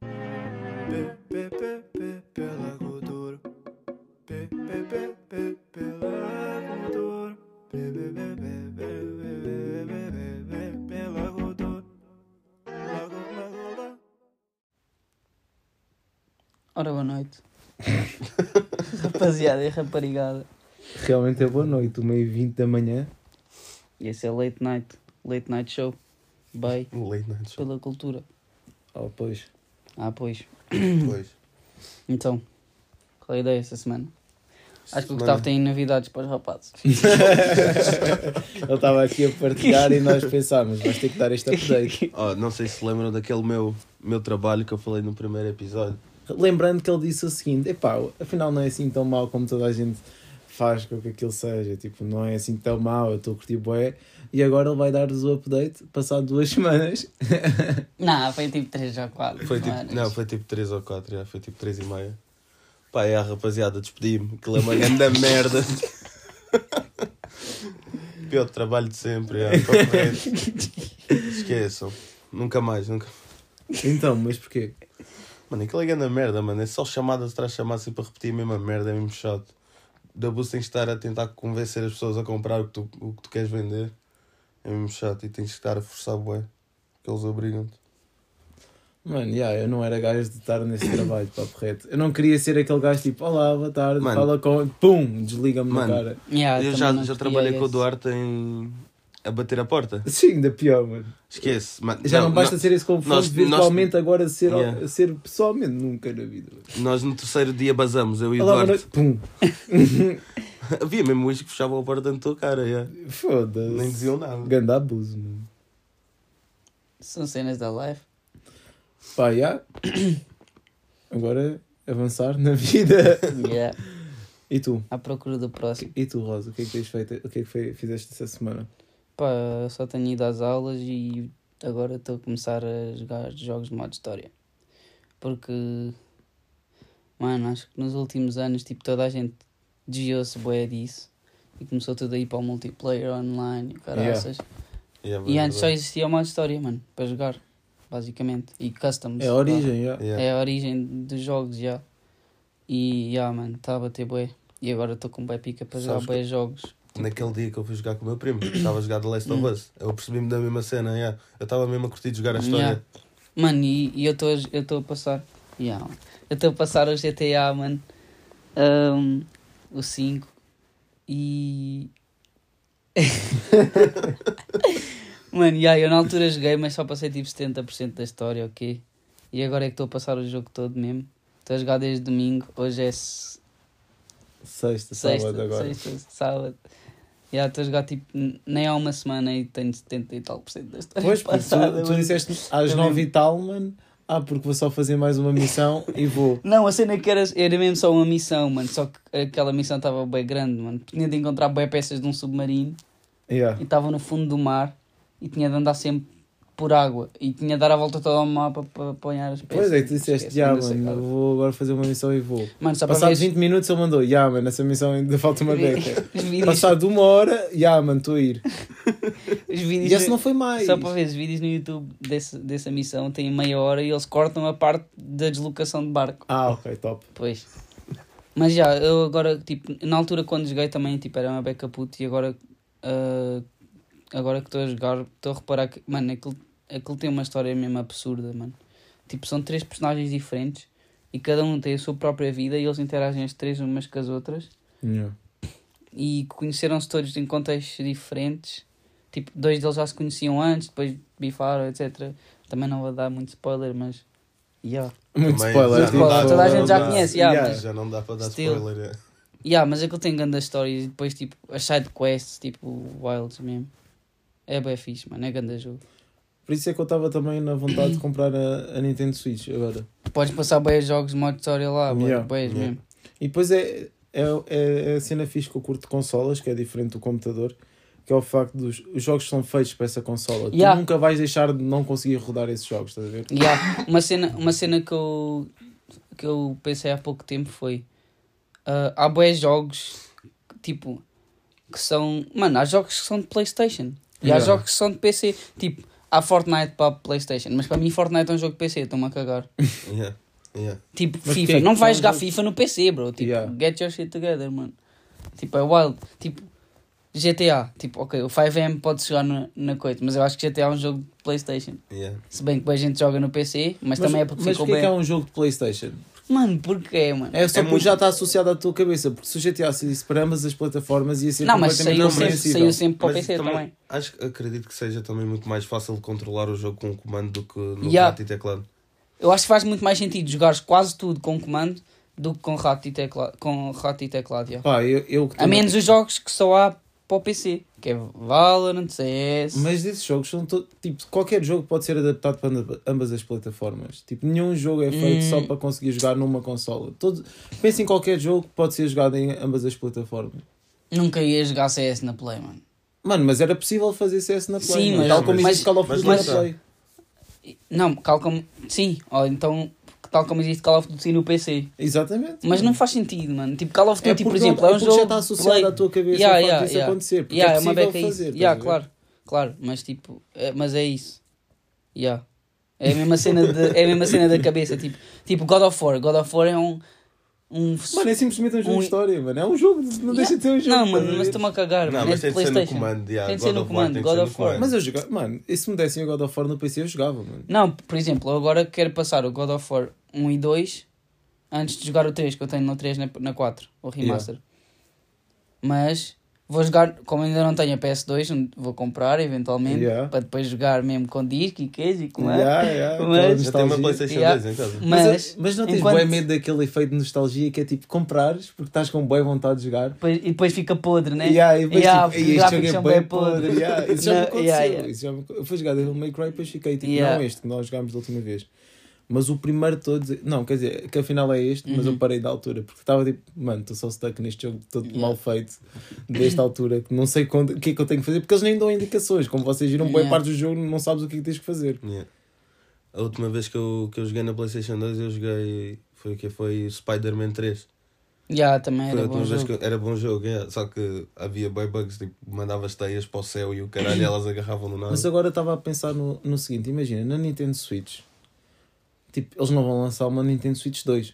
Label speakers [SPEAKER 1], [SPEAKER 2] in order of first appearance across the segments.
[SPEAKER 1] P, P, P, P, pela Godoro. P, P, P, P, pela Godoro. P, P, P, P, P, P, P, P, P, P, pela Godoro. Lago, lago, lago.
[SPEAKER 2] Ora, boa noite. Rapaziada e raparigada.
[SPEAKER 3] Realmente é boa noite, uma e vinte da manhã.
[SPEAKER 2] E esse é Late Night. Late Night Show. Bem,
[SPEAKER 4] Late Night Show.
[SPEAKER 2] pela cultura.
[SPEAKER 3] Oh, pois.
[SPEAKER 2] Ah, pois.
[SPEAKER 4] Depois.
[SPEAKER 2] Então, qual é a ideia essa semana? Acho que o Gustavo tem novidades para os rapazes.
[SPEAKER 3] Ele estava aqui a partilhar e nós pensámos, vais ter que dar este update.
[SPEAKER 4] Oh, não sei se lembram daquele meu, meu trabalho que eu falei no primeiro episódio.
[SPEAKER 3] Lembrando que ele disse o seguinte: epá, afinal não é assim tão mau como toda a gente faz com que aquilo seja. Tipo, não é assim tão mau, eu estou a curtir bué. E agora ele vai dar-nos o update, passado duas semanas.
[SPEAKER 2] Não, foi tipo 3 ou 4.
[SPEAKER 4] Foi tipo, não, foi tipo 3 ou 4, já, foi tipo 3 e meia. Pá, é a rapaziada, despedi-me, que é uma grande merda. Pior trabalho de sempre, já, para a frente. Esqueçam. Nunca mais, nunca.
[SPEAKER 3] Então, mas porquê?
[SPEAKER 4] Mano, aquilo é grande merda, mano. É só chamada atrás de chamada sempre para repetir a mesma merda, é mesmo chato. Da Boost tens de estar a tentar convencer as pessoas a comprar o que tu, o que tu queres vender. É mesmo chato e tens de estar a forçar bué. Que eles obrigam-te.
[SPEAKER 3] Mano, yeah, eu não era gajo de estar nesse trabalho, papo reto. Eu não queria ser aquele gajo tipo, olá, boa tarde,
[SPEAKER 4] Mano.
[SPEAKER 3] fala com. Pum, desliga-me na
[SPEAKER 4] Mano.
[SPEAKER 3] cara.
[SPEAKER 2] Ah,
[SPEAKER 4] eu já, já trabalhei com o Duarte em... a bater a porta.
[SPEAKER 3] Sim, ainda pior, mano.
[SPEAKER 4] Esquece. mano.
[SPEAKER 3] Já não, basta ser esse conforto
[SPEAKER 4] nós-
[SPEAKER 3] virtualmente, agora ser,
[SPEAKER 4] Yeah.
[SPEAKER 3] ser pessoalmente nunca na vida. mano.
[SPEAKER 4] Nós no terceiro dia basamos, eu e o
[SPEAKER 3] Olá, boa
[SPEAKER 4] Duarte.
[SPEAKER 3] noite. Pum,
[SPEAKER 4] Havia mesmo isso que fechavam a porta na tua cara. yeah.
[SPEAKER 3] foda-se.
[SPEAKER 4] Nem diziam nada.
[SPEAKER 3] Ganda abuso, mano.
[SPEAKER 2] São cenas da live.
[SPEAKER 3] Pá, já. Agora avançar na vida.
[SPEAKER 2] Yeah.
[SPEAKER 3] E tu?
[SPEAKER 2] À procura do próximo.
[SPEAKER 3] E tu, Rosa? O que é que tens feito? O que é que foi- fizeste essa semana?
[SPEAKER 2] Pá, eu só tenho ido às aulas e agora estou a começar a jogar jogos de modo história. Porque, mano, acho que nos últimos anos, tipo, toda a gente desviou-se bué disso. E começou tudo a ir para o multiplayer online e o caraças.
[SPEAKER 4] Yeah,
[SPEAKER 2] E antes só
[SPEAKER 4] verdade.
[SPEAKER 2] existia o modo história, mano, para jogar, basicamente. E customs.
[SPEAKER 3] É a origem, já.
[SPEAKER 4] Yeah.
[SPEAKER 2] É a origem dos jogos, já. E, já, mano, está a bater bué. E agora estou com bué pica para jogar
[SPEAKER 4] Sabes que-
[SPEAKER 2] bué jogos.
[SPEAKER 4] Naquele dia que eu fui jogar com o meu primo, que estava a jogar The Last of Us, eu percebi-me da mesma cena, yeah. eu estava mesmo a curtir de jogar a história.
[SPEAKER 2] Mano, e, e eu estou eu estou a passar. Yeah, mano. eu estou a passar o GTA, mano. Ahm, o 5. E. mano, yeah, eu na altura joguei, mas só passei tipo 70% da história, ok? E agora é que estou a passar o jogo todo mesmo. Estou a jogar desde domingo, hoje é s-
[SPEAKER 3] Sexta, sábado
[SPEAKER 2] sexta,
[SPEAKER 3] agora.
[SPEAKER 2] sexta, sábado. Já estou a jogar tipo n- nem há uma semana e tenho 70 e tal por cento da história.
[SPEAKER 3] Pois, porque
[SPEAKER 2] passada,
[SPEAKER 3] tu, tu
[SPEAKER 2] mano.
[SPEAKER 3] disseste às
[SPEAKER 2] Eu
[SPEAKER 3] nove e tal, mano. Ah, porque vou só fazer mais uma missão e vou.
[SPEAKER 2] Não, a cena é que era, era mesmo só uma missão, mano. Só que aquela missão estava bem grande, mano. Tinha de encontrar bem peças de um submarino
[SPEAKER 3] Yeah.
[SPEAKER 2] e estava no fundo do mar e tinha de andar sempre por água e tinha de dar a volta toda ao mapa para apanhar as peças.
[SPEAKER 3] Pois é, que tu disseste,
[SPEAKER 2] Esquece,
[SPEAKER 3] já,
[SPEAKER 2] não sei
[SPEAKER 3] mano,
[SPEAKER 2] qual.
[SPEAKER 3] vou agora fazer uma missão e vou.
[SPEAKER 2] Mano, só para ver
[SPEAKER 3] Passado
[SPEAKER 2] os-
[SPEAKER 3] 20 minutos ele mandou, já, mano, essa missão ainda falta uma beca.
[SPEAKER 2] os vídeos,
[SPEAKER 3] Passado uma hora, já, mano, estou a ir.
[SPEAKER 2] os
[SPEAKER 3] E
[SPEAKER 2] vídeos
[SPEAKER 3] esse
[SPEAKER 2] no-
[SPEAKER 3] não foi mais.
[SPEAKER 2] só para ver os vídeos no YouTube desse, dessa missão têm meia hora e eles cortam a parte da deslocação de barco.
[SPEAKER 3] Ah, ok, top.
[SPEAKER 2] Pois. Mas já, eu agora, tipo, na altura quando joguei também, tipo, era uma beca puto e agora, ah, agora que estou a jogar, estou a reparar que, mano, aquilo, aquilo tem uma história mesmo absurda, mano. Tipo, são três personagens diferentes e cada um tem a sua própria vida e eles interagem as três umas com as outras
[SPEAKER 3] Yeah.
[SPEAKER 2] e conheceram-se todos em contextos diferentes. Tipo, dois deles já se conheciam antes, depois bifaram, etc. Também não vou dar muito spoiler, mas. Yeah.
[SPEAKER 3] Muito
[SPEAKER 4] Também
[SPEAKER 3] spoiler.
[SPEAKER 4] já não dá-
[SPEAKER 3] tipo,
[SPEAKER 2] Toda a gente
[SPEAKER 4] não
[SPEAKER 2] já
[SPEAKER 4] dá-
[SPEAKER 2] conhece,
[SPEAKER 3] yeah,
[SPEAKER 4] yeah,
[SPEAKER 3] mas-
[SPEAKER 4] já não dá para dar
[SPEAKER 2] Still.
[SPEAKER 4] spoiler. yeah.
[SPEAKER 2] Yeah, mas aquilo tem grandes histórias e depois tipo as side quests, tipo Wilds mesmo. É bem fixe, mano, é grande jogo.
[SPEAKER 3] Por isso é que eu estava também na vontade de comprar a, a Nintendo Switch agora.
[SPEAKER 2] Podes passar bem jogos de modo história lá,
[SPEAKER 3] Yeah.
[SPEAKER 2] yeah. boias
[SPEAKER 4] Yeah.
[SPEAKER 2] mesmo.
[SPEAKER 3] E depois é, é, é, é a cena fixe que eu curto de consolas, que é diferente do computador, que é o facto dos os jogos são feitos para essa consola.
[SPEAKER 2] Yeah.
[SPEAKER 3] Tu nunca vais deixar de não conseguir rodar esses jogos, estás a ver?
[SPEAKER 2] Yeah. Uma, cena, uma cena que eu, que eu pensei há pouco tempo foi ah, há boias jogos tipo que são. Mano, há jogos que são de Playstation. E há
[SPEAKER 3] Yeah.
[SPEAKER 2] jogos que são de PC. Tipo, há Fortnite para PlayStation. Mas para mim, Fortnite é um jogo de PC. Estou-me a cagar.
[SPEAKER 4] Yeah, yeah.
[SPEAKER 2] Tipo,
[SPEAKER 3] Mas
[SPEAKER 2] FIFA.
[SPEAKER 3] quem é que
[SPEAKER 2] não vais
[SPEAKER 3] faz
[SPEAKER 2] jogar
[SPEAKER 3] jogo?
[SPEAKER 2] FIFA no PC, bro. Tipo,
[SPEAKER 3] Yeah.
[SPEAKER 2] get your shit together, mano. Tipo, é wild. Tipo, GTA. Tipo, ok, o 5M pode jogar na, na coisa. Mas eu acho que GTA é um jogo de PlayStation.
[SPEAKER 4] yeah.
[SPEAKER 2] Se bem que depois a gente joga no PC, mas, também é porque
[SPEAKER 3] mas
[SPEAKER 2] ficou
[SPEAKER 3] porquê
[SPEAKER 2] bem.
[SPEAKER 3] que é um jogo de Playstation?
[SPEAKER 2] Mano, porquê, mano?
[SPEAKER 3] É só
[SPEAKER 4] É
[SPEAKER 3] porque
[SPEAKER 4] muito-
[SPEAKER 3] já está associado à tua cabeça, porque se o GTA saísse para ambas as plataformas ia ser
[SPEAKER 2] não, mas
[SPEAKER 3] completamente
[SPEAKER 2] saiu sempre,
[SPEAKER 3] compreensível.
[SPEAKER 2] saiu sempre para o
[SPEAKER 4] Mas
[SPEAKER 2] PC também.
[SPEAKER 4] Acho que acredito que seja também muito mais fácil de controlar o jogo com o comando do que no
[SPEAKER 2] Yeah.
[SPEAKER 4] prato e teclado.
[SPEAKER 2] Eu acho que faz muito mais sentido jogares quase tudo com comando do que com rato e teclado. Com rato e teclado yeah.
[SPEAKER 3] Pá, eu, eu que
[SPEAKER 2] A
[SPEAKER 3] tenho-
[SPEAKER 2] menos os jogos que só há para o PC, que é Valorant, CS.
[SPEAKER 3] Mas esses jogos são todo. Tipo, qualquer jogo pode ser adaptado para amba- ambas as plataformas. Tipo, nenhum jogo é feito
[SPEAKER 2] Hum.
[SPEAKER 3] só para conseguir jogar numa consola. Todo, pensa em qualquer jogo que pode ser jogado em ambas as plataformas.
[SPEAKER 2] Nunca ia jogar CS na Play, mano.
[SPEAKER 3] Mano, mas era possível fazer CS na Play.
[SPEAKER 2] Sim,
[SPEAKER 3] mano,
[SPEAKER 2] mas-
[SPEAKER 3] tal como
[SPEAKER 2] mas-
[SPEAKER 3] existe Call of
[SPEAKER 4] mas
[SPEAKER 3] Duty
[SPEAKER 4] lá
[SPEAKER 3] na
[SPEAKER 4] está.
[SPEAKER 3] Play.
[SPEAKER 2] Não, tal como. Sim, ou então, tal como existe Call of Duty no PC.
[SPEAKER 3] Exatamente.
[SPEAKER 2] Mas não faz sentido, mano. Tipo, Call of
[SPEAKER 3] É
[SPEAKER 2] Duty,
[SPEAKER 3] porque,
[SPEAKER 2] por exemplo,
[SPEAKER 3] não,
[SPEAKER 2] é
[SPEAKER 3] é
[SPEAKER 2] um
[SPEAKER 3] porque
[SPEAKER 2] jogo.
[SPEAKER 3] já está associado
[SPEAKER 2] Play.
[SPEAKER 3] à tua cabeça
[SPEAKER 2] Yeah,
[SPEAKER 3] o facto
[SPEAKER 2] yeah,
[SPEAKER 3] disso
[SPEAKER 2] yeah.
[SPEAKER 3] acontecer. Porque
[SPEAKER 2] Yeah,
[SPEAKER 3] é
[SPEAKER 2] é uma
[SPEAKER 3] possível
[SPEAKER 2] beca isso.
[SPEAKER 3] fazer. estás a
[SPEAKER 2] Yeah,
[SPEAKER 3] ver?
[SPEAKER 2] claro, claro, mas tipo, é- mas é isso. Yeah. É a mesma cena de, é a mesma cena da cabeça, tipo, tipo God of War, God of War é um um
[SPEAKER 3] Mano, é simplesmente um jogo
[SPEAKER 2] Um-
[SPEAKER 3] de história, mano. É um jogo, não deixa de ser um jogo.
[SPEAKER 2] Não,
[SPEAKER 3] estás
[SPEAKER 2] mano,
[SPEAKER 3] a
[SPEAKER 2] mas
[SPEAKER 3] ver?
[SPEAKER 2] estou-me a cagar,
[SPEAKER 4] Não,
[SPEAKER 2] mano.
[SPEAKER 4] mas tem de
[SPEAKER 2] é de
[SPEAKER 4] ser no
[SPEAKER 2] PlayStation.
[SPEAKER 4] comando. Yeah.
[SPEAKER 2] Tem de ser
[SPEAKER 4] God
[SPEAKER 2] no
[SPEAKER 4] of War
[SPEAKER 2] comando,
[SPEAKER 4] tem de
[SPEAKER 2] God
[SPEAKER 4] ser no
[SPEAKER 2] of War.
[SPEAKER 4] comando.
[SPEAKER 3] Mas eu jogava, mano, e se me dessem o God of War no PC, eu jogava, mano.
[SPEAKER 2] Não, por exemplo, eu agora quero passar o God of War 1 e 2 antes de jogar o 3, que eu tenho no 3 na, na 4, o remaster. Mas vou jogar, como ainda não tenho a PS2, um- vou comprar eventualmente
[SPEAKER 3] Yeah.
[SPEAKER 2] para depois jogar mesmo com disco e queijo e é. com
[SPEAKER 3] Yeah, yeah,
[SPEAKER 2] Mas-
[SPEAKER 3] aquela
[SPEAKER 4] Já tem uma
[SPEAKER 3] nostalgia.
[SPEAKER 4] PlayStation
[SPEAKER 2] Yeah.
[SPEAKER 4] 2 em casa.
[SPEAKER 2] Mas,
[SPEAKER 3] Mas, mas não tens
[SPEAKER 2] enquanto-
[SPEAKER 3] bué medo daquele efeito de nostalgia que é tipo comprares porque estás com boa vontade de jogar.
[SPEAKER 2] depois- e depois fica podre, né?
[SPEAKER 3] Yeah, e depois,
[SPEAKER 2] Yeah,
[SPEAKER 3] tipo,
[SPEAKER 2] os
[SPEAKER 3] "Ei, este
[SPEAKER 2] gráficos
[SPEAKER 3] jogo é
[SPEAKER 2] são
[SPEAKER 3] bem
[SPEAKER 2] bem
[SPEAKER 3] podre.
[SPEAKER 2] podres.
[SPEAKER 3] Yeah, isso já me
[SPEAKER 2] Não,
[SPEAKER 3] aconteceu.
[SPEAKER 2] yeah, yeah.
[SPEAKER 3] Isso já me... Eu fui jogar Devil May Cry e depois fiquei tipo,
[SPEAKER 2] Yeah.
[SPEAKER 3] não este que nós jogámos da última vez. Mas o primeiro todo, não, quer dizer, que afinal é este, mas eu
[SPEAKER 2] Uhum.
[SPEAKER 3] parei da altura, porque estava tipo, mano, estou só stuck neste jogo todo
[SPEAKER 2] Yeah.
[SPEAKER 3] mal feito, desta altura, que não sei quando- o que é que eu tenho que fazer, porque eles nem dão indicações, como vocês viram, boa
[SPEAKER 2] Yeah.
[SPEAKER 3] parte do jogo não sabes o que é que tens que fazer.
[SPEAKER 4] Yeah. A última vez que eu, que eu joguei na PlayStation 2, eu joguei. Foi o que? Foi o Spider-Man 3.
[SPEAKER 2] Yeah,
[SPEAKER 4] Foi
[SPEAKER 2] também
[SPEAKER 4] a
[SPEAKER 2] era bom
[SPEAKER 4] última vez
[SPEAKER 2] jogo.
[SPEAKER 4] que eu- era bom jogo, é. Só que havia bem bugs, tipo, mandavas teias para o céu e o caralho, elas agarravam do nada.
[SPEAKER 3] Mas agora estava a pensar no, no seguinte: imagina, na Nintendo Switch, tipo, eles não vão lançar uma Nintendo Switch 2.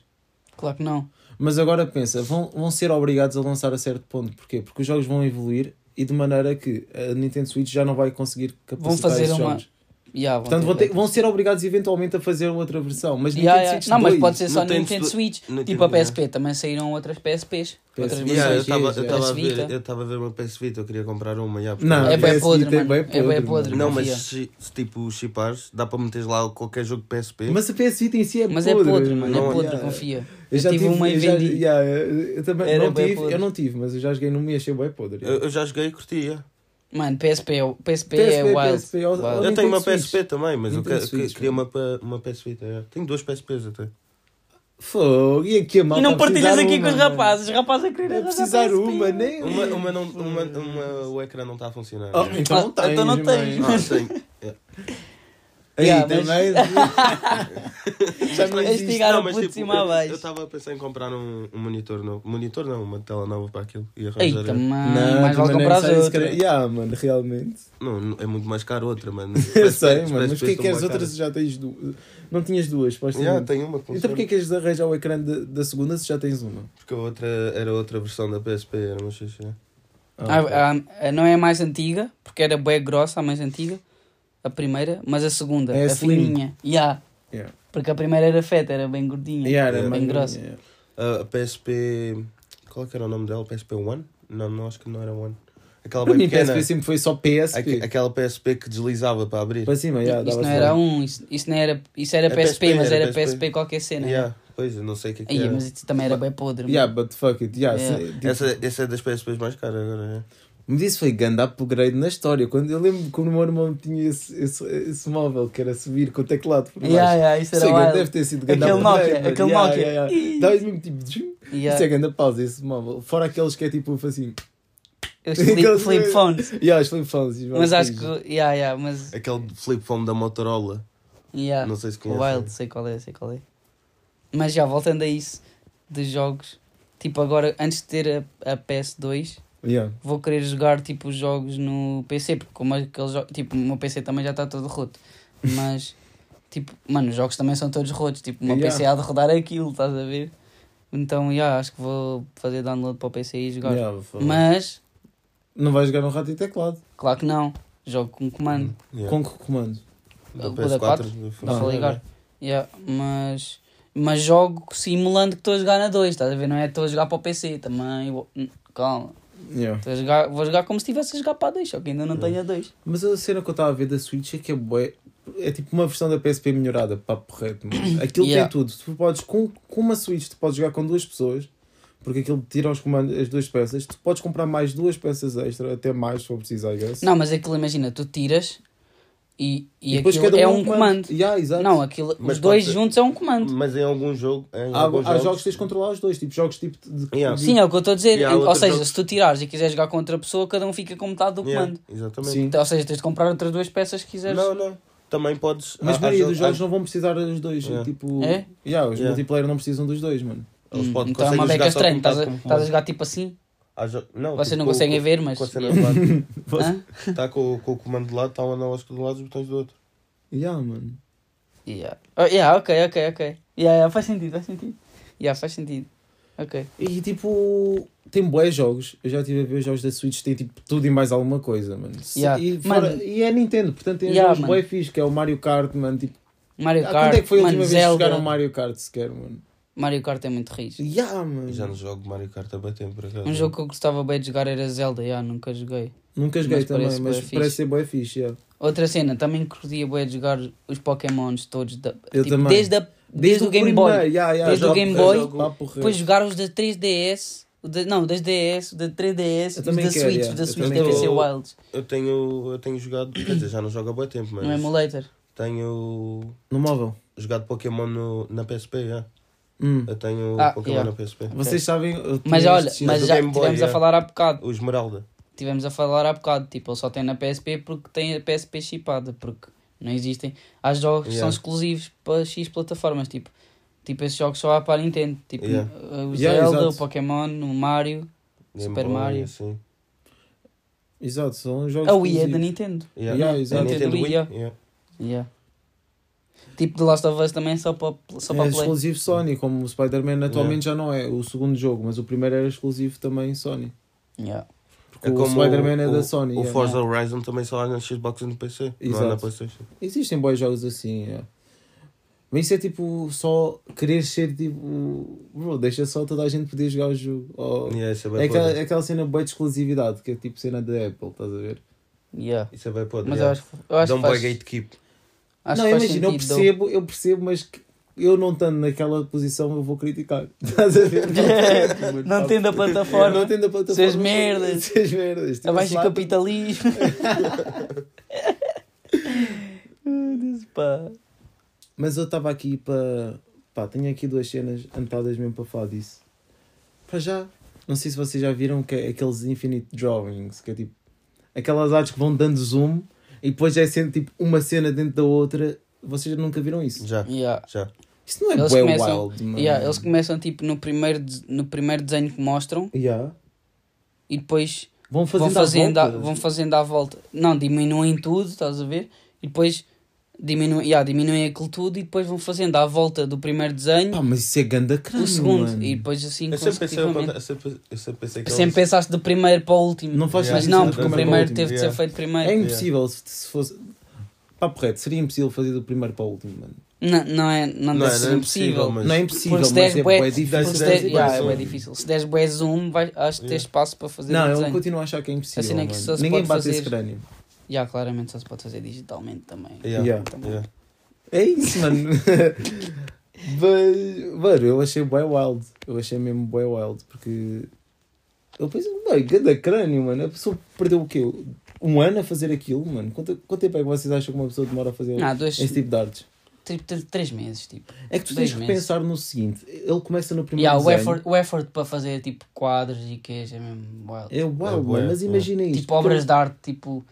[SPEAKER 2] Claro que não.
[SPEAKER 3] Mas agora pensa, vão, vão ser obrigados a lançar a certo ponto. Porquê? Porque os jogos vão evoluir e de maneira que a Nintendo Switch já não vai conseguir capacitar
[SPEAKER 2] Vão fazer
[SPEAKER 3] esses
[SPEAKER 2] uma-
[SPEAKER 3] jogos.
[SPEAKER 2] Yeah,
[SPEAKER 3] Portanto, vão, ter-
[SPEAKER 2] que-
[SPEAKER 3] vão ser obrigados eventualmente a fazer outra versão. Mas
[SPEAKER 2] Yeah,
[SPEAKER 3] Nintendo
[SPEAKER 2] yeah.
[SPEAKER 3] Switch
[SPEAKER 2] Não, mas
[SPEAKER 3] 2,
[SPEAKER 2] pode ser só
[SPEAKER 4] Não tem
[SPEAKER 2] Nintendo
[SPEAKER 4] de-
[SPEAKER 2] Switch.
[SPEAKER 4] não
[SPEAKER 2] Tipo a
[SPEAKER 4] tem-
[SPEAKER 2] PSP, também saíram outras PSPs. Outras
[SPEAKER 3] PSP.
[SPEAKER 4] Yeah, eu
[SPEAKER 2] versões.
[SPEAKER 3] Mas
[SPEAKER 4] estava
[SPEAKER 3] isso,
[SPEAKER 4] eu tava a
[SPEAKER 2] PS Vita.
[SPEAKER 3] é.
[SPEAKER 4] ver, eu estava a ver uma PS Vita, eu queria comprar uma, yeah, porque-
[SPEAKER 3] Não,
[SPEAKER 2] É bem
[SPEAKER 3] PS
[SPEAKER 2] podre,
[SPEAKER 3] Vita é
[SPEAKER 2] mano.
[SPEAKER 3] bem
[SPEAKER 2] É bem
[SPEAKER 3] podre,
[SPEAKER 2] podre.
[SPEAKER 4] Não, mas
[SPEAKER 2] confia.
[SPEAKER 4] se, se, tipo chipares, dá para meter lá qualquer jogo de PSP.
[SPEAKER 3] Mas a PS Vita em si é
[SPEAKER 2] Mas é
[SPEAKER 3] podre.
[SPEAKER 2] podre, mano.
[SPEAKER 4] não,
[SPEAKER 2] É podre,
[SPEAKER 3] yeah.
[SPEAKER 2] confia.
[SPEAKER 3] Eu
[SPEAKER 2] Eu
[SPEAKER 3] já
[SPEAKER 2] tive uma e
[SPEAKER 3] eu já-
[SPEAKER 2] vendi.
[SPEAKER 3] yeah, eu- eu também-
[SPEAKER 2] Era
[SPEAKER 3] não
[SPEAKER 2] bué
[SPEAKER 3] tive,
[SPEAKER 2] podre.
[SPEAKER 3] eu não tive, mas eu já joguei numa e achei bem podre.
[SPEAKER 4] eu, eu já joguei e curti, yeah.
[SPEAKER 2] Mano, PSP é, o- PSP
[SPEAKER 3] PSP,
[SPEAKER 2] é wild.
[SPEAKER 3] PSP, ó- ó,
[SPEAKER 2] Wild.
[SPEAKER 4] Eu tenho uma
[SPEAKER 3] Nintendo Switch.
[SPEAKER 4] PSP também, mas eu
[SPEAKER 3] Nintendo
[SPEAKER 4] que-
[SPEAKER 3] Switch, é.
[SPEAKER 4] que- queria
[SPEAKER 3] mano.
[SPEAKER 4] uma, pa- uma PS Vita. yeah. tá Tenho duas PSPs até.
[SPEAKER 3] Fogo, e aqui a malta
[SPEAKER 2] E não
[SPEAKER 3] a
[SPEAKER 2] partilhas
[SPEAKER 3] precisar
[SPEAKER 2] aqui
[SPEAKER 3] uma,
[SPEAKER 2] com os
[SPEAKER 3] mano.
[SPEAKER 2] rapazes. Os rapazes a querer
[SPEAKER 3] É
[SPEAKER 2] arranjar
[SPEAKER 3] precisar
[SPEAKER 2] PSP.
[SPEAKER 3] uma, né? nem.
[SPEAKER 4] Uma, uma não, uma, uma- o ecrã não está a funcionar.
[SPEAKER 3] Oh,
[SPEAKER 4] yeah.
[SPEAKER 3] então não
[SPEAKER 2] Ah,
[SPEAKER 3] tens.
[SPEAKER 2] então não
[SPEAKER 3] mãe.
[SPEAKER 2] tens.
[SPEAKER 4] Ah, tenho. yeah.
[SPEAKER 3] Aí um.
[SPEAKER 2] Yeah, mas-
[SPEAKER 3] também. Já não
[SPEAKER 2] Este
[SPEAKER 3] existe.
[SPEAKER 2] gajo
[SPEAKER 4] Não, mas,
[SPEAKER 2] puto de
[SPEAKER 4] tipo,
[SPEAKER 2] cima a
[SPEAKER 4] eu-
[SPEAKER 2] baixo.
[SPEAKER 4] Eu estava a pensar em comprar um, um monitor novo. Monitor não, uma tela nova para aquilo. E
[SPEAKER 2] Ei,
[SPEAKER 4] arranjar. é.
[SPEAKER 3] um-
[SPEAKER 2] também.
[SPEAKER 3] Ah,
[SPEAKER 2] Mais vale
[SPEAKER 3] também
[SPEAKER 2] comprar
[SPEAKER 3] não sei se
[SPEAKER 2] as
[SPEAKER 3] quer-
[SPEAKER 2] outras.
[SPEAKER 3] Yeah, mano, realmente.
[SPEAKER 4] Não, não, é muito mais caro outra, mano.
[SPEAKER 3] Eu
[SPEAKER 4] Parece-
[SPEAKER 3] sei,
[SPEAKER 4] parece-
[SPEAKER 3] mano, mas
[SPEAKER 4] parece
[SPEAKER 3] porquê que
[SPEAKER 4] tão
[SPEAKER 3] as
[SPEAKER 4] bacana.
[SPEAKER 3] outras já tens duas? Não tinhas duas,
[SPEAKER 4] Yeah,
[SPEAKER 3] supostamente.
[SPEAKER 4] tenho uma que
[SPEAKER 3] Então
[SPEAKER 4] funciona.
[SPEAKER 3] porquê que és de arranjar o ecrã da da segunda se já tens uma?
[SPEAKER 4] Porque a outra era outra versão da PSP, era uma é. xixi.
[SPEAKER 3] Ah, ok.
[SPEAKER 2] Ah, ah, Não é a mais antiga, porque era bem grossa a mais antiga. A primeira, mas a segunda,
[SPEAKER 3] É
[SPEAKER 2] a
[SPEAKER 3] slim.
[SPEAKER 2] fininha. Yeah.
[SPEAKER 3] Yeah. É
[SPEAKER 2] Porque a primeira era feta, era bem gordinha.
[SPEAKER 3] Yeah, era
[SPEAKER 4] Bem
[SPEAKER 3] mais-
[SPEAKER 2] grossa.
[SPEAKER 3] yeah.
[SPEAKER 4] A, a PSP. Qual que era o nome dela? PSP One? Não, não acho que não era One. Aquela
[SPEAKER 3] Para
[SPEAKER 4] bem
[SPEAKER 3] mim,
[SPEAKER 4] pequena.
[SPEAKER 3] PSP sempre foi só
[SPEAKER 4] Aque-
[SPEAKER 3] PSP.
[SPEAKER 4] aquela PSP que deslizava para abrir.
[SPEAKER 3] Para cima, yeah,
[SPEAKER 2] isso
[SPEAKER 3] dava
[SPEAKER 2] não
[SPEAKER 3] certo.
[SPEAKER 2] era um, isso, isso não era, isso era
[SPEAKER 4] É
[SPEAKER 2] PSP,
[SPEAKER 4] PSP,
[SPEAKER 2] mas
[SPEAKER 4] era
[SPEAKER 2] era,
[SPEAKER 4] PSP.
[SPEAKER 2] PSP. qualquer cena.
[SPEAKER 4] Yeah, pois, eu não sei o que é que
[SPEAKER 2] é, né? Aí,
[SPEAKER 4] era.
[SPEAKER 2] mas isso também era bem podre.
[SPEAKER 3] Yeah, but fuck it. Yeah,
[SPEAKER 2] Yeah.
[SPEAKER 3] se- tipo,
[SPEAKER 4] Essa, essa é das PSPs mais caras agora, é.
[SPEAKER 3] Mas isso foi grande upgrade na história. Quando, eu lembro que o meu irmão tinha esse, esse, esse móvel que era subir com o teclado por
[SPEAKER 2] mano.
[SPEAKER 3] baixo.
[SPEAKER 2] Yeah, yeah, isso era
[SPEAKER 3] Isso é grande,
[SPEAKER 2] wild.
[SPEAKER 3] deve ter sido grande
[SPEAKER 2] Aquele
[SPEAKER 3] upgrade,
[SPEAKER 2] Nokia,
[SPEAKER 3] mano.
[SPEAKER 2] aquele
[SPEAKER 3] Yeah,
[SPEAKER 2] Nokia.
[SPEAKER 3] yeah, yeah. Dá mesmo tipo. tchum.
[SPEAKER 2] Yeah.
[SPEAKER 3] Isso é grande pausa, esse móvel. Fora aqueles que é tipo assim.
[SPEAKER 2] Os flip,
[SPEAKER 3] Aqueles-
[SPEAKER 2] flip phones.
[SPEAKER 3] Yeah, os flip phones. os
[SPEAKER 2] Mas acho que.
[SPEAKER 3] phones.
[SPEAKER 2] Yeah, yeah, mas.
[SPEAKER 3] É
[SPEAKER 4] Aquele flip phone da Motorola.
[SPEAKER 2] Yeah.
[SPEAKER 4] Não sei se conhece.
[SPEAKER 2] Wild, sei qual é, sei qual é. Mas já voltando a isso dos jogos, tipo agora, antes de ter a, a PS2,
[SPEAKER 3] Yeah.
[SPEAKER 2] vou querer jogar tipo os jogos no PC, porque como aqueles jo- tipo, o meu PC também já está todo roto. Mas tipo, mano, os jogos também são todos rotos, tipo, o meu
[SPEAKER 3] Yeah.
[SPEAKER 2] PC há de rodar aquilo, estás a ver? Então, yeah, acho que vou fazer download para o PC e jogar.
[SPEAKER 3] Yeah, vou falar.
[SPEAKER 2] Mas,
[SPEAKER 3] Não vais jogar um rato e teclado.
[SPEAKER 2] claro que não. Jogo com comando.
[SPEAKER 4] Hum, Yeah.
[SPEAKER 3] Com que comando?
[SPEAKER 2] o
[SPEAKER 4] Do
[SPEAKER 2] da
[SPEAKER 4] PS4.
[SPEAKER 2] quatro?
[SPEAKER 4] do
[SPEAKER 2] Não,
[SPEAKER 4] funciona
[SPEAKER 2] vou ligar.
[SPEAKER 4] bem.
[SPEAKER 2] Yeah, mas, mas jogo simulando que estou a jogar na 2, estás a ver? Não é estou a jogar para o PC também. vou- hum, Calma,
[SPEAKER 3] Yeah.
[SPEAKER 2] estou a jogar, vou jogar como se estivesse a jogar para a 2, só que ainda não tenho a 2.
[SPEAKER 3] Mas a cena que eu estava a ver da Switch é que é bué. É tipo uma versão da PSP melhorada, papo reto. mano. Aquilo
[SPEAKER 2] Yeah.
[SPEAKER 3] tem tudo. Tu podes, com, com uma Switch, tu podes jogar com duas pessoas, porque aquilo tira os comandos, as duas peças. Tu podes comprar mais duas peças extra, até mais se for preciso, I guess.
[SPEAKER 2] Não, mas aquilo, imagina, tu tiras e, e,
[SPEAKER 3] E depois
[SPEAKER 2] aquilo
[SPEAKER 3] cada
[SPEAKER 2] é
[SPEAKER 3] um
[SPEAKER 2] um comando.
[SPEAKER 3] Yeah, exato.
[SPEAKER 2] Não, aquilo,
[SPEAKER 4] Mas
[SPEAKER 2] os dois
[SPEAKER 4] pode ser-
[SPEAKER 2] juntos é um comando.
[SPEAKER 4] Mas em algum jogo. Em
[SPEAKER 3] Há,
[SPEAKER 4] alguns
[SPEAKER 3] há jogos que tens de controlar os dois, tipo jogos tipo de.
[SPEAKER 4] Yeah.
[SPEAKER 3] de-
[SPEAKER 2] Sim, é o que eu estou a dizer.
[SPEAKER 4] E há
[SPEAKER 2] Ou
[SPEAKER 4] outros
[SPEAKER 2] seja,
[SPEAKER 4] jogos-
[SPEAKER 2] se tu tirares e quiseres jogar com outra pessoa, cada um fica com metade do
[SPEAKER 4] Yeah,
[SPEAKER 2] comando.
[SPEAKER 4] Exatamente.
[SPEAKER 3] Sim.
[SPEAKER 2] Então, Ou seja, tens de comprar outras duas peças se quiseres.
[SPEAKER 4] Não, não. Também podes.
[SPEAKER 3] Mas a
[SPEAKER 4] há- há
[SPEAKER 3] maioria
[SPEAKER 4] jogo-
[SPEAKER 3] dos
[SPEAKER 4] há-
[SPEAKER 3] jogos não vão precisar dos dois.
[SPEAKER 4] Yeah.
[SPEAKER 3] É. Tipo,
[SPEAKER 2] É?
[SPEAKER 3] yeah, os
[SPEAKER 4] Yeah.
[SPEAKER 3] multiplayer não precisam dos dois, mano.
[SPEAKER 4] Eles
[SPEAKER 2] Hum,
[SPEAKER 4] podem-
[SPEAKER 2] então é uma
[SPEAKER 4] conseguem
[SPEAKER 2] beca
[SPEAKER 4] jogar só
[SPEAKER 2] estranha.
[SPEAKER 4] com um
[SPEAKER 2] Estás a,
[SPEAKER 4] bocado como-
[SPEAKER 2] estás a jogar tipo assim.
[SPEAKER 4] há jo- Não,
[SPEAKER 2] Vocês
[SPEAKER 4] tipo,
[SPEAKER 2] não
[SPEAKER 4] com-
[SPEAKER 2] conseguem
[SPEAKER 4] com-
[SPEAKER 2] ver, mas.
[SPEAKER 4] Com a cena
[SPEAKER 2] Yeah.
[SPEAKER 4] do
[SPEAKER 2] Hã?
[SPEAKER 4] lado. Está com, com o comando de lado, está o analógico de um lado e os botões do outro.
[SPEAKER 3] Yeah, mano.
[SPEAKER 2] Yeah. Oh, yeah, ok, ok, ok. Yeah, yeah, faz sentido, faz sentido. Yeah, faz sentido. Ok.
[SPEAKER 3] E tipo, tem bué jogos. Eu já estive a ver os jogos da Switch, tem tipo tudo e mais alguma coisa, mano. Se-
[SPEAKER 2] Yeah.
[SPEAKER 3] E, fora-
[SPEAKER 2] Mano.
[SPEAKER 3] e é Nintendo, portanto tem
[SPEAKER 2] Yeah,
[SPEAKER 3] jogos
[SPEAKER 2] mano.
[SPEAKER 3] bué fixe, que é o Mario Kart, mano. Tipo,
[SPEAKER 2] Mario
[SPEAKER 3] ah,
[SPEAKER 2] Kart.
[SPEAKER 3] quando é que foi a
[SPEAKER 2] mano,
[SPEAKER 3] última vez que
[SPEAKER 2] Zelda.
[SPEAKER 3] jogaram Mario Kart sequer, mano?
[SPEAKER 2] Mario Kart é muito rijo.
[SPEAKER 3] Yeah, mano.
[SPEAKER 4] Eu Já não jogo Mario Kart há bem tempo, por acaso.
[SPEAKER 2] Hum. Um jogo que eu gostava bem de jogar era Zelda, já, nunca joguei.
[SPEAKER 3] Nunca joguei
[SPEAKER 2] Mas
[SPEAKER 3] também,
[SPEAKER 2] parece
[SPEAKER 3] mas
[SPEAKER 2] bué fixe.
[SPEAKER 3] parece ser bué fixe, yeah.
[SPEAKER 2] Outra cena, também curtia bem de jogar os Pokémons todos, da, tipo,
[SPEAKER 3] Eu também.
[SPEAKER 2] Desde, a- desde o Game Boy.
[SPEAKER 3] primeiro, yeah, yeah,
[SPEAKER 2] Desde o
[SPEAKER 3] jogo- é
[SPEAKER 2] Game Boy,
[SPEAKER 3] jogo- papo reto.
[SPEAKER 2] Depois jogar os da 3DS, o da- não, das DS, o da 3DS,
[SPEAKER 3] Eu
[SPEAKER 2] os da
[SPEAKER 3] também quero,
[SPEAKER 2] Switch,
[SPEAKER 3] yeah.
[SPEAKER 2] os da
[SPEAKER 3] Eu
[SPEAKER 2] Switch
[SPEAKER 4] também
[SPEAKER 2] devem ser
[SPEAKER 4] quero.
[SPEAKER 2] Wilds,
[SPEAKER 4] Eu tenho, eu tenho jogado. Quer dizer, já não jogo há bem tempo, mas.
[SPEAKER 2] no emulator.
[SPEAKER 4] Tenho
[SPEAKER 3] No móvel.
[SPEAKER 4] jogado Pokémon no- na PSP, yeah.
[SPEAKER 3] Hum.
[SPEAKER 4] Eu tenho
[SPEAKER 2] Ah,
[SPEAKER 4] Pokémon
[SPEAKER 2] yeah.
[SPEAKER 4] na PSP.
[SPEAKER 3] Vocês sabem. eu
[SPEAKER 2] Mas
[SPEAKER 3] tinha
[SPEAKER 2] olha,
[SPEAKER 3] este-
[SPEAKER 2] mas
[SPEAKER 4] do
[SPEAKER 2] já
[SPEAKER 4] Game Boy,
[SPEAKER 2] tivemos a
[SPEAKER 4] yeah.
[SPEAKER 2] falar há bocado,
[SPEAKER 4] O Esmeralda.
[SPEAKER 2] tivemos a falar há bocado, tipo, ele só tem na PSP porque tem a PSP chipada, porque não existem. Há jogos que são
[SPEAKER 4] Yeah.
[SPEAKER 2] exclusivos para X plataformas, tipo, tipo esses jogos só há para a Nintendo, tipo,
[SPEAKER 4] Yeah.
[SPEAKER 2] uh, o
[SPEAKER 3] Yeah,
[SPEAKER 2] Zelda,
[SPEAKER 3] exato.
[SPEAKER 2] o Pokémon, o Mario,
[SPEAKER 4] Game
[SPEAKER 2] Super Mario.
[SPEAKER 4] Assim.
[SPEAKER 3] Exato, são jogos.
[SPEAKER 2] a Wii é da
[SPEAKER 3] exclusivos.
[SPEAKER 2] Nintendo.
[SPEAKER 4] Yeah.
[SPEAKER 3] Yeah,
[SPEAKER 4] É
[SPEAKER 3] exato.
[SPEAKER 4] Nintendo
[SPEAKER 2] Nintendo
[SPEAKER 4] Wii.
[SPEAKER 2] Wii,
[SPEAKER 4] yeah.
[SPEAKER 2] Yeah. Tipo The Last of Us também é só para só
[SPEAKER 3] é
[SPEAKER 2] para Play.
[SPEAKER 3] exclusivo Sony, como o Spider-Man atualmente já não é o segundo jogo, mas o primeiro era exclusivo também Sony.
[SPEAKER 2] Yeah.
[SPEAKER 3] Porque o Spider-Man é da Sony.
[SPEAKER 4] O
[SPEAKER 3] yeah.
[SPEAKER 4] Forza Horizon também só há na Xbox e no PC. Não há na
[SPEAKER 3] Exato.
[SPEAKER 4] PlayStation.
[SPEAKER 3] Existem bons jogos assim. yeah. Mas isso é tipo só querer ser tipo. Bro, deixa só toda a gente poder jogar o jogo. Ou-
[SPEAKER 4] Yeah, isso é
[SPEAKER 3] É
[SPEAKER 4] bem
[SPEAKER 3] aquela,
[SPEAKER 4] podre.
[SPEAKER 3] é aquela cena boa de exclusividade, que é tipo cena da Apple, estás a ver?
[SPEAKER 2] Yeah.
[SPEAKER 4] Isso é bem podre.
[SPEAKER 2] Mas eu
[SPEAKER 4] yeah.
[SPEAKER 2] acho, eu acho
[SPEAKER 4] Dá
[SPEAKER 2] que
[SPEAKER 4] um
[SPEAKER 2] faz,
[SPEAKER 4] bug gatekeep.
[SPEAKER 2] acho
[SPEAKER 3] não,
[SPEAKER 2] que faz
[SPEAKER 3] imagina, eu
[SPEAKER 2] sentido, dou.
[SPEAKER 3] percebo, eu percebo, mas que eu não estando naquela posição eu vou criticar. Estás a ver?
[SPEAKER 2] Não tendo a plataforma.
[SPEAKER 3] Não tendo a plataforma.
[SPEAKER 2] Seus merdas.
[SPEAKER 3] Seus merdas. Tipo,
[SPEAKER 2] Abaixo do
[SPEAKER 3] sei lá,
[SPEAKER 2] capitalismo. Ai, Deus, pá.
[SPEAKER 3] Mas eu estava aqui para. Pá, tenho aqui duas cenas anotadas mesmo para falar disso. Para já, não sei se vocês já viram que é aqueles Infinite Drawings, que é tipo. Aquelas artes que vão dando zoom e depois já é sendo tipo uma cena dentro da outra. Vocês nunca viram isso?
[SPEAKER 4] Já,
[SPEAKER 2] Yeah.
[SPEAKER 4] já.
[SPEAKER 3] Isso não é
[SPEAKER 2] Eles
[SPEAKER 3] bué
[SPEAKER 2] começam-
[SPEAKER 3] wild, mano.
[SPEAKER 2] Yeah, eles começam tipo no primeiro, des- no primeiro desenho que mostram
[SPEAKER 3] Yeah.
[SPEAKER 2] e depois
[SPEAKER 3] Vão fazendo,
[SPEAKER 2] vão, fazendo
[SPEAKER 3] à
[SPEAKER 2] à,
[SPEAKER 3] volta.
[SPEAKER 2] vão fazendo à volta. Não, diminuem tudo, estás a ver? E depois diminuem, yeah, diminuem aquilo tudo e depois vão fazendo à volta do primeiro desenho
[SPEAKER 3] Pá, mas isso é ganda crânio,
[SPEAKER 2] o segundo
[SPEAKER 3] mano.
[SPEAKER 2] e depois assim
[SPEAKER 4] Eu sempre pensei, ao
[SPEAKER 2] consecutivamente.
[SPEAKER 4] contrário, eu sempre, eu sempre pensei que
[SPEAKER 2] Sempre pensaste do primeiro para o último.
[SPEAKER 3] Não faz
[SPEAKER 2] mas
[SPEAKER 3] sentido
[SPEAKER 2] não,
[SPEAKER 3] ser do
[SPEAKER 2] porque o
[SPEAKER 3] primeiro
[SPEAKER 2] primeiro
[SPEAKER 3] para o
[SPEAKER 2] teve de
[SPEAKER 4] último,
[SPEAKER 2] ser
[SPEAKER 4] yeah.
[SPEAKER 2] feito primeiro.
[SPEAKER 3] É impossível se, se fosse. Papo reto, seria impossível fazer do primeiro para o último, mano.
[SPEAKER 2] Não, não é, não,
[SPEAKER 4] Não, não
[SPEAKER 2] deve ser
[SPEAKER 4] é
[SPEAKER 2] impossível.
[SPEAKER 4] impossível, mas-
[SPEAKER 3] não é impossível,
[SPEAKER 2] Porque
[SPEAKER 3] mas
[SPEAKER 2] se deres
[SPEAKER 3] é
[SPEAKER 2] bué-
[SPEAKER 3] bué
[SPEAKER 2] porque
[SPEAKER 3] difícil.
[SPEAKER 2] se
[SPEAKER 4] Deve
[SPEAKER 2] deres-
[SPEAKER 4] ser
[SPEAKER 2] yeah, é
[SPEAKER 4] impossível.
[SPEAKER 2] bué difícil. Se deres bué zoom, vai, acho que tens espaço para fazer
[SPEAKER 3] Não,
[SPEAKER 2] não,
[SPEAKER 3] eu
[SPEAKER 2] desenho.
[SPEAKER 3] continuo a achar que é impossível.
[SPEAKER 2] A cena é que
[SPEAKER 3] mano.
[SPEAKER 2] só se
[SPEAKER 3] Ninguém
[SPEAKER 2] pode
[SPEAKER 3] bate
[SPEAKER 2] fazer-
[SPEAKER 3] esse crânio.
[SPEAKER 2] Já, claramente só se pode fazer digitalmente também.
[SPEAKER 4] Yeah.
[SPEAKER 3] Yeah.
[SPEAKER 4] Yeah.
[SPEAKER 3] É isso, mano. Mas, mano, eu achei bem wild. Eu achei mesmo bem wild. Porque eu pensei, bem, ganda crânio, mano. A pessoa perdeu o quê? Um ano a fazer aquilo, mano? Quanto, quanto tempo é que vocês acham que uma pessoa demora a fazer
[SPEAKER 2] Não, dois,
[SPEAKER 3] esse tipo de artes?
[SPEAKER 2] tri- tri- três meses, tipo.
[SPEAKER 3] É que tu
[SPEAKER 2] Dois
[SPEAKER 3] tens que
[SPEAKER 2] meses.
[SPEAKER 3] pensar no seguinte: ele começa no primeiro
[SPEAKER 2] Yeah, o,
[SPEAKER 3] desenho.
[SPEAKER 2] effort, o effort para fazer tipo quadros e queijo é mesmo wild.
[SPEAKER 3] É
[SPEAKER 4] É
[SPEAKER 3] uau,
[SPEAKER 4] bué,
[SPEAKER 3] mano, mas
[SPEAKER 4] é.
[SPEAKER 3] imagina isto.
[SPEAKER 2] Tipo obras de arte, tipo,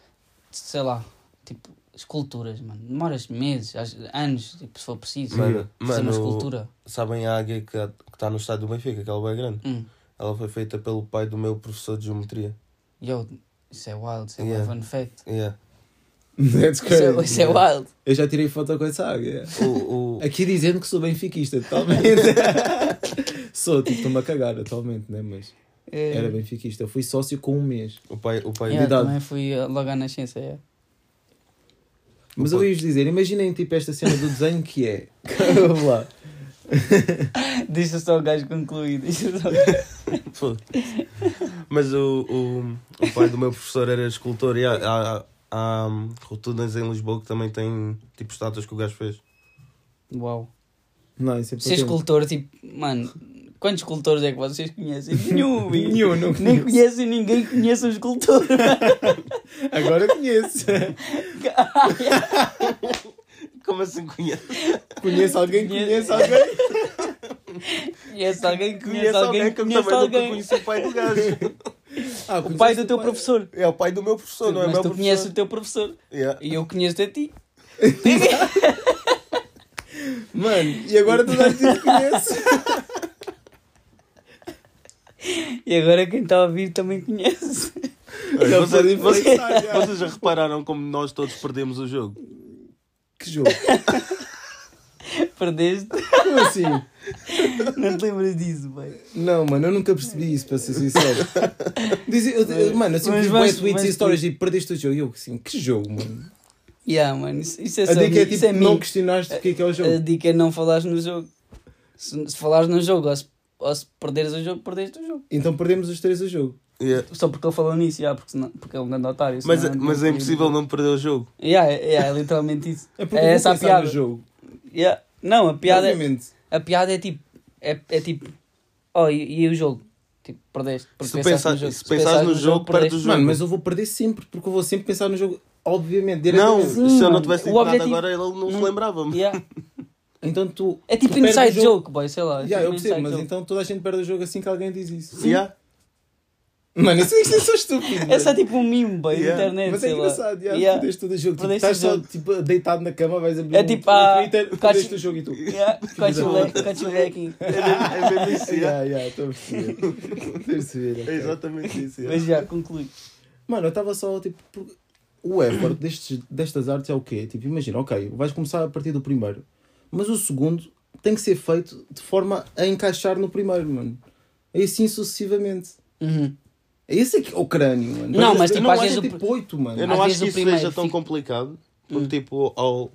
[SPEAKER 2] sei lá, tipo esculturas, mano. Demoras meses, às- anos, tipo, se for preciso.
[SPEAKER 4] Mano,
[SPEAKER 2] fazer uma
[SPEAKER 4] mano,
[SPEAKER 2] escultura.
[SPEAKER 4] Sabem a tá águia que está no estádio do Benfica, aquela bem é grande?
[SPEAKER 2] Hum.
[SPEAKER 4] Ela foi feita pelo pai do meu professor de geometria.
[SPEAKER 2] Yo, isso é wild, isso é
[SPEAKER 4] Yeah.
[SPEAKER 2] Love and Fate.
[SPEAKER 4] Yeah.
[SPEAKER 3] That's
[SPEAKER 2] Isso é,
[SPEAKER 3] crazy.
[SPEAKER 2] isso é wild.
[SPEAKER 3] Eu já tirei foto com essa águia.
[SPEAKER 4] O, o,
[SPEAKER 3] Aqui dizendo que sou benfiquista, totalmente. sou, tipo, estou-me a cagar atualmente, né? Mas
[SPEAKER 2] É.
[SPEAKER 3] era benfiquista. Eu fui sócio com um mês.
[SPEAKER 4] o pai, o pai
[SPEAKER 2] Yeah,
[SPEAKER 3] de idade.
[SPEAKER 2] também fui eh, logo à nascença, yeah.
[SPEAKER 3] Mas
[SPEAKER 4] Opa.
[SPEAKER 3] eu ia-vos dizer, imaginem, tipo, esta cena do desenho que é. Vamos lá.
[SPEAKER 2] Deixa só o gajo concluir. Deixa só...
[SPEAKER 4] Foda. Mas o, o, o pai do meu professor era escultor e há, há, há hum, rotundas em Lisboa que também têm tipo estátuas que o gajo fez.
[SPEAKER 2] Uau.
[SPEAKER 3] Não, isso é
[SPEAKER 2] Ser
[SPEAKER 3] potente.
[SPEAKER 2] escultor, tipo, mano, quantos escultores é que vocês conhecem? Nenhum, bicho.
[SPEAKER 3] Nenhum, não
[SPEAKER 2] Nem
[SPEAKER 3] conheço.
[SPEAKER 2] conhecem ninguém que conheça um escultor.
[SPEAKER 3] Agora conheço.
[SPEAKER 4] Como assim conhece?
[SPEAKER 3] conheço alguém que
[SPEAKER 2] Conheço.
[SPEAKER 3] conheça alguém.
[SPEAKER 2] Conhece alguém que conhece alguém que
[SPEAKER 4] também
[SPEAKER 2] conhece
[SPEAKER 4] nunca
[SPEAKER 2] alguém.
[SPEAKER 4] conheci o pai do gajo.
[SPEAKER 3] Ah,
[SPEAKER 2] O pai do teu professor.
[SPEAKER 4] É o pai do meu professor, não é
[SPEAKER 2] Mas
[SPEAKER 4] meu
[SPEAKER 2] tu
[SPEAKER 4] professor.
[SPEAKER 2] conheces o teu professor.
[SPEAKER 4] Yeah.
[SPEAKER 2] E eu conheço-te a ti.
[SPEAKER 3] Mano, e agora toda a gente conhece.
[SPEAKER 2] E agora quem está a ouvir também conhece.
[SPEAKER 3] Já pode
[SPEAKER 4] vocês, vocês,
[SPEAKER 3] influenciar, já.
[SPEAKER 4] vocês já repararam como nós todos perdemos o jogo?
[SPEAKER 3] Que jogo?
[SPEAKER 2] Perdeste.
[SPEAKER 3] Como assim?
[SPEAKER 2] Não te lembras disso, bem.
[SPEAKER 3] Não, mano, eu nunca percebi isso, para ser sincero. Diz, eu, eu- mano, eu sempre
[SPEAKER 2] Mas
[SPEAKER 3] vi
[SPEAKER 2] vais-
[SPEAKER 3] bué tweets
[SPEAKER 2] vais-
[SPEAKER 3] e stories e perdeste o jogo. E eu assim, que jogo, mano?
[SPEAKER 2] Yeah, mano, isso, isso é
[SPEAKER 3] A
[SPEAKER 2] só
[SPEAKER 3] dica é
[SPEAKER 2] mim, isso
[SPEAKER 3] tipo,
[SPEAKER 2] é
[SPEAKER 3] não
[SPEAKER 2] mim.
[SPEAKER 3] questionaste o que é que é o
[SPEAKER 2] A
[SPEAKER 3] jogo.
[SPEAKER 2] dica é não falares no jogo. Se, se falares no jogo ou se, ou se perderes o jogo, perdeste o jogo.
[SPEAKER 3] Então perdemos os três o jogo.
[SPEAKER 4] Yeah.
[SPEAKER 2] Só porque ele falou nisso, yeah, porque, senão, porque é um grande otário.
[SPEAKER 4] Mas,
[SPEAKER 2] senão não
[SPEAKER 4] mas é
[SPEAKER 2] teria-
[SPEAKER 4] impossível não perder o jogo.
[SPEAKER 2] Yeah, é- yeah, é literalmente isso.
[SPEAKER 3] É porque
[SPEAKER 2] É
[SPEAKER 3] eu
[SPEAKER 2] essa a
[SPEAKER 3] vou pensar
[SPEAKER 2] piada.
[SPEAKER 3] no jogo.
[SPEAKER 2] Yeah. Não, a piada, é-
[SPEAKER 3] Obviamente.
[SPEAKER 2] a piada é tipo. É, é tipo. Oh, e, e o jogo? Tipo, perdeste. Porque
[SPEAKER 4] Se tu
[SPEAKER 2] pensaste
[SPEAKER 4] pensa- se pensares no jogo, perdes
[SPEAKER 2] perdeste.
[SPEAKER 4] o jogo.
[SPEAKER 3] Mano, mas eu vou perder sempre, porque eu vou sempre pensar no jogo. Obviamente.
[SPEAKER 4] Não,
[SPEAKER 3] diretamente.
[SPEAKER 2] Sim,
[SPEAKER 4] se eu não
[SPEAKER 2] mano.
[SPEAKER 4] tivesse
[SPEAKER 2] O
[SPEAKER 4] dito nada
[SPEAKER 2] objetivo-
[SPEAKER 4] agora, ele não se
[SPEAKER 3] Hum.
[SPEAKER 2] não-
[SPEAKER 4] lembrava. mano.
[SPEAKER 2] Yeah.
[SPEAKER 3] Então tu.
[SPEAKER 2] É tipo
[SPEAKER 3] tu perdes
[SPEAKER 2] inside
[SPEAKER 3] o jogo.
[SPEAKER 2] joke, boy, sei lá. é
[SPEAKER 3] Já,
[SPEAKER 2] tipo
[SPEAKER 3] eu percebo,
[SPEAKER 2] inside
[SPEAKER 3] mas
[SPEAKER 2] joke.
[SPEAKER 3] então toda a gente perde o jogo assim que alguém diz isso.
[SPEAKER 4] Yeah.
[SPEAKER 3] Mano, isso, isso é só estúpido.
[SPEAKER 2] É só tipo um meme, boy,
[SPEAKER 4] Yeah.
[SPEAKER 2] da internet.
[SPEAKER 3] Mas é
[SPEAKER 2] sei lá.
[SPEAKER 3] engraçado, já,
[SPEAKER 2] Yeah.
[SPEAKER 3] tu perdeste todo o jogo. Tipo,
[SPEAKER 2] Perdeste
[SPEAKER 3] estás
[SPEAKER 2] o
[SPEAKER 3] só
[SPEAKER 2] jogo.
[SPEAKER 3] tipo, deitado na cama, vais abrir
[SPEAKER 2] É
[SPEAKER 3] um-
[SPEAKER 2] tipo,
[SPEAKER 3] um
[SPEAKER 2] ah,
[SPEAKER 3] Twitter,
[SPEAKER 2] cacho-
[SPEAKER 3] perdeste o jogo e tu.
[SPEAKER 2] Yeah,
[SPEAKER 3] é
[SPEAKER 2] Got you back- got you backing.
[SPEAKER 4] É mesmo isso, yeah.
[SPEAKER 3] Já, já, estou a perceber. Estou a perceber,
[SPEAKER 4] É
[SPEAKER 3] ok.
[SPEAKER 4] exatamente isso. yeah.
[SPEAKER 2] Mas já, conclui.
[SPEAKER 3] Mano, eu estava só tipo. por- O effort destes, destas artes é o quê? Tipo, imagina, ok, vais começar a partir do primeiro, mas o segundo tem que ser feito de forma a encaixar no primeiro, mano. E assim sucessivamente.
[SPEAKER 2] Uhum.
[SPEAKER 3] Esse aqui é o crânio, mano.
[SPEAKER 2] Não, mas
[SPEAKER 3] eu
[SPEAKER 2] tipo,
[SPEAKER 3] não
[SPEAKER 2] às
[SPEAKER 3] acho
[SPEAKER 2] vezes o
[SPEAKER 3] tipo
[SPEAKER 2] pr-
[SPEAKER 3] 8, mano.
[SPEAKER 4] Eu
[SPEAKER 2] Às
[SPEAKER 4] não
[SPEAKER 2] vezes
[SPEAKER 4] acho que
[SPEAKER 2] o
[SPEAKER 4] isso
[SPEAKER 2] primeiro
[SPEAKER 4] seja tão
[SPEAKER 2] fica-
[SPEAKER 4] complicado,
[SPEAKER 3] Hum.
[SPEAKER 4] porque tipo, ao,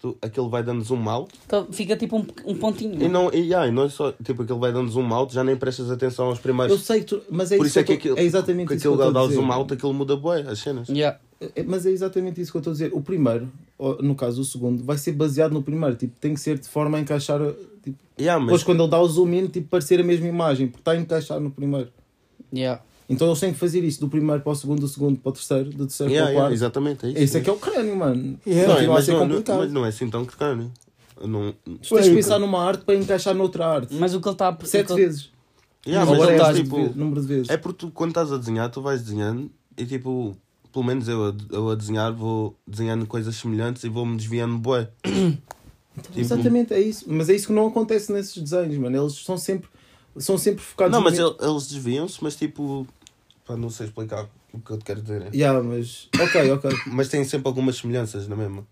[SPEAKER 4] tu, aquele vai dando-nos um mal,
[SPEAKER 2] Então fica tipo um, um pontinho.
[SPEAKER 4] e não, e, ah, e não é só, tipo, aquele vai dando-nos um out, já nem prestas atenção aos
[SPEAKER 3] Eu
[SPEAKER 4] primeiros.
[SPEAKER 3] sei que tu... Mas é
[SPEAKER 4] Por
[SPEAKER 3] isso,
[SPEAKER 4] isso é que
[SPEAKER 3] eu tô-
[SPEAKER 4] aquele,
[SPEAKER 3] é exatamente
[SPEAKER 4] que
[SPEAKER 3] isso que eu
[SPEAKER 4] aquele
[SPEAKER 3] tô a
[SPEAKER 4] dá o
[SPEAKER 3] dizer.
[SPEAKER 4] zoom out, aquilo muda bué, as cenas.
[SPEAKER 2] Yeah.
[SPEAKER 3] É- Mas é exatamente isso que eu estou a dizer. O primeiro, ou, no caso o segundo, vai ser baseado no primeiro. Tipo, tem que ser de forma a encaixar... Tipo,
[SPEAKER 4] Yeah, mas,
[SPEAKER 3] Depois quando ele dá o zoom in, tipo, parecer a mesma imagem. Porque está a encaixar no primeiro.
[SPEAKER 2] Yeah.
[SPEAKER 3] Então eles têm que fazer isso. Do primeiro para o segundo, do segundo para o terceiro, do terceiro
[SPEAKER 4] yeah,
[SPEAKER 3] para o
[SPEAKER 4] yeah,
[SPEAKER 3] quarto.
[SPEAKER 4] exatamente, é isso.
[SPEAKER 3] Esse é
[SPEAKER 4] yeah.
[SPEAKER 3] que é o crânio, mano.
[SPEAKER 4] Não,
[SPEAKER 3] Continua a
[SPEAKER 4] mas,
[SPEAKER 3] ser
[SPEAKER 4] não, não,
[SPEAKER 3] complicado.
[SPEAKER 4] mas não é assim tão que crânio. Não,
[SPEAKER 3] Tu tens que pensar numa arte para encaixar noutra arte.
[SPEAKER 2] Mas o que ele está a
[SPEAKER 3] Sete
[SPEAKER 2] o que ele-
[SPEAKER 3] vezes.
[SPEAKER 4] Hum. yeah,
[SPEAKER 2] Não,
[SPEAKER 4] mas
[SPEAKER 2] agora
[SPEAKER 4] é,
[SPEAKER 2] é
[SPEAKER 4] tipo,
[SPEAKER 3] tipo, número de vezes.
[SPEAKER 4] é porque tu, quando estás a desenhar, tu vais desenhando e tipo, pelo menos eu, a- eu a desenhar, vou desenhando coisas semelhantes e vou-me desviando bué. Tipo-
[SPEAKER 3] Exatamente, é isso. Mas é isso que não acontece nesses desenhos, mano. Eles são sempre, são sempre focados
[SPEAKER 4] Não,
[SPEAKER 3] no
[SPEAKER 4] mas
[SPEAKER 3] mesmo-
[SPEAKER 4] el- eles desviam-se, mas tipo. Pá, não sei explicar o que eu te quero dizer. é.
[SPEAKER 3] Yeah, mas. Ok, ok.
[SPEAKER 4] Mas têm sempre algumas semelhanças, não é mesmo?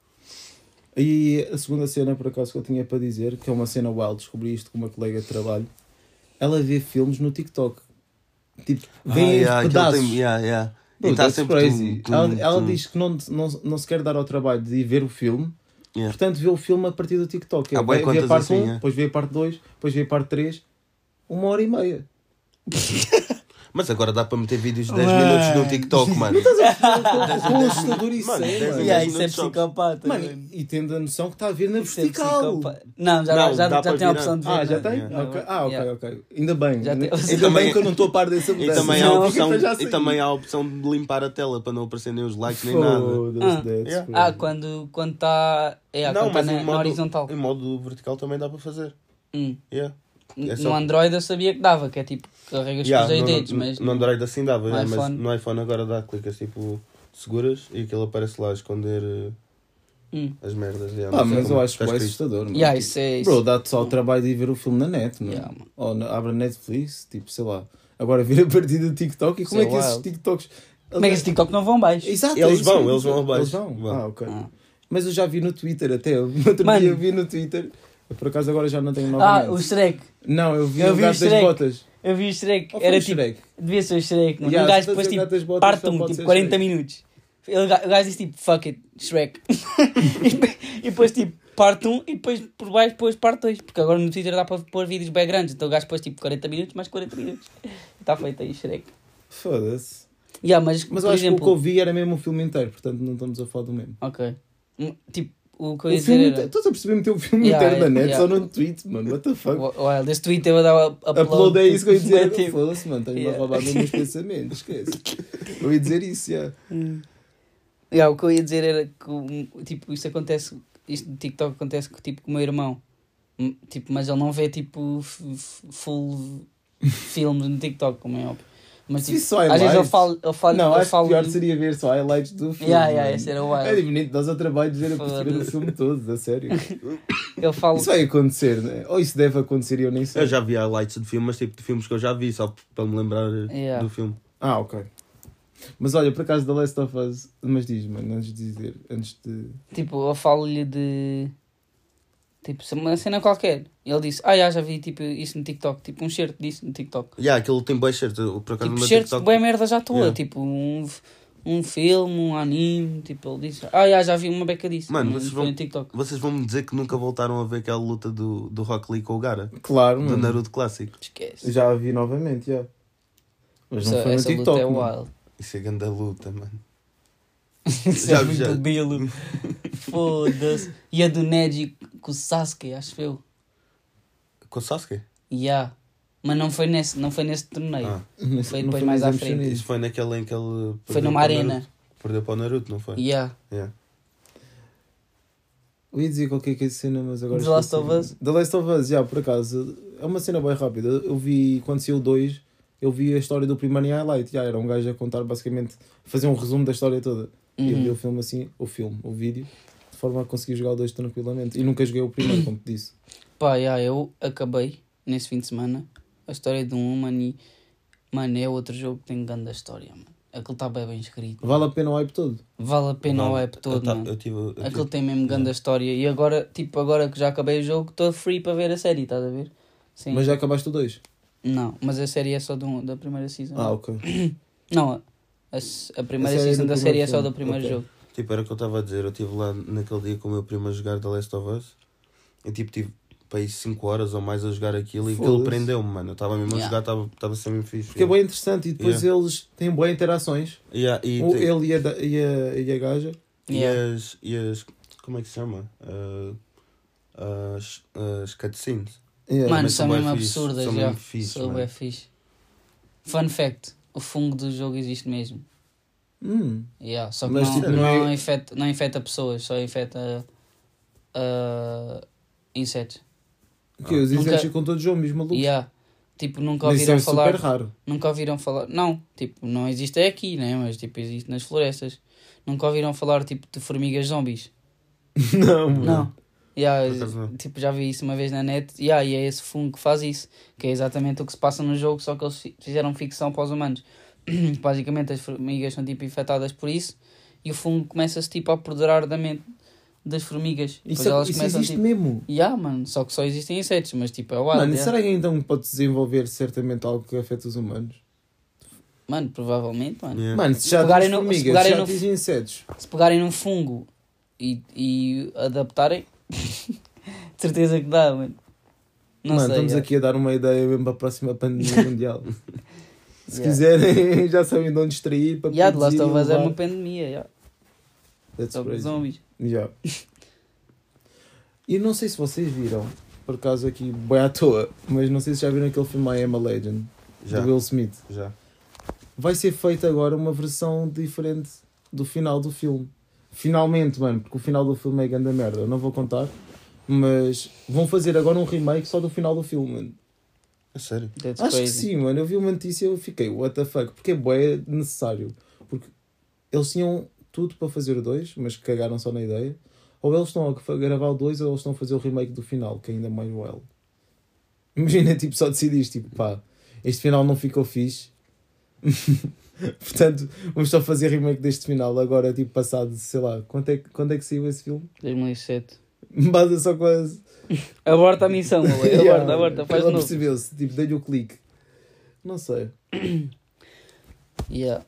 [SPEAKER 3] E a segunda cena, por acaso, que eu tinha para dizer, que é uma cena wild, descobri isto com uma colega de trabalho. Ela vê filmes no TikTok. Tipo, vê
[SPEAKER 4] Ah, yeah,
[SPEAKER 3] pedaços.
[SPEAKER 4] aquilo tem- yeah, yeah. e
[SPEAKER 3] Bro,
[SPEAKER 4] está
[SPEAKER 3] that's
[SPEAKER 4] sempre
[SPEAKER 3] crazy.
[SPEAKER 4] tum, tum,
[SPEAKER 3] ela, ela
[SPEAKER 4] tum.
[SPEAKER 3] diz que não, não, não se quer dar ao trabalho de ir ver o filme,
[SPEAKER 4] Yeah.
[SPEAKER 3] portanto vê o filme a partir do TikTok.
[SPEAKER 4] Há
[SPEAKER 3] É,
[SPEAKER 4] bué
[SPEAKER 3] vê- vê a
[SPEAKER 4] contas
[SPEAKER 3] parte
[SPEAKER 4] assim,
[SPEAKER 3] 1,
[SPEAKER 4] é.
[SPEAKER 3] depois vê a parte 2, depois vê a parte 3, uma hora e meia.
[SPEAKER 4] Mas agora dá para meter vídeos de 10
[SPEAKER 2] Mano.
[SPEAKER 4] minutos no TikTok, mano.
[SPEAKER 3] Com o assustador isso
[SPEAKER 4] Mano,
[SPEAKER 3] é,
[SPEAKER 4] deve-
[SPEAKER 3] mano.
[SPEAKER 2] Yeah,
[SPEAKER 4] Mas
[SPEAKER 2] isso é
[SPEAKER 4] não te choques.
[SPEAKER 2] psicopata.
[SPEAKER 3] Mano,
[SPEAKER 2] mano.
[SPEAKER 3] e tendo a noção que está a ver na
[SPEAKER 2] Isso é
[SPEAKER 3] vertical.
[SPEAKER 2] psicopata. Não, já,
[SPEAKER 4] Não,
[SPEAKER 2] já,
[SPEAKER 4] dá para
[SPEAKER 2] já, tem a
[SPEAKER 4] virar.
[SPEAKER 2] opção de ver.
[SPEAKER 3] Ah,
[SPEAKER 2] não
[SPEAKER 3] já
[SPEAKER 2] é?
[SPEAKER 3] tem?
[SPEAKER 4] Yeah.
[SPEAKER 3] Ok. Ah, ok,
[SPEAKER 2] Yeah.
[SPEAKER 3] ok. Ainda
[SPEAKER 2] Já
[SPEAKER 3] bem.
[SPEAKER 2] tem-
[SPEAKER 3] Ainda,
[SPEAKER 2] E
[SPEAKER 3] ainda
[SPEAKER 4] também-
[SPEAKER 3] bem que eu não estou a par dessa
[SPEAKER 4] E
[SPEAKER 3] mudança.
[SPEAKER 4] também, há a
[SPEAKER 2] Não,
[SPEAKER 4] opção,
[SPEAKER 3] Porque assim. eu já
[SPEAKER 4] e
[SPEAKER 3] saí.
[SPEAKER 4] também há a opção de limpar a tela para não aparecer nem os likes nem nada.
[SPEAKER 3] Foda-se,
[SPEAKER 2] Ah.
[SPEAKER 3] that's
[SPEAKER 4] Yeah.
[SPEAKER 3] crazy.
[SPEAKER 2] Ah, quando quando está. É, quando está na, na horizontal.
[SPEAKER 4] em modo vertical também dá para fazer.
[SPEAKER 2] Hum.
[SPEAKER 4] Yeah. É
[SPEAKER 2] No
[SPEAKER 4] só-
[SPEAKER 2] Android eu sabia que dava, que é tipo carregas
[SPEAKER 4] Yeah,
[SPEAKER 2] com os
[SPEAKER 4] no,
[SPEAKER 2] dedos,
[SPEAKER 4] no-
[SPEAKER 2] mas.
[SPEAKER 4] no Android assim dava,
[SPEAKER 2] no
[SPEAKER 4] yeah, mas
[SPEAKER 2] iPhone.
[SPEAKER 4] no iPhone agora dá, clicas tipo, seguras e aquilo aparece lá a esconder eh,
[SPEAKER 2] Hum.
[SPEAKER 4] as merdas. yeah,
[SPEAKER 3] Pá,
[SPEAKER 4] não sei
[SPEAKER 3] mas
[SPEAKER 4] como
[SPEAKER 3] eu
[SPEAKER 4] é
[SPEAKER 3] acho
[SPEAKER 4] está
[SPEAKER 3] que é
[SPEAKER 4] escrito.
[SPEAKER 3] assustador, mano.
[SPEAKER 2] Yeah, isso é isso.
[SPEAKER 3] Bro, dá-te só o trabalho de ir ver o filme na net, mano.
[SPEAKER 2] Yeah, mano.
[SPEAKER 3] Ou na, abre a Netflix, tipo, sei lá. Agora ver a partir do TikTok e como
[SPEAKER 2] Isso é
[SPEAKER 3] é que esses
[SPEAKER 2] wild.
[SPEAKER 3] TikToks
[SPEAKER 2] Como é que esse TikTok não vão baixo?
[SPEAKER 3] Exato,
[SPEAKER 4] Eles
[SPEAKER 3] é isso
[SPEAKER 4] vão,
[SPEAKER 3] mesmo.
[SPEAKER 4] eles vão abaixo.
[SPEAKER 3] Eles vão?
[SPEAKER 4] Vão.
[SPEAKER 3] Ah, ok.
[SPEAKER 2] Ah.
[SPEAKER 3] Mas eu já vi no Twitter até. Outro
[SPEAKER 2] Mano.
[SPEAKER 3] dia eu vi no Twitter. Eu, por acaso agora já não tenho novamente.
[SPEAKER 2] Ah, o Shrek.
[SPEAKER 3] Não, eu vi
[SPEAKER 2] Eu
[SPEAKER 3] o
[SPEAKER 2] vi o
[SPEAKER 3] gato das
[SPEAKER 2] Shrek.
[SPEAKER 3] botas.
[SPEAKER 2] Eu vi o Shrek.
[SPEAKER 3] Ou foi
[SPEAKER 2] Era
[SPEAKER 3] o
[SPEAKER 2] tipo.
[SPEAKER 3] Shrek?
[SPEAKER 2] Devia ser o Shrek. Mas o
[SPEAKER 3] Yeah, se
[SPEAKER 2] gajo
[SPEAKER 3] fosse
[SPEAKER 2] depois
[SPEAKER 3] o
[SPEAKER 2] tipo.
[SPEAKER 3] gato das botas,
[SPEAKER 2] Parte
[SPEAKER 3] não
[SPEAKER 2] um,
[SPEAKER 3] pode
[SPEAKER 2] tipo
[SPEAKER 3] ser
[SPEAKER 2] 40
[SPEAKER 3] Shrek.
[SPEAKER 2] minutos. Ele, o gajo disse tipo, fuck it, Shrek. e, depois tipo, parte 1 e depois por baixo depois parte 2. Porque agora no Twitter dá para pôr vídeos bem grandes. Então o gajo pôs tipo 40 minutos mais 40 minutos. Está feito aí, Shrek.
[SPEAKER 3] Foda-se.
[SPEAKER 2] Yeah, mas,
[SPEAKER 3] Mas eu
[SPEAKER 2] por
[SPEAKER 3] acho que o
[SPEAKER 2] exemplo.
[SPEAKER 3] que eu vi era mesmo o filme inteiro, portanto não estamos a falar do mesmo.
[SPEAKER 2] Ok. Hum, Tipo, o que eu
[SPEAKER 3] O
[SPEAKER 2] ia dizer
[SPEAKER 3] filme tá-
[SPEAKER 2] era.
[SPEAKER 3] inteiro. Estás a perceber meter o filme
[SPEAKER 2] Yeah,
[SPEAKER 3] inteiro na
[SPEAKER 2] yeah,
[SPEAKER 3] net
[SPEAKER 2] yeah.
[SPEAKER 3] só num tweet, mano. What the fuck?
[SPEAKER 2] Wild, esse tweet eu vou dar upload.
[SPEAKER 3] Upload é isso que eu ia dizer.
[SPEAKER 2] Tipo,
[SPEAKER 3] Foda-se, mano. Estás-me
[SPEAKER 2] Yeah.
[SPEAKER 3] a roubar mesmo os pensamentos. Esquece. Eu ia dizer isso, já.
[SPEAKER 2] Hum. Yeah, o que eu ia dizer era que o- tipo, isto acontece, isto do TikTok acontece com, tipo, com o meu irmão. Hum, Tipo, mas ele não vê tipo f- f- full filmes no TikTok, como é óbvio. Mas
[SPEAKER 3] Se
[SPEAKER 2] tipo,
[SPEAKER 3] visse só
[SPEAKER 2] às vezes eu
[SPEAKER 3] highlights.
[SPEAKER 2] falo, eu falo,
[SPEAKER 3] Não,
[SPEAKER 2] eu
[SPEAKER 3] acho
[SPEAKER 2] falo
[SPEAKER 3] que pior seria ver só highlights do filme.
[SPEAKER 2] Yeah, yeah,
[SPEAKER 3] mano.
[SPEAKER 2] esse era wild.
[SPEAKER 3] É diferente, nós ao trabalho de ver a
[SPEAKER 2] Foda-se.
[SPEAKER 3] perceber o filme todo, a sério.
[SPEAKER 2] eu falo
[SPEAKER 3] tipo, Isso vai acontecer, né? Ou isso deve acontecer e eu nem sei.
[SPEAKER 4] Eu já vi highlights de filmes, mas tipo de filmes que eu já vi, só p- para me lembrar eh,
[SPEAKER 2] Yeah.
[SPEAKER 4] do filme.
[SPEAKER 3] Ah, ok. Mas olha, por acaso da Last of Us, mas diz, mano, antes de dizer, antes de.
[SPEAKER 2] Tipo, eu falo-lhe de. Tipo, uma cena qualquer. E ele disse, ah, já, já vi tipo, isso no TikTok. Tipo, um shirt disso no Tiktok.
[SPEAKER 4] Yeah, aquele tem bem shirt, eu, por acaso
[SPEAKER 2] Tipo,
[SPEAKER 4] no meu
[SPEAKER 2] shirts de
[SPEAKER 4] TikTok-
[SPEAKER 2] boa merda já toa.
[SPEAKER 4] Yeah.
[SPEAKER 2] Tipo, um, um filme, um anime. Tipo, ele disse, ah, já, já vi uma beca disso.
[SPEAKER 4] Mano,
[SPEAKER 2] mas
[SPEAKER 4] vocês
[SPEAKER 2] foi
[SPEAKER 4] vão-
[SPEAKER 2] no TikTok.
[SPEAKER 4] Vocês vão me dizer que nunca voltaram a ver aquela luta do, do Rock Lee com o Gara,
[SPEAKER 3] Claro,
[SPEAKER 4] do
[SPEAKER 3] mano.
[SPEAKER 4] Naruto clássico.
[SPEAKER 2] Esquece.
[SPEAKER 3] Já a vi novamente, já. Mas não
[SPEAKER 2] essa
[SPEAKER 3] foi no
[SPEAKER 2] essa luta
[SPEAKER 3] TikTok. mano.
[SPEAKER 2] é wild.
[SPEAKER 4] Isso é grande luta, mano.
[SPEAKER 2] Isso
[SPEAKER 4] Já
[SPEAKER 2] é
[SPEAKER 4] vi, já.
[SPEAKER 2] muito belo. Foda-se. E a do Neji com o Sasuke, acho eu.
[SPEAKER 4] Com o Sasuke?
[SPEAKER 2] Yeah. Mas não foi nesse, não foi nesse torneio.
[SPEAKER 4] Ah.
[SPEAKER 3] Mas
[SPEAKER 2] Foi
[SPEAKER 3] não
[SPEAKER 2] depois
[SPEAKER 3] no
[SPEAKER 2] mais à
[SPEAKER 3] Exame
[SPEAKER 2] frente.
[SPEAKER 3] Chinês.
[SPEAKER 4] Isso foi naquela em que ele.
[SPEAKER 2] foi
[SPEAKER 4] perdeu
[SPEAKER 2] numa
[SPEAKER 4] para o Naruto.
[SPEAKER 2] arena.
[SPEAKER 4] Perdeu para o Naruto, não foi?
[SPEAKER 2] Yeah.
[SPEAKER 4] Yeah.
[SPEAKER 3] Eu ia dizer qualquer que é cena, mas agora.
[SPEAKER 2] The Last
[SPEAKER 3] esqueci.
[SPEAKER 2] of Us?
[SPEAKER 3] The Last of Us, já, por acaso. É uma cena bem rápida. Eu vi, quando saiu o 2, eu vi a história do primeiro em highlight. Já, era um gajo a contar basicamente, fazer um resumo da história toda. E eu vi
[SPEAKER 2] Uhum.
[SPEAKER 3] o filme assim, o filme, o vídeo, de forma a conseguir jogar o 2 tranquilamente. E nunca joguei o primeiro, como te disse.
[SPEAKER 2] Pá, já, eu acabei nesse fim de semana a história de um mano e. Mano, é outro jogo que tem grande história, mano. Aquele está bem bem escrito.
[SPEAKER 3] Vale a pena o hype todo.
[SPEAKER 2] Vale a pena
[SPEAKER 4] Não,
[SPEAKER 2] o app
[SPEAKER 4] Eu, tá-
[SPEAKER 2] todo,
[SPEAKER 4] ta-
[SPEAKER 2] mano.
[SPEAKER 4] eu tive. eu tive-
[SPEAKER 2] Aquele tem mesmo
[SPEAKER 3] É.
[SPEAKER 2] grande história. E agora, tipo, agora que já acabei o jogo, estou free para ver a série, estás a ver? Sim.
[SPEAKER 3] Mas já acabaste o 2.
[SPEAKER 2] Não, mas a série é só do, da primeira season.
[SPEAKER 3] Ah, ok.
[SPEAKER 2] Não, a, a primeira
[SPEAKER 3] A série
[SPEAKER 2] season
[SPEAKER 3] do
[SPEAKER 2] da
[SPEAKER 3] primeiro
[SPEAKER 2] série é só
[SPEAKER 3] filme.
[SPEAKER 2] do primeiro
[SPEAKER 3] Ok.
[SPEAKER 2] jogo.
[SPEAKER 4] Tipo, era o que eu estava a dizer. Eu estive lá naquele dia com o meu primo a jogar The Last of Us. E tipo, tive para aí 5 horas ou mais a jogar aquilo e aquilo
[SPEAKER 3] Foda-se.
[SPEAKER 4] prendeu-me, mano. Eu estava mesmo a
[SPEAKER 2] Yeah.
[SPEAKER 4] jogar, estava estava a ser mesmo fixe.
[SPEAKER 3] Porque é bem interessante e depois
[SPEAKER 4] Yeah.
[SPEAKER 3] eles têm boas interações.
[SPEAKER 4] Yeah, e,
[SPEAKER 3] O-
[SPEAKER 4] te-
[SPEAKER 3] ele e a, da- e a, e a gaja.
[SPEAKER 4] e
[SPEAKER 2] Yeah.
[SPEAKER 4] as, e as. Como é que se chama? Ah, as, as cutscenes.
[SPEAKER 3] Yeah.
[SPEAKER 2] Mano,
[SPEAKER 4] mas são
[SPEAKER 2] são
[SPEAKER 4] bué
[SPEAKER 2] mesmo
[SPEAKER 4] fixe,
[SPEAKER 2] absurdas,
[SPEAKER 4] são
[SPEAKER 2] já.
[SPEAKER 4] mesmo fixe,
[SPEAKER 2] São
[SPEAKER 4] mano.
[SPEAKER 2] bem fixe. Fun fact, o fungo do jogo existe mesmo.
[SPEAKER 3] Hum.
[SPEAKER 2] Yeah, só que
[SPEAKER 3] Mas,
[SPEAKER 2] não,
[SPEAKER 3] tipo,
[SPEAKER 2] não,
[SPEAKER 3] não é-
[SPEAKER 2] infecta, não infecta pessoas, só infecta ah, insetos.
[SPEAKER 3] Que os
[SPEAKER 2] Ah, Nunca-
[SPEAKER 3] insetos ficam todos juntos, mesmo maluco.
[SPEAKER 2] Yeah. Tipo, nunca
[SPEAKER 3] Mas isso é
[SPEAKER 2] ouviram falar.
[SPEAKER 3] super raro.
[SPEAKER 2] Nunca ouviram falar. Não, tipo, não existe é aqui, né? Mas tipo, existe nas florestas. Nunca ouviram falar tipo de formigas zombies.
[SPEAKER 3] Não, mano.
[SPEAKER 2] Não. Yeah,
[SPEAKER 4] Por acaso não.
[SPEAKER 2] tipo, já vi isso uma vez na net. Yeah, e é esse fungo que faz isso. Que é exatamente o que se passa no jogo, só que eles fi- fizeram ficção para os humanos. Basicamente, as formigas são tipo infectadas por isso e o fungo começa-se tipo, a apoderar da mente das formigas. Depois
[SPEAKER 3] Isso, é-
[SPEAKER 2] elas
[SPEAKER 3] isso
[SPEAKER 2] começam
[SPEAKER 3] existe
[SPEAKER 2] tipo.
[SPEAKER 3] mesmo.
[SPEAKER 2] Yeah, mano, só que só existem insetos, mas tipo, é wild.
[SPEAKER 3] mano,
[SPEAKER 2] yeah.
[SPEAKER 3] será que então pode desenvolver certamente algo que afeta os humanos?
[SPEAKER 2] Mano, provavelmente, mano.
[SPEAKER 4] Yeah.
[SPEAKER 3] Mano, se já
[SPEAKER 2] pegarem
[SPEAKER 3] tens
[SPEAKER 2] no- É. se
[SPEAKER 3] formigas,
[SPEAKER 2] pegarem
[SPEAKER 3] se já
[SPEAKER 2] no-
[SPEAKER 3] tens insetos.
[SPEAKER 2] se pegarem num fungo e, e adaptarem, de certeza que dá, mano. Não
[SPEAKER 3] mano,
[SPEAKER 2] sei.
[SPEAKER 3] estamos
[SPEAKER 2] é.
[SPEAKER 3] aqui a dar uma ideia mesmo para a próxima pandemia mundial. Se
[SPEAKER 2] Yeah.
[SPEAKER 3] quiserem, já sabem de onde extrair para
[SPEAKER 2] Yeah, The Last
[SPEAKER 3] produzir
[SPEAKER 2] of
[SPEAKER 3] e
[SPEAKER 2] Us é
[SPEAKER 3] levar.
[SPEAKER 2] uma pandemia, yeah.
[SPEAKER 3] That's
[SPEAKER 2] só com
[SPEAKER 3] crazy.
[SPEAKER 2] zombies.
[SPEAKER 3] Yeah. E não sei se vocês viram, por acaso aqui, bem à toa, mas não sei se já viram aquele filme I Am a Legend,
[SPEAKER 4] Já,
[SPEAKER 3] do Will Smith.
[SPEAKER 4] já.
[SPEAKER 3] vai ser feita agora uma versão diferente do final do filme. Finalmente, mano, porque o final do filme é grande merda, eu não vou contar. Mas vão fazer agora um remake só do final do filme, mano.
[SPEAKER 4] É sério.
[SPEAKER 2] That's
[SPEAKER 3] Acho que
[SPEAKER 2] crazy.
[SPEAKER 3] sim, mano. Eu vi uma notícia e eu fiquei, what the fuck? Porque é bué necessário. Porque eles tinham tudo para fazer o 2, mas cagaram só na ideia. Ou eles estão a gravar o 2 ou eles estão a fazer o remake do final, que é ainda mais well. Imagina, tipo, só decidires, tipo, pá, este final não ficou fixe. Portanto, vamos só fazer remake deste final agora, tipo, passado, sei lá, quando é, que- quando é que saiu esse filme?
[SPEAKER 2] 2007.
[SPEAKER 3] Bada só quase.
[SPEAKER 2] Aborta a missão, Lele. Aborta,
[SPEAKER 3] Yeah,
[SPEAKER 2] aborta, faz de
[SPEAKER 3] Ela
[SPEAKER 2] novo.
[SPEAKER 3] percebeu-se, tipo, dei-lhe o clique. Não sei.
[SPEAKER 2] Yeah.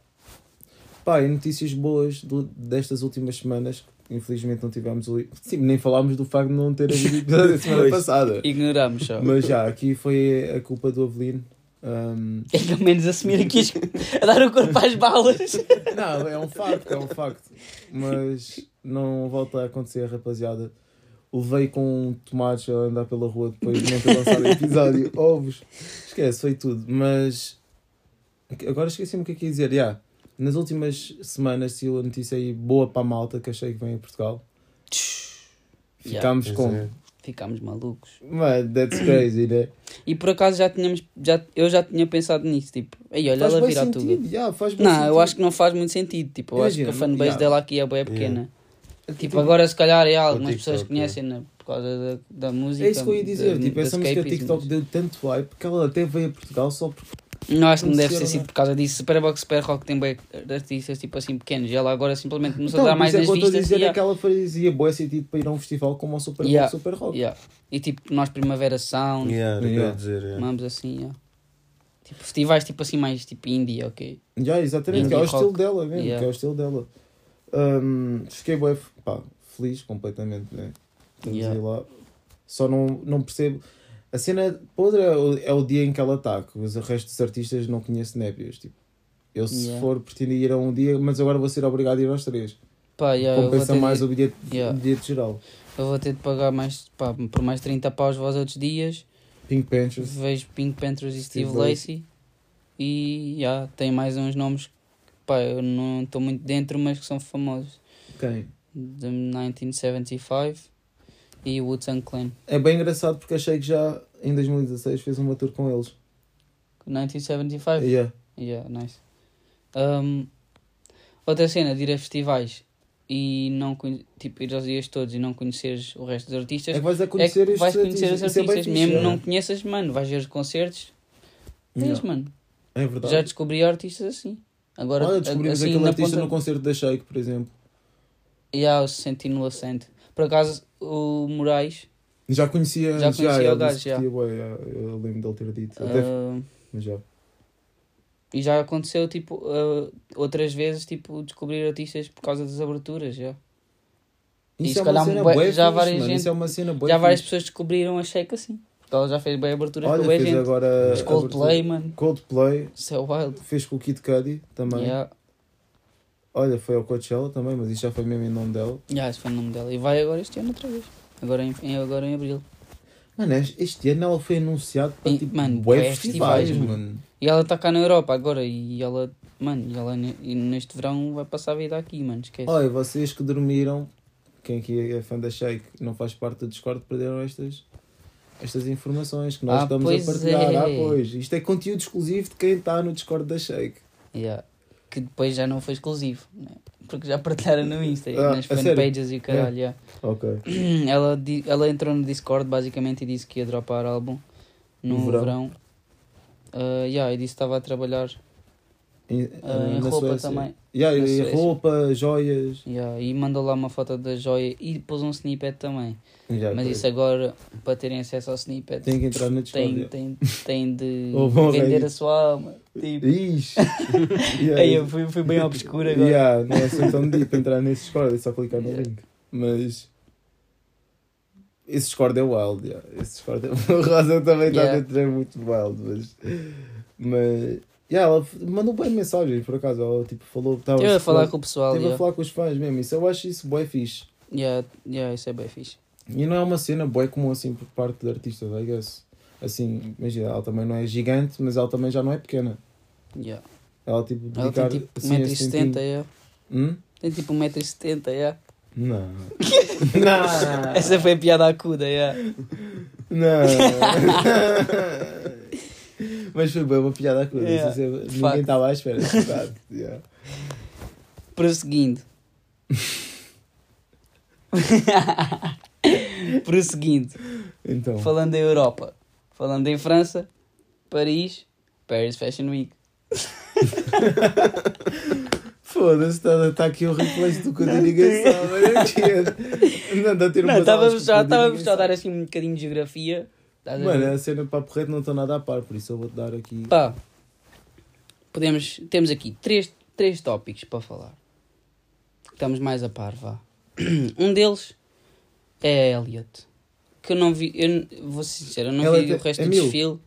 [SPEAKER 3] Pá, e notícias boas do- destas últimas semanas, que infelizmente não tivemos ali. Sim, nem falámos do facto de não ter havido episódio da semana
[SPEAKER 4] Pois.
[SPEAKER 3] passada.
[SPEAKER 2] Ignoramos só.
[SPEAKER 3] Mas já, aqui foi a culpa do Avelino. Um, Ahm,
[SPEAKER 2] É que ao menos assumir aqui as- a dar o corpo às balas.
[SPEAKER 3] Não, é um facto, é um facto. Mas não volta a acontecer, rapaziada. Levei com um tomate a andar pela rua depois de não ter lançado o episódio. Ovos. Esquece, foi tudo. Mas agora esqueci-me o que é que ia dizer. Yeah. Nas últimas semanas saiu a notícia aí boa para a malta que achei que vem a Portugal.
[SPEAKER 2] Yeah.
[SPEAKER 3] Ficámos com.
[SPEAKER 4] É.
[SPEAKER 2] Ficámos malucos.
[SPEAKER 3] Mano, that's crazy, né?
[SPEAKER 2] E por acaso já tínhamos. Já, eu já tinha pensado nisso. Tipo, ei, olha
[SPEAKER 3] faz
[SPEAKER 2] ela
[SPEAKER 3] bem
[SPEAKER 2] vira a tuga.
[SPEAKER 3] sentido. Yeah, faz bem
[SPEAKER 2] Não,
[SPEAKER 3] sentido.
[SPEAKER 2] eu acho que não faz muito sentido. Tipo, eu acho que a
[SPEAKER 3] Imagina,
[SPEAKER 2] fanbase
[SPEAKER 3] yeah.
[SPEAKER 2] dela aqui é bem pequena.
[SPEAKER 3] que.
[SPEAKER 2] Tipo, agora se calhar é algumas
[SPEAKER 4] TikTok,
[SPEAKER 2] pessoas conhecem né, por causa da, da música.
[SPEAKER 3] É isso que eu ia dizer.
[SPEAKER 2] da-
[SPEAKER 3] Tipo,
[SPEAKER 2] do
[SPEAKER 3] essa música
[SPEAKER 2] escapismo.
[SPEAKER 3] TikTok deu tanto hype que ela até veio a Portugal só porque.
[SPEAKER 2] Não acho que não deve
[SPEAKER 3] Funciona,
[SPEAKER 2] ter sido
[SPEAKER 3] né?
[SPEAKER 2] por causa disso. Superbox, Super Rock tem bem artistas tipo assim pequenos. E ela agora simplesmente começou
[SPEAKER 3] Então,
[SPEAKER 2] a dar mais
[SPEAKER 3] por
[SPEAKER 2] nas
[SPEAKER 3] isso é que eu estou a
[SPEAKER 2] vistas.
[SPEAKER 3] dizer
[SPEAKER 2] E,
[SPEAKER 3] é que ela fazia boa sentido para ir a um festival como o Super,
[SPEAKER 2] Yeah.
[SPEAKER 3] Super Rock.
[SPEAKER 2] yeah. e tipo, nós Primavera Sound,
[SPEAKER 4] Yeah, era o que eu
[SPEAKER 3] Yeah.
[SPEAKER 4] ia dizer, yeah.
[SPEAKER 2] amamos assim. yeah. Tipo, festivais tipo assim mais tipo indie, ok?
[SPEAKER 3] Yeah, exatamente,
[SPEAKER 2] Indie
[SPEAKER 3] que é o
[SPEAKER 2] rock.
[SPEAKER 3] estilo dela mesmo,
[SPEAKER 2] Yeah.
[SPEAKER 3] que é o estilo dela. Hum, fiquei bué, f- pá, feliz completamente, né? Estamos
[SPEAKER 2] Yeah.
[SPEAKER 3] aí lá. Só não, não percebo. A cena podre é o, é o dia em que ela está, que os restos dos artistas não conheço népias. Tipo, eu se
[SPEAKER 2] Yeah.
[SPEAKER 3] for pretendo ir a um dia, mas agora vou ser obrigado a ir aos três.
[SPEAKER 2] Pá, yeah, eu, vou
[SPEAKER 3] Compensa
[SPEAKER 2] ter,
[SPEAKER 3] mais
[SPEAKER 2] de,
[SPEAKER 3] o bilhete, o
[SPEAKER 2] Yeah.
[SPEAKER 3] bilhete geral.
[SPEAKER 2] eu vou ter de pagar mais, pá, por mais 30 paus vós outros dias.
[SPEAKER 3] Pink Panthers.
[SPEAKER 2] Vejo Pink Panthers e Steve,
[SPEAKER 3] Steve
[SPEAKER 2] Lacey. E já, tem mais uns nomes que pá, eu não estou muito dentro, mas que são famosos.
[SPEAKER 3] Quem?
[SPEAKER 2] The 1975 e Wu-Tang Clan.
[SPEAKER 3] É bem engraçado porque achei que já em 2016 fez uma tour com eles.
[SPEAKER 2] 1975? Yeah,
[SPEAKER 3] Yeah.
[SPEAKER 2] nice. Um, outra cena de ir a festivais e não conhe- tipo, ir aos dias todos e não conheceres o resto dos
[SPEAKER 3] É
[SPEAKER 2] artistas.
[SPEAKER 3] que vais a
[SPEAKER 2] É
[SPEAKER 3] conhecer
[SPEAKER 2] que
[SPEAKER 3] estes
[SPEAKER 2] vais conhecer os
[SPEAKER 3] artistas, isso é bem
[SPEAKER 2] artistas,
[SPEAKER 3] fixe,
[SPEAKER 2] mesmo
[SPEAKER 3] é.
[SPEAKER 2] não conheças, mano, vais ver os concertos, tens,
[SPEAKER 3] Yeah.
[SPEAKER 2] mano.
[SPEAKER 3] É verdade.
[SPEAKER 2] Já descobri artistas assim. Agora,
[SPEAKER 3] Olha, descobrimos
[SPEAKER 2] assim,
[SPEAKER 3] aquele
[SPEAKER 2] na
[SPEAKER 3] artista
[SPEAKER 2] ponta-
[SPEAKER 3] no concerto da Shake, por exemplo.
[SPEAKER 2] E há o Sentino Lacente. Por acaso, o Moraes.
[SPEAKER 3] Já conhecia,
[SPEAKER 2] Já conhecia
[SPEAKER 3] ele
[SPEAKER 2] o gajo,
[SPEAKER 3] disse que
[SPEAKER 2] já.
[SPEAKER 3] curtia bué, yeah, eu lembro dele ter dito. Ele deve-
[SPEAKER 2] ah,
[SPEAKER 3] mas já.
[SPEAKER 2] e já aconteceu, tipo, ah, outras vezes, tipo, descobrir artistas por causa das aberturas, já. E se
[SPEAKER 3] Isso é uma
[SPEAKER 2] calhar
[SPEAKER 3] cena
[SPEAKER 2] bué-
[SPEAKER 3] bué
[SPEAKER 2] já
[SPEAKER 3] fixe,
[SPEAKER 2] várias
[SPEAKER 3] mano,
[SPEAKER 2] gente-
[SPEAKER 3] Isso é uma cena bué
[SPEAKER 2] já várias
[SPEAKER 3] fixe.
[SPEAKER 2] pessoas descobriram a Sheik assim. Porque ela já fez bem aberturas para
[SPEAKER 3] Olha,
[SPEAKER 2] bem
[SPEAKER 3] fez
[SPEAKER 2] gente.
[SPEAKER 3] agora...
[SPEAKER 2] Os Coldplay, mano.
[SPEAKER 3] Coldplay.
[SPEAKER 2] Isso é wild.
[SPEAKER 3] Fez com o Kid Cudi também.
[SPEAKER 2] Yeah.
[SPEAKER 3] Olha, foi ao Coachella também, mas isso já foi mesmo em nome dela.
[SPEAKER 2] Yeah, esse foi o nome dela. E vai agora este ano outra vez. Agora em, em- agora em abril.
[SPEAKER 3] Mano, este ano ela foi anunciada para
[SPEAKER 2] E,
[SPEAKER 3] tipo,
[SPEAKER 2] mano,
[SPEAKER 3] bué
[SPEAKER 2] bué
[SPEAKER 3] festivais,
[SPEAKER 2] festivais,
[SPEAKER 3] mano.
[SPEAKER 2] E ela está cá na Europa agora. E ela, mano, e ela ne- e neste verão vai passar a vida aqui, mano. Esquece.
[SPEAKER 3] Olha, vocês que dormiram, quem aqui é fã da Shake não faz parte do Discord, perderam estas, estas informações que nós
[SPEAKER 2] Ah,
[SPEAKER 3] estamos
[SPEAKER 2] pois
[SPEAKER 3] a partilhar.
[SPEAKER 2] é.
[SPEAKER 3] Ah, pois. Isto é conteúdo exclusivo de quem está no Discord da Shake.
[SPEAKER 2] Yeah. Que depois já não foi exclusivo, né? porque já partilharam no Insta, e
[SPEAKER 3] Ah,
[SPEAKER 2] nas
[SPEAKER 3] a sério?
[SPEAKER 2] fanpages e o caralho. yeah.
[SPEAKER 3] Ok.
[SPEAKER 2] Ela, di- ela entrou no Discord basicamente e disse que ia dropar álbum no
[SPEAKER 3] No
[SPEAKER 2] verão.
[SPEAKER 3] verão.
[SPEAKER 2] Ah, yeah, e disse que estava a trabalhar
[SPEAKER 3] Em,
[SPEAKER 2] ah, em
[SPEAKER 3] na
[SPEAKER 2] roupa
[SPEAKER 3] Suécia.
[SPEAKER 2] também.
[SPEAKER 3] Yeah,
[SPEAKER 2] Na
[SPEAKER 3] e
[SPEAKER 2] Suécia.
[SPEAKER 3] roupa, joias.
[SPEAKER 2] Yeah, e mandou lá uma foto da joia e pôs um snippet também.
[SPEAKER 3] Yeah,
[SPEAKER 2] Mas
[SPEAKER 3] É, pois.
[SPEAKER 2] isso agora, para terem acesso ao snippet,
[SPEAKER 3] Tem que entrar no Discord.
[SPEAKER 2] tem, tipo
[SPEAKER 3] yeah.
[SPEAKER 2] tem, tem de
[SPEAKER 3] Ou vão
[SPEAKER 2] vender
[SPEAKER 3] rei.
[SPEAKER 2] a sua alma. Tipo,
[SPEAKER 3] Ixi. Yeah.
[SPEAKER 2] aí eu fui, fui bem obscuro agora.
[SPEAKER 3] Yeah, não é assim tão deep entrar nesse Discord, é só clicar no
[SPEAKER 2] Yeah.
[SPEAKER 3] link. Mas. Esse Discord é wild, yeah. esse Discord é... o Rosa também está
[SPEAKER 2] Yeah.
[SPEAKER 3] dentro, é muito wild, mas. Mas. Yeah, ela f- mandou bem mensagens, por acaso. Ela tipo falou. Tava,
[SPEAKER 2] Eu ia falar com o pessoal.
[SPEAKER 3] Teve a
[SPEAKER 2] Yeah.
[SPEAKER 3] falar com os fãs mesmo, isso eu acho isso bué fixe.
[SPEAKER 2] Yeah, yeah, isso é bem fixe.
[SPEAKER 3] E não é uma cena bué comum assim por parte de artistas, I guess. Assim, imagina, ela também não é gigante, mas ela também já não é pequena.
[SPEAKER 2] Yeah.
[SPEAKER 3] Ela tipo.
[SPEAKER 2] Ela
[SPEAKER 3] dedicar,
[SPEAKER 2] tem tipo
[SPEAKER 3] assim, esse
[SPEAKER 2] 1,70m, yeah.
[SPEAKER 3] tempinho- Hum?
[SPEAKER 2] Tem tipo 1,70m, yeah.
[SPEAKER 3] Não. não.
[SPEAKER 2] Essa foi a piada acuda, yeah.
[SPEAKER 3] Não. Mas foi bem uma piada cruz.
[SPEAKER 2] Yeah.
[SPEAKER 3] isso é- Ninguém
[SPEAKER 2] Facto.
[SPEAKER 3] estava à espera. de verdade. Yeah.
[SPEAKER 2] Prosseguindo. Prosseguindo.
[SPEAKER 3] Então,
[SPEAKER 2] Falando em Europa. Falando em França, Paris, Paris Fashion Week.
[SPEAKER 3] Foda-se, está tá aqui o replay do que ninguém sabe. Olha aqui. Anda tá a ter
[SPEAKER 2] Não,
[SPEAKER 3] umas
[SPEAKER 2] estávamos
[SPEAKER 3] aulas
[SPEAKER 2] só,
[SPEAKER 3] com o
[SPEAKER 2] estávamos
[SPEAKER 3] Cudi, ninguém
[SPEAKER 2] só a dar
[SPEAKER 3] sabe.
[SPEAKER 2] assim um bocadinho de geografia. Estás a ver?
[SPEAKER 3] Mano, a cena para a porrete não estou nada a par, por isso eu vou-te dar aqui.
[SPEAKER 2] Pá, podemos, temos aqui três, três tópicos para falar. Que Estamos mais a par, vá. Um deles é Elliot. Que eu não vi, eu n- vou ser sincero, eu não vi
[SPEAKER 3] Elliot é
[SPEAKER 2] o resto
[SPEAKER 3] Emil.
[SPEAKER 2] do desfile.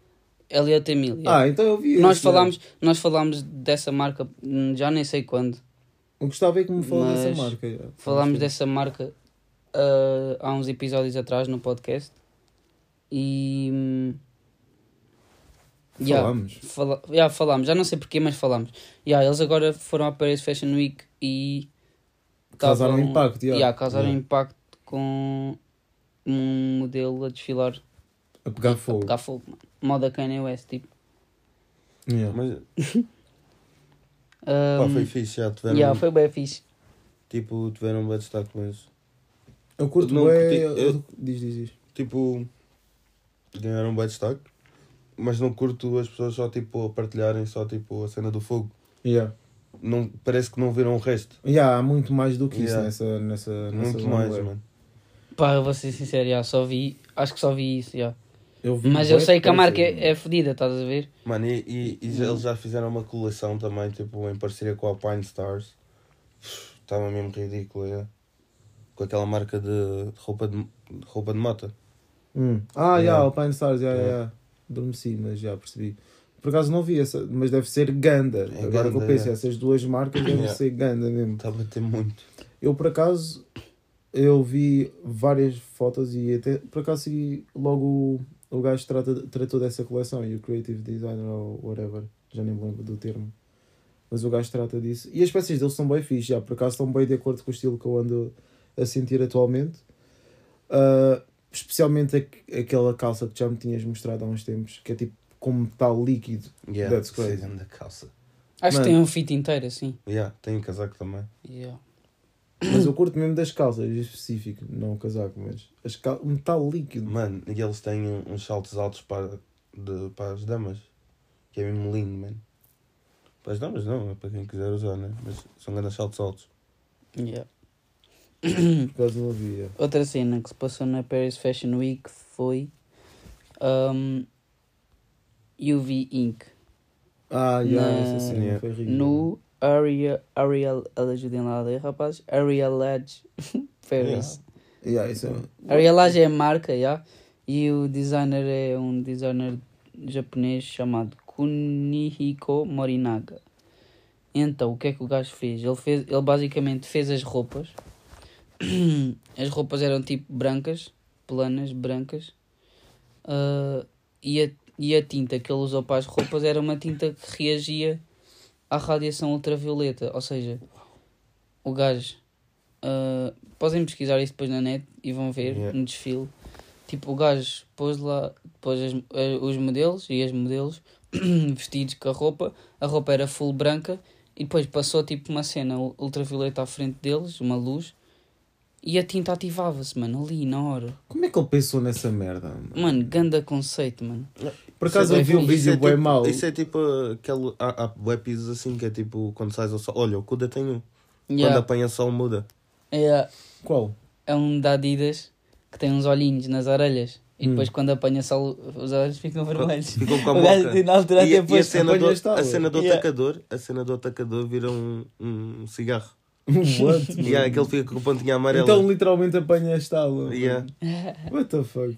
[SPEAKER 2] Elliot é Emil. yeah.
[SPEAKER 3] Ah, então eu vi.
[SPEAKER 2] nós,
[SPEAKER 3] esse, né?
[SPEAKER 2] falámos, nós falámos dessa marca, hum, já nem sei quando.
[SPEAKER 3] O Gustavo é que me falou
[SPEAKER 2] Mas
[SPEAKER 3] dessa marca. já.
[SPEAKER 2] Falámos dessa marca ah, há uns episódios atrás no podcast. E. hum, yeah.
[SPEAKER 3] Falámos.
[SPEAKER 2] Fala, já falámos, já não sei porquê, mas falámos. Já, eles agora foram à Paris Fashion Week e.
[SPEAKER 3] Causaram
[SPEAKER 2] estavam-
[SPEAKER 3] impacto, já.
[SPEAKER 2] já, causaram
[SPEAKER 3] Já.
[SPEAKER 2] impacto com um modelo a desfilar
[SPEAKER 3] A pegar fogo.
[SPEAKER 2] pegar fogo, mano. moda Kanye West, tipo.
[SPEAKER 3] Yeah.
[SPEAKER 4] Mas pá,
[SPEAKER 2] Ahm,
[SPEAKER 4] foi fixe, já tiveram,
[SPEAKER 2] um,
[SPEAKER 3] um-
[SPEAKER 2] já, foi bem fixe.
[SPEAKER 4] tipo, tiveram um bom destaque com isso.
[SPEAKER 3] Eu curto
[SPEAKER 4] Não,
[SPEAKER 3] bué-
[SPEAKER 4] eu- eu-
[SPEAKER 3] Diz, diz, diz.
[SPEAKER 4] Tipo, ganharam um bom destaque, mas não curto as pessoas só tipo a partilharem só tipo a cena do fogo.
[SPEAKER 3] Yeah.
[SPEAKER 4] Não, parece que não viram o resto.
[SPEAKER 3] Yeah, há muito mais do que isso
[SPEAKER 4] Yeah.
[SPEAKER 3] nessa, nessa, nessa
[SPEAKER 4] Muito
[SPEAKER 3] zona é
[SPEAKER 4] mais,
[SPEAKER 3] web.
[SPEAKER 4] mano.
[SPEAKER 2] Pá, eu vou ser sincero, já, só vi, acho que só vi isso, já.
[SPEAKER 3] Eu vi
[SPEAKER 2] Mas eu
[SPEAKER 3] Uhum. bué assim.
[SPEAKER 2] sei que a
[SPEAKER 3] coisa,
[SPEAKER 2] marca
[SPEAKER 3] mano.
[SPEAKER 2] é, é fodida, estás a ver?
[SPEAKER 4] Mano, e, e- e
[SPEAKER 3] Hum.
[SPEAKER 4] já- eles já fizeram uma coleção também, tipo, em parceria com a Pine Stars. Estava mesmo ridículo, é? Com aquela marca de de roupa de, de roupa de mata.
[SPEAKER 3] Hum. Ah, já,
[SPEAKER 4] Yeah.
[SPEAKER 3] o Pine Stars, já, já,
[SPEAKER 4] Yeah.
[SPEAKER 3] já. Adormeci, mas já percebi. Por acaso não vi essa, mas deve ser Ganda.
[SPEAKER 4] É
[SPEAKER 3] Agora que eu
[SPEAKER 4] Ganda,
[SPEAKER 3] penso,
[SPEAKER 4] yeah.
[SPEAKER 3] essas duas marcas devem
[SPEAKER 4] Yeah.
[SPEAKER 3] ser Ganda mesmo.
[SPEAKER 4] Está a bater muito.
[SPEAKER 3] Eu, por acaso, eu vi várias fotos e até, por acaso, segui logo o, o gajo que trata, tratou dessa coleção e o Creative Designer ou whatever, já nem me lembro do termo. Mas o gajo trata disso. E as peças dele são bem fixe, já, por acaso estão bem de acordo com o estilo que eu ando a sentir atualmente. Ah, especialmente a- aquela calça que já me tinhas mostrado há uns tempos, que é tipo com metal líquido.
[SPEAKER 4] Yeah,
[SPEAKER 3] That's crazy.
[SPEAKER 4] precisam da calça.
[SPEAKER 2] Acho
[SPEAKER 3] Mano.
[SPEAKER 2] que tem um fit inteiro, assim.
[SPEAKER 4] Yeah, tem um casaco também.
[SPEAKER 2] já.
[SPEAKER 3] Mas eu curto mesmo das calças, em específico, não o casaco, mas as cal- metal líquido.
[SPEAKER 4] Mano, e eles têm um- uns saltos altos para, de, para as damas. Que é mesmo lindo, mano. Para as damas não, é para quem quiser usar, né? Mas são grandes saltos altos.
[SPEAKER 2] já.
[SPEAKER 3] Por acaso não havia.
[SPEAKER 2] Outra cena que se passou na Paris Fashion Week foi um, UV Inc.
[SPEAKER 3] Ah, já,
[SPEAKER 2] Na-
[SPEAKER 3] essa cena
[SPEAKER 4] Yeah.
[SPEAKER 3] foi ridícula.
[SPEAKER 2] No Ariel, Ariel, ajudem lá a ler, rapaz. Ariel Edge Paris.
[SPEAKER 3] Yeah, isso é-
[SPEAKER 2] Ariel Edge é a marca, yeah? e o designer é um designer japonês chamado Kunihiko Morinaga. Então, o que é que o gajo fez? Ele, fez, ele basicamente fez as roupas. As roupas eram tipo brancas, planas, brancas. Ah, e, a, e a tinta que ele usou para as roupas era uma tinta que reagia à radiação ultravioleta. Ou seja, o gajo. ah, podem pesquisar isso depois na net e vão ver
[SPEAKER 4] Yeah.
[SPEAKER 2] no desfile. Tipo, o gajo pôs lá pôs as- eh, os modelos e as modelos vestidos com a roupa. A roupa era full branca e depois passou tipo uma cena ul- ultravioleta à frente deles, uma luz, e a tinta ativava-se, mano, ali na hora.
[SPEAKER 3] Como é que ele pensou nessa merda? mano?
[SPEAKER 2] Mano, ganda conceito, mano.
[SPEAKER 3] Por
[SPEAKER 2] isso
[SPEAKER 3] acaso
[SPEAKER 2] é
[SPEAKER 3] eu vi um
[SPEAKER 2] bem
[SPEAKER 3] vídeo
[SPEAKER 4] tipo,
[SPEAKER 3] bem mau.
[SPEAKER 4] Isso é tipo aquele. Há, há bué pisos assim que é tipo quando sais ao sol. Olha, o Cuda tem um. Quando
[SPEAKER 2] Yeah.
[SPEAKER 4] apanha sol muda.
[SPEAKER 2] É,
[SPEAKER 3] Qual?
[SPEAKER 2] é um da Adidas que tem uns olhinhos nas orelhas e
[SPEAKER 3] Hum.
[SPEAKER 2] depois quando apanha sol os olhos ficam vermelhos.
[SPEAKER 4] Ficou com a
[SPEAKER 2] O gajo
[SPEAKER 4] boca.
[SPEAKER 2] tem na altura
[SPEAKER 4] E, a- e
[SPEAKER 2] até
[SPEAKER 4] a,
[SPEAKER 2] pôs.
[SPEAKER 4] cena do,
[SPEAKER 3] apanhas tal.
[SPEAKER 4] a cena do
[SPEAKER 2] Yeah.
[SPEAKER 4] atacador, a cena do atacador vira um, um cigarro.
[SPEAKER 3] What?
[SPEAKER 4] E há aquele que fica com a pontinha amarela.
[SPEAKER 3] Então literalmente apanha esta aula.
[SPEAKER 4] Yeah.
[SPEAKER 3] What the fuck?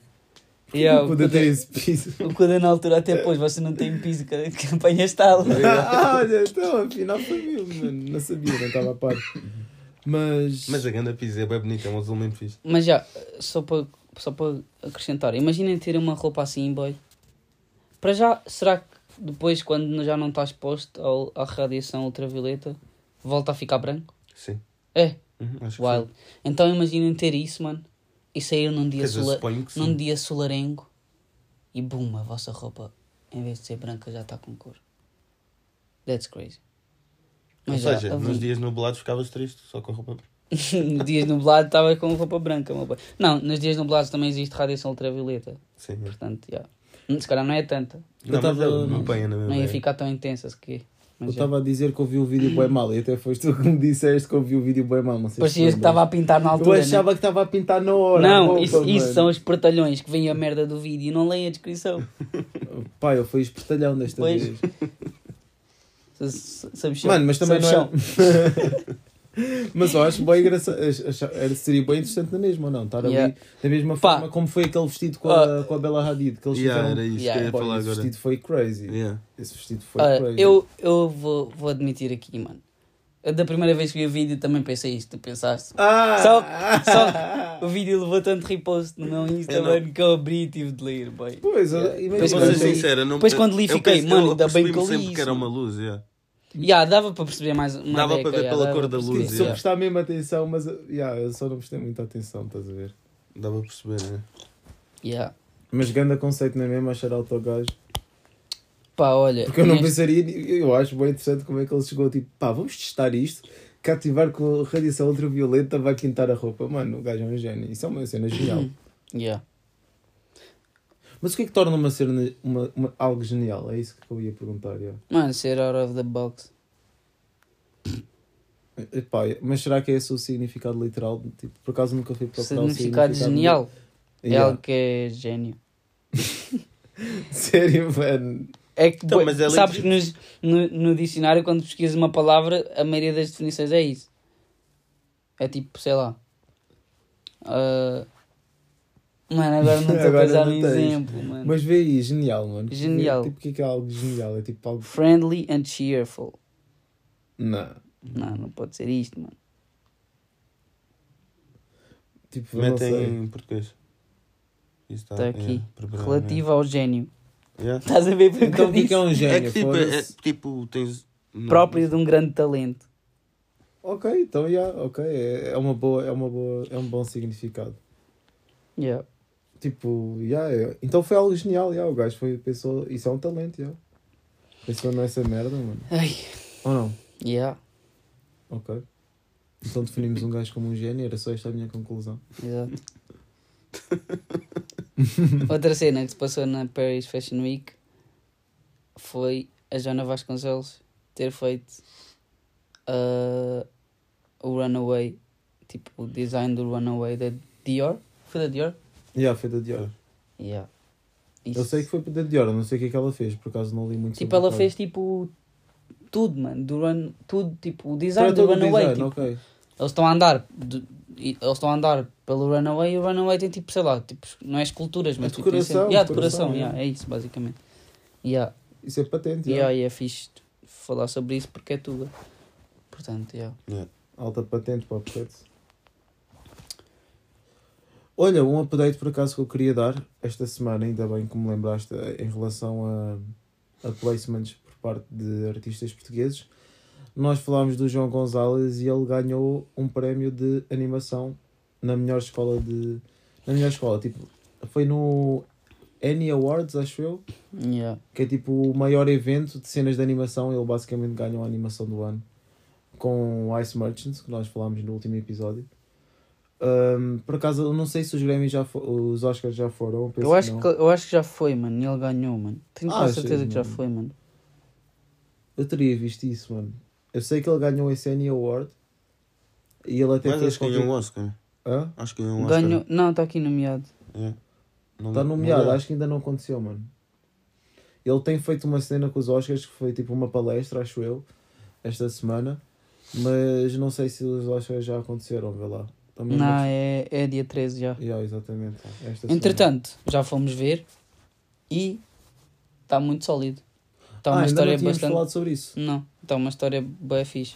[SPEAKER 2] Yeah, é-
[SPEAKER 3] não
[SPEAKER 2] o
[SPEAKER 3] poder ter
[SPEAKER 2] Kuda-
[SPEAKER 3] esse piso.
[SPEAKER 2] O Kuda na altura até pôs, você não tem piso que, que apanha tal.
[SPEAKER 3] ah, olha, então afinal foi mesmo, mano. Não sabia, não estava a par. Mas.
[SPEAKER 4] Mas a ganda pisa é bem bonita, é um azul muito fixe.
[SPEAKER 2] Mas já, só para só para acrescentar, imaginem ter uma roupa assim, boy. Para já, será que depois, quando já não está exposto ao- à radiação ultravioleta, volta a ficar branco?
[SPEAKER 4] Sim.
[SPEAKER 2] É,
[SPEAKER 4] Uhum, acho que
[SPEAKER 2] wild.
[SPEAKER 4] sim.
[SPEAKER 2] Então imaginem ter isso, mano, e sair num
[SPEAKER 4] Quer
[SPEAKER 2] dia,
[SPEAKER 4] dizer,
[SPEAKER 2] sola-
[SPEAKER 4] suponho que sim.
[SPEAKER 2] num dia solarengo e boom, a vossa roupa, em vez de ser branca, já está com cor. That's crazy.
[SPEAKER 4] Ou
[SPEAKER 2] já,
[SPEAKER 4] seja,
[SPEAKER 2] eu vi-
[SPEAKER 4] nos dias nublados ficavas triste, só com a roupa.
[SPEAKER 2] nos dias nublados estava com roupa branca, meu pai. Não, nos dias nublados também existe radiação ultravioleta.
[SPEAKER 4] Sim. é.
[SPEAKER 2] Portanto, já. Se calhar não é tanta.
[SPEAKER 4] Não,
[SPEAKER 3] tava-
[SPEAKER 4] mas é, não apanha na
[SPEAKER 2] Não ia
[SPEAKER 4] mesma.
[SPEAKER 2] ficar tão intensa se que.
[SPEAKER 3] Eu
[SPEAKER 2] Mas já.
[SPEAKER 3] estava a dizer que ouvi o vídeo bem mal e até foste tu que me disseste que ouvi o vídeo bem mal. Não sei se
[SPEAKER 2] Parecias que
[SPEAKER 3] lembras.
[SPEAKER 2] estava a pintar na altura.
[SPEAKER 3] Eu
[SPEAKER 2] né?
[SPEAKER 3] achava que estava a pintar na hora.
[SPEAKER 2] não,
[SPEAKER 3] Opa,
[SPEAKER 2] isso, isso
[SPEAKER 3] mano.
[SPEAKER 2] são os portalhões que vêm a merda do vídeo. Não leem a descrição.
[SPEAKER 3] Pá, eu fui espertalhão desta
[SPEAKER 2] Pois.
[SPEAKER 3] vez.
[SPEAKER 2] S- s- sabichão,
[SPEAKER 3] Mano, mas também não
[SPEAKER 2] sabichão.
[SPEAKER 3] é... Mas eu acho bem engraçado. ach- acha- era- Seria bem interessante na mesma, não? Estar
[SPEAKER 2] Yeah.
[SPEAKER 3] ali da mesma
[SPEAKER 2] Pá. Ah.
[SPEAKER 3] forma como foi aquele vestido com a, com a Bela Hadid. Que eles
[SPEAKER 4] Yeah,
[SPEAKER 3] fizeram.
[SPEAKER 4] era isso
[SPEAKER 2] Yeah.
[SPEAKER 4] que eu ia
[SPEAKER 3] Pá,
[SPEAKER 4] falar
[SPEAKER 3] esse
[SPEAKER 4] agora.
[SPEAKER 3] vestido foi crazy.
[SPEAKER 4] Yeah.
[SPEAKER 3] Esse vestido foi
[SPEAKER 2] Ora,
[SPEAKER 3] crazy.
[SPEAKER 2] Ah, eu, eu vou, vou admitir aqui, mano. Eu, Da primeira vez que vi o vídeo também pensei isto. Tu pensaste.
[SPEAKER 3] Ah!
[SPEAKER 2] Só- só- O vídeo levou tanto repost no meu Insta,
[SPEAKER 4] Eu não-
[SPEAKER 2] mano, que eu abri e tive de ler, boy.
[SPEAKER 3] Pois,
[SPEAKER 2] Yeah. Então,
[SPEAKER 4] Eu
[SPEAKER 3] imagina.
[SPEAKER 2] Pois,
[SPEAKER 4] vou
[SPEAKER 2] quando
[SPEAKER 4] ser
[SPEAKER 2] li-
[SPEAKER 4] sincero, não
[SPEAKER 2] depois quando li
[SPEAKER 4] eu
[SPEAKER 2] fiquei,
[SPEAKER 4] penso-
[SPEAKER 2] mano,
[SPEAKER 4] eu
[SPEAKER 2] ainda bem
[SPEAKER 4] percebi-me
[SPEAKER 2] que eu li
[SPEAKER 4] sempre que era
[SPEAKER 2] isso.
[SPEAKER 4] uma luz, yeah.
[SPEAKER 2] Yeah, dava para perceber mais uma
[SPEAKER 4] Dava
[SPEAKER 2] beca,
[SPEAKER 4] para ver
[SPEAKER 2] é yeah,
[SPEAKER 4] pela
[SPEAKER 2] dava
[SPEAKER 4] cor da
[SPEAKER 2] para
[SPEAKER 4] luz,
[SPEAKER 2] perceber.
[SPEAKER 3] Se eu
[SPEAKER 4] yeah.
[SPEAKER 3] prestar mesmo atenção, mas yeah, eu só não prestei muita atenção, estás a ver?
[SPEAKER 4] Dá para perceber, né?
[SPEAKER 2] Yeah.
[SPEAKER 3] Mas grande conceito não é mesmo, achar alto ao gajo.
[SPEAKER 2] Pá, olha.
[SPEAKER 3] Porque eu não
[SPEAKER 2] neste-
[SPEAKER 3] pensaria, ni- eu acho bem interessante como é que ele chegou, tipo, pá, vamos testar isto, cativar com radiação ultravioleta, vai pintar a roupa. Mano, o gajo é um gênio, isso é uma cena
[SPEAKER 2] Uhum.
[SPEAKER 3] genial.
[SPEAKER 2] Yeah.
[SPEAKER 3] Mas o que é que torna uma cena uma, uma- algo genial? É isso que eu ia perguntar. já.
[SPEAKER 2] Mano, ser out of the box.
[SPEAKER 3] Epá, mas será que é esse o significado literal? Tipo, por acaso nunca fui procurar o
[SPEAKER 2] Significado genial. É
[SPEAKER 3] Yeah.
[SPEAKER 2] algo que é gênio.
[SPEAKER 3] Sério, mano.
[SPEAKER 2] É que,
[SPEAKER 4] Então,
[SPEAKER 2] boi,
[SPEAKER 4] mas é
[SPEAKER 2] sabes que nos- no, no dicionário, quando pesquisas uma palavra, a maioria das definições é isso. É tipo, sei lá. ah, Mano, agora não estou a
[SPEAKER 3] Agora
[SPEAKER 2] pensar
[SPEAKER 3] não
[SPEAKER 2] num
[SPEAKER 3] tens.
[SPEAKER 2] exemplo, mano.
[SPEAKER 3] Mas vê aí, genial, mano.
[SPEAKER 2] Genial.
[SPEAKER 3] Tipo, o que é que é algo genial? É tipo algo.
[SPEAKER 2] Friendly and cheerful.
[SPEAKER 3] Não.
[SPEAKER 2] Não, não pode ser isto, mano.
[SPEAKER 3] Tipo, eu não
[SPEAKER 4] Metem
[SPEAKER 3] sei.
[SPEAKER 4] em português. Isso tá,
[SPEAKER 2] Está Tá aqui.
[SPEAKER 4] preparado,
[SPEAKER 2] Relativo ao gênio.
[SPEAKER 4] né? Yeah.
[SPEAKER 2] Estás a ver porque
[SPEAKER 3] Então
[SPEAKER 2] eu
[SPEAKER 3] o que é que
[SPEAKER 2] disse?
[SPEAKER 3] é um gênio?
[SPEAKER 4] É que tipo, é,
[SPEAKER 3] Foda-se.
[SPEAKER 4] tipo tens. não-
[SPEAKER 2] Próprio de um grande talento.
[SPEAKER 3] Ok, então yeah, ok, é, é uma boa, é uma boa, é um bom significado.
[SPEAKER 2] Yeah.
[SPEAKER 3] Tipo, yeah, é- então foi algo genial, yeah, o gajo foi, pensou, isso é um talento, yeah. Pensou nessa merda, mano.
[SPEAKER 2] Ai,
[SPEAKER 3] Ou não?
[SPEAKER 2] yeah.
[SPEAKER 3] Ok. Então definimos um gajo como um gênio, era só esta a minha conclusão.
[SPEAKER 2] Exato. Outra cena que se passou na Paris Fashion Week foi a Joana Vasconcelos ter feito ah, o Runaway, tipo o design do Runaway da Dior. Foi da Dior?
[SPEAKER 3] Yeah, foi da Dior.
[SPEAKER 2] Yeah.
[SPEAKER 3] Eu sei que foi da Dior, eu não sei o que é que ela fez, por acaso não li muito
[SPEAKER 2] Tipo,
[SPEAKER 3] sobre o
[SPEAKER 2] ela
[SPEAKER 3] caso.
[SPEAKER 2] fez tipo tudo, mano. Do run, tudo, tipo, o
[SPEAKER 3] Então é
[SPEAKER 2] design do
[SPEAKER 3] todo um
[SPEAKER 2] Runaway.
[SPEAKER 3] design,
[SPEAKER 2] tipo,
[SPEAKER 3] ok.
[SPEAKER 2] Eles estão a andar. de- e- eles estão a andar pelo Runaway e o Runaway tem tipo, sei lá, tipo, não é esculturas, mas
[SPEAKER 3] É
[SPEAKER 2] tipo, tem
[SPEAKER 3] decoração,
[SPEAKER 2] sempre- yeah,
[SPEAKER 3] decoração,
[SPEAKER 2] decoração, yeah, é isso, basicamente. Yeah.
[SPEAKER 3] Isso é patente,
[SPEAKER 2] Yeah, e
[SPEAKER 3] yeah.
[SPEAKER 2] é fixe falar sobre isso porque é tua. Portanto, yeah.
[SPEAKER 4] Yeah.
[SPEAKER 3] Alta patente para o patente. Olha, um update por acaso que eu queria dar esta semana, ainda bem que me lembraste eh, em relação a, a placements por parte de artistas portugueses. Nós falámos do João Gonzalez e ele ganhou um prémio de animação na melhor escola de. Na melhor escola, tipo, foi no Annie Awards, acho eu,
[SPEAKER 2] Yeah.
[SPEAKER 3] que é tipo o maior evento de cenas de animação. Ele basicamente ganha a animação do ano com o Ice Merchants, que nós falámos no último episódio. Ahm, por acaso, eu não sei se os Grammys já fo- os Oscars já foram. penso
[SPEAKER 2] Eu, acho
[SPEAKER 3] não.
[SPEAKER 2] que, eu acho que já foi, mano. e Ele ganhou, mano. Tenho
[SPEAKER 3] Ah,
[SPEAKER 2] quase
[SPEAKER 3] achas,
[SPEAKER 2] certeza que já
[SPEAKER 3] mano?
[SPEAKER 2] foi, mano.
[SPEAKER 3] Eu teria visto isso, mano. Eu sei que ele ganhou esse Annie Award e ele até
[SPEAKER 4] Mas
[SPEAKER 3] fez
[SPEAKER 4] acho que ganhou um
[SPEAKER 3] qualquer...
[SPEAKER 4] Oscar.
[SPEAKER 3] Hã?
[SPEAKER 4] Acho que ganhou um Oscar.
[SPEAKER 2] Ganhou. Não, está aqui nomeado.
[SPEAKER 4] Yeah. Não-
[SPEAKER 3] Está
[SPEAKER 4] não
[SPEAKER 3] Tá nomeado,
[SPEAKER 4] ganhou.
[SPEAKER 3] acho que ainda não aconteceu, mano. Ele tem feito uma cena com os Oscars que foi tipo uma palestra, acho eu, esta semana. Mas não sei se os Oscars já aconteceram, vê lá. Também
[SPEAKER 2] Não,
[SPEAKER 3] não-
[SPEAKER 2] é, é dia 13 já.
[SPEAKER 3] Yeah, exatamente. Esta semana.
[SPEAKER 2] Entretanto, já fomos ver e está muito sólido. Está
[SPEAKER 3] ah,
[SPEAKER 2] tá uma
[SPEAKER 3] ainda
[SPEAKER 2] história
[SPEAKER 3] não tínhamos
[SPEAKER 2] bastante.
[SPEAKER 3] falado sobre isso.
[SPEAKER 2] Não, está uma história boa fixe.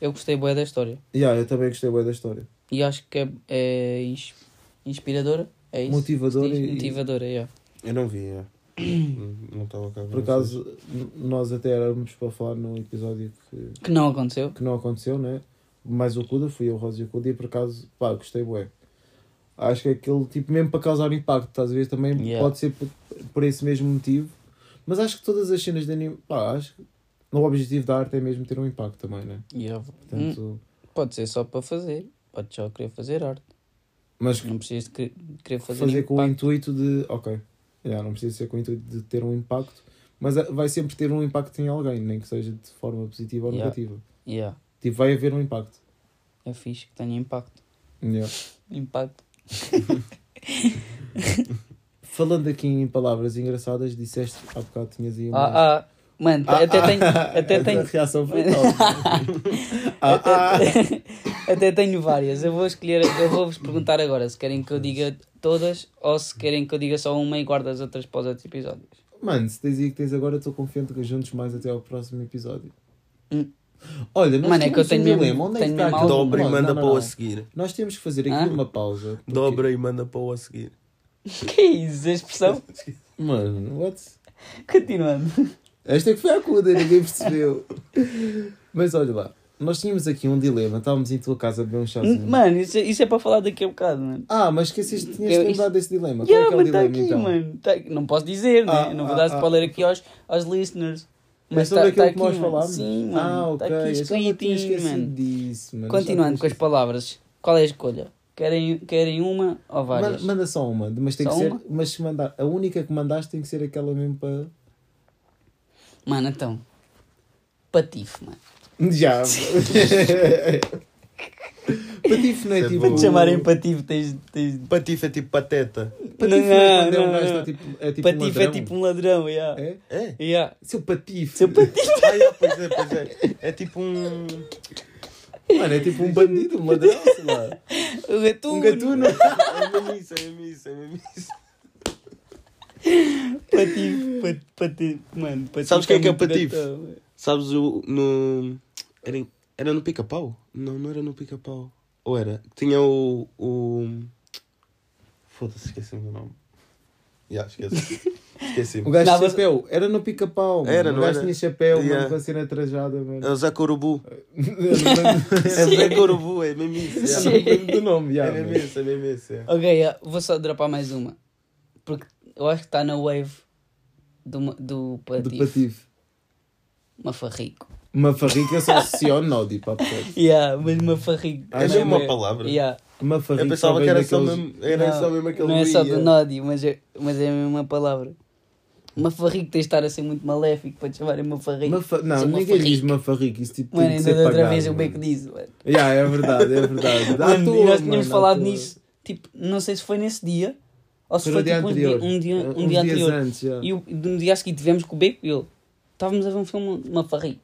[SPEAKER 2] Eu gostei boa da história.
[SPEAKER 3] Yeah, eu também gostei bem da história.
[SPEAKER 2] E acho que é, é ins- inspiradora. É isso?
[SPEAKER 3] Motivadora
[SPEAKER 2] Se diz?
[SPEAKER 3] e-
[SPEAKER 2] Motivadora, yeah.
[SPEAKER 4] Eu não vi, yeah. Não estava cá.
[SPEAKER 3] Por acaso, n- nós até éramos para falar num episódio que,
[SPEAKER 2] Que não aconteceu.
[SPEAKER 3] que não aconteceu, né? Mais o Cuda, fui eu, Rosa e o Cuda, e por acaso, pá, gostei bué. Acho que é aquele tipo, mesmo para causar impacto, estás a ver? Também
[SPEAKER 2] Yeah.
[SPEAKER 3] pode ser por, por esse mesmo motivo. Mas acho que todas as cenas de anime, pá, acho que o objetivo da arte é mesmo ter um impacto também, né?
[SPEAKER 2] Yeah. Hum,
[SPEAKER 3] Portanto,
[SPEAKER 2] pode ser só para fazer. Pode só querer fazer arte.
[SPEAKER 3] mas
[SPEAKER 2] Não precisas de querer- de querer fazer,
[SPEAKER 3] fazer com o
[SPEAKER 2] impacto.
[SPEAKER 3] intuito de, ok, yeah, não precisa ser com o intuito de ter um impacto, Mas ah, vai sempre ter um impacto em alguém, nem que seja de forma positiva ou
[SPEAKER 2] Yeah.
[SPEAKER 3] negativa.
[SPEAKER 2] Yeah.
[SPEAKER 3] Tipo, vai haver um impacto.
[SPEAKER 2] É fixe que tenha impacto.
[SPEAKER 3] Yeah.
[SPEAKER 2] Impacto.
[SPEAKER 3] Falando aqui em palavras engraçadas, disseste há bocado tinhas aí uma.
[SPEAKER 2] Ah, ah. Mano,
[SPEAKER 3] Ah,
[SPEAKER 2] até
[SPEAKER 3] ah.
[SPEAKER 2] tenho. Até
[SPEAKER 3] Essa
[SPEAKER 2] tenho.
[SPEAKER 3] reação foi top. ah, ah.
[SPEAKER 2] Até tenho várias. Eu vou escolher. Eu vou-vos perguntar agora se querem que eu diga todas ou se querem que eu diga só uma e guardo as outras para os outros episódios.
[SPEAKER 3] Mano, se tens aí que tens agora, estou confiante que juntos mais até ao próximo episódio.
[SPEAKER 2] Hum.
[SPEAKER 3] Olha, nós
[SPEAKER 2] Mano, é que
[SPEAKER 3] temos
[SPEAKER 2] eu tenho
[SPEAKER 3] um
[SPEAKER 2] mesmo-
[SPEAKER 3] dilema. Onde é que
[SPEAKER 2] tenho
[SPEAKER 3] está
[SPEAKER 2] mesmo
[SPEAKER 3] aqui?
[SPEAKER 2] algo.
[SPEAKER 4] Dobra e
[SPEAKER 3] Não,
[SPEAKER 4] Então, manda
[SPEAKER 3] não,
[SPEAKER 4] para o
[SPEAKER 3] não.
[SPEAKER 4] a seguir.
[SPEAKER 3] Nós temos que fazer aqui
[SPEAKER 2] Hã?
[SPEAKER 3] uma pausa. porque-
[SPEAKER 4] Dobra e manda para o a seguir.
[SPEAKER 2] Que é isso? A expressão?
[SPEAKER 3] Mano, what?
[SPEAKER 2] Continuando.
[SPEAKER 3] Esta é que foi a cuda, ninguém percebeu. Mas olha lá, nós tínhamos aqui um dilema. Estávamos em tua casa a beber um chazinho.
[SPEAKER 2] Mano, isso, isso é para falar daqui a bocado, mano.
[SPEAKER 3] Ah, mas esqueceste, tinhas
[SPEAKER 2] Eu-
[SPEAKER 3] de lembrar desse dilema.
[SPEAKER 2] Yeah,
[SPEAKER 3] Qual é
[SPEAKER 2] mas
[SPEAKER 3] que
[SPEAKER 2] está
[SPEAKER 3] é o
[SPEAKER 2] aqui,
[SPEAKER 3] dilema então?
[SPEAKER 2] mano. Tá- não posso dizer,
[SPEAKER 3] Ah,
[SPEAKER 2] né? Não vou
[SPEAKER 3] ah,
[SPEAKER 2] dar
[SPEAKER 3] ah.
[SPEAKER 2] spoiler aqui aos, aos listeners.
[SPEAKER 3] Mas
[SPEAKER 2] tá-
[SPEAKER 3] tudo aquilo
[SPEAKER 2] tá
[SPEAKER 3] que nós
[SPEAKER 2] aqui, mano.
[SPEAKER 3] falámos.
[SPEAKER 2] Sim, mano.
[SPEAKER 3] Ah,
[SPEAKER 2] Tá
[SPEAKER 3] ok.
[SPEAKER 2] aqui
[SPEAKER 3] Eu só me tinha
[SPEAKER 2] escritinho,
[SPEAKER 3] esquecido
[SPEAKER 2] mano.
[SPEAKER 3] disso, mano.
[SPEAKER 2] Continuando com
[SPEAKER 3] Já
[SPEAKER 2] as palavras, qual é a escolha? Querem, querem uma ou
[SPEAKER 3] tinha esquecido.
[SPEAKER 2] várias?
[SPEAKER 3] Ma- Manda só uma, mas tem
[SPEAKER 2] Só
[SPEAKER 3] que ser.
[SPEAKER 2] uma?
[SPEAKER 3] Mas se mandar, a única que mandaste tem que ser aquela mesmo para.
[SPEAKER 2] Mano, então. Patife, mano.
[SPEAKER 3] Já. Patife não é
[SPEAKER 4] Isso é
[SPEAKER 3] tipo.
[SPEAKER 4] bom.
[SPEAKER 2] Para te chamarem patife, tens. tens...
[SPEAKER 4] Patife é tipo pateta.
[SPEAKER 3] Patife não é quando é um gajo está tipo. É tipo. um
[SPEAKER 2] patife é
[SPEAKER 3] ladrão.
[SPEAKER 2] tipo um ladrão, yeah.
[SPEAKER 3] É?
[SPEAKER 4] É?
[SPEAKER 2] Yeah.
[SPEAKER 3] Seu patife.
[SPEAKER 2] Seu patife.
[SPEAKER 4] Ah, é, pois é, pois é. É tipo um.
[SPEAKER 3] Mano, é tipo um bandido, um ladrão, sei lá.
[SPEAKER 2] O gatuno.
[SPEAKER 3] Um gatuno.
[SPEAKER 4] É mesmo isso, é mesmo isso, é mesmo isso.
[SPEAKER 2] Patife, pat- patife. Mano, patife.
[SPEAKER 4] Sabes quem é que é o
[SPEAKER 2] muito
[SPEAKER 4] patife?
[SPEAKER 2] gatão, mano.
[SPEAKER 4] Sabes o. No. Era, em- era no pica-pau? Não, não era no pica-pau. Ou era? Tinha o. o... Foda-se, esqueci-me do nome. Já, esqueci.
[SPEAKER 3] O
[SPEAKER 4] Esqueci-me.
[SPEAKER 3] gajo
[SPEAKER 2] Não,
[SPEAKER 3] de
[SPEAKER 2] mas-
[SPEAKER 3] chapéu. Era no pica-pau. mano.
[SPEAKER 4] Era,
[SPEAKER 3] O
[SPEAKER 4] não
[SPEAKER 3] gajo
[SPEAKER 4] era?
[SPEAKER 3] tinha chapéu, mano,
[SPEAKER 4] Yeah.
[SPEAKER 3] com a cena trajada, mano.
[SPEAKER 4] É o Zé Corubu. É
[SPEAKER 3] Eu
[SPEAKER 4] Zé Corubu, é mesmo isso. já.
[SPEAKER 3] não me lembro do nome, já,
[SPEAKER 4] É
[SPEAKER 3] mano.
[SPEAKER 4] mesmo isso, é mesmo isso. é.
[SPEAKER 2] Ok, yeah, vou só dropar mais uma. Porque eu acho que está na wave do, ma- do
[SPEAKER 3] Do
[SPEAKER 2] patife.
[SPEAKER 3] Patife.
[SPEAKER 2] Mafarrico.
[SPEAKER 3] Mafarrica só associa ao tipo pá, portanto.
[SPEAKER 2] Yeah, mas mafarrico.
[SPEAKER 3] Ah,
[SPEAKER 4] É
[SPEAKER 3] não,
[SPEAKER 4] mesmo uma
[SPEAKER 2] é-
[SPEAKER 4] palavra.
[SPEAKER 2] Yeah.
[SPEAKER 3] Mafarrica
[SPEAKER 4] Eu pensava
[SPEAKER 3] só
[SPEAKER 4] que
[SPEAKER 3] vem
[SPEAKER 4] era só
[SPEAKER 3] daqueles-
[SPEAKER 4] mesmo, era
[SPEAKER 2] Não,
[SPEAKER 4] só mesmo aquele
[SPEAKER 2] Não é só
[SPEAKER 4] ia.
[SPEAKER 2] do Nodi, mas é, mas é a mesma palavra. Mafarrico tens de estar a ser muito maléfico para te chamarem mafarrico.
[SPEAKER 3] Mafa- Não,
[SPEAKER 2] Sou
[SPEAKER 3] ninguém diz
[SPEAKER 2] mafarrico.
[SPEAKER 3] mafarrica, isso tipo
[SPEAKER 2] Mano,
[SPEAKER 3] tem que
[SPEAKER 2] ainda
[SPEAKER 3] ser
[SPEAKER 2] da outra
[SPEAKER 3] pagado,
[SPEAKER 2] vez o
[SPEAKER 3] mano.
[SPEAKER 2] Beco disse. mano.
[SPEAKER 3] Yeah, é verdade, é verdade. Dá à
[SPEAKER 2] Mano,
[SPEAKER 3] toa,
[SPEAKER 2] e nós
[SPEAKER 3] mano,
[SPEAKER 2] tínhamos
[SPEAKER 3] dá à
[SPEAKER 2] falado
[SPEAKER 3] toa.
[SPEAKER 2] nisso, tipo, não sei se foi nesse dia ou se
[SPEAKER 3] Foi
[SPEAKER 2] foi,
[SPEAKER 3] o dia
[SPEAKER 2] tipo, um
[SPEAKER 3] anterior.
[SPEAKER 2] dia, um dia, um
[SPEAKER 3] Uns
[SPEAKER 2] dia
[SPEAKER 3] dias
[SPEAKER 2] anterior.
[SPEAKER 3] antes, yeah.
[SPEAKER 2] E o, no dia a seguir tivemos com o Beco e eu. Estávamos a ver um filme de mafarrico.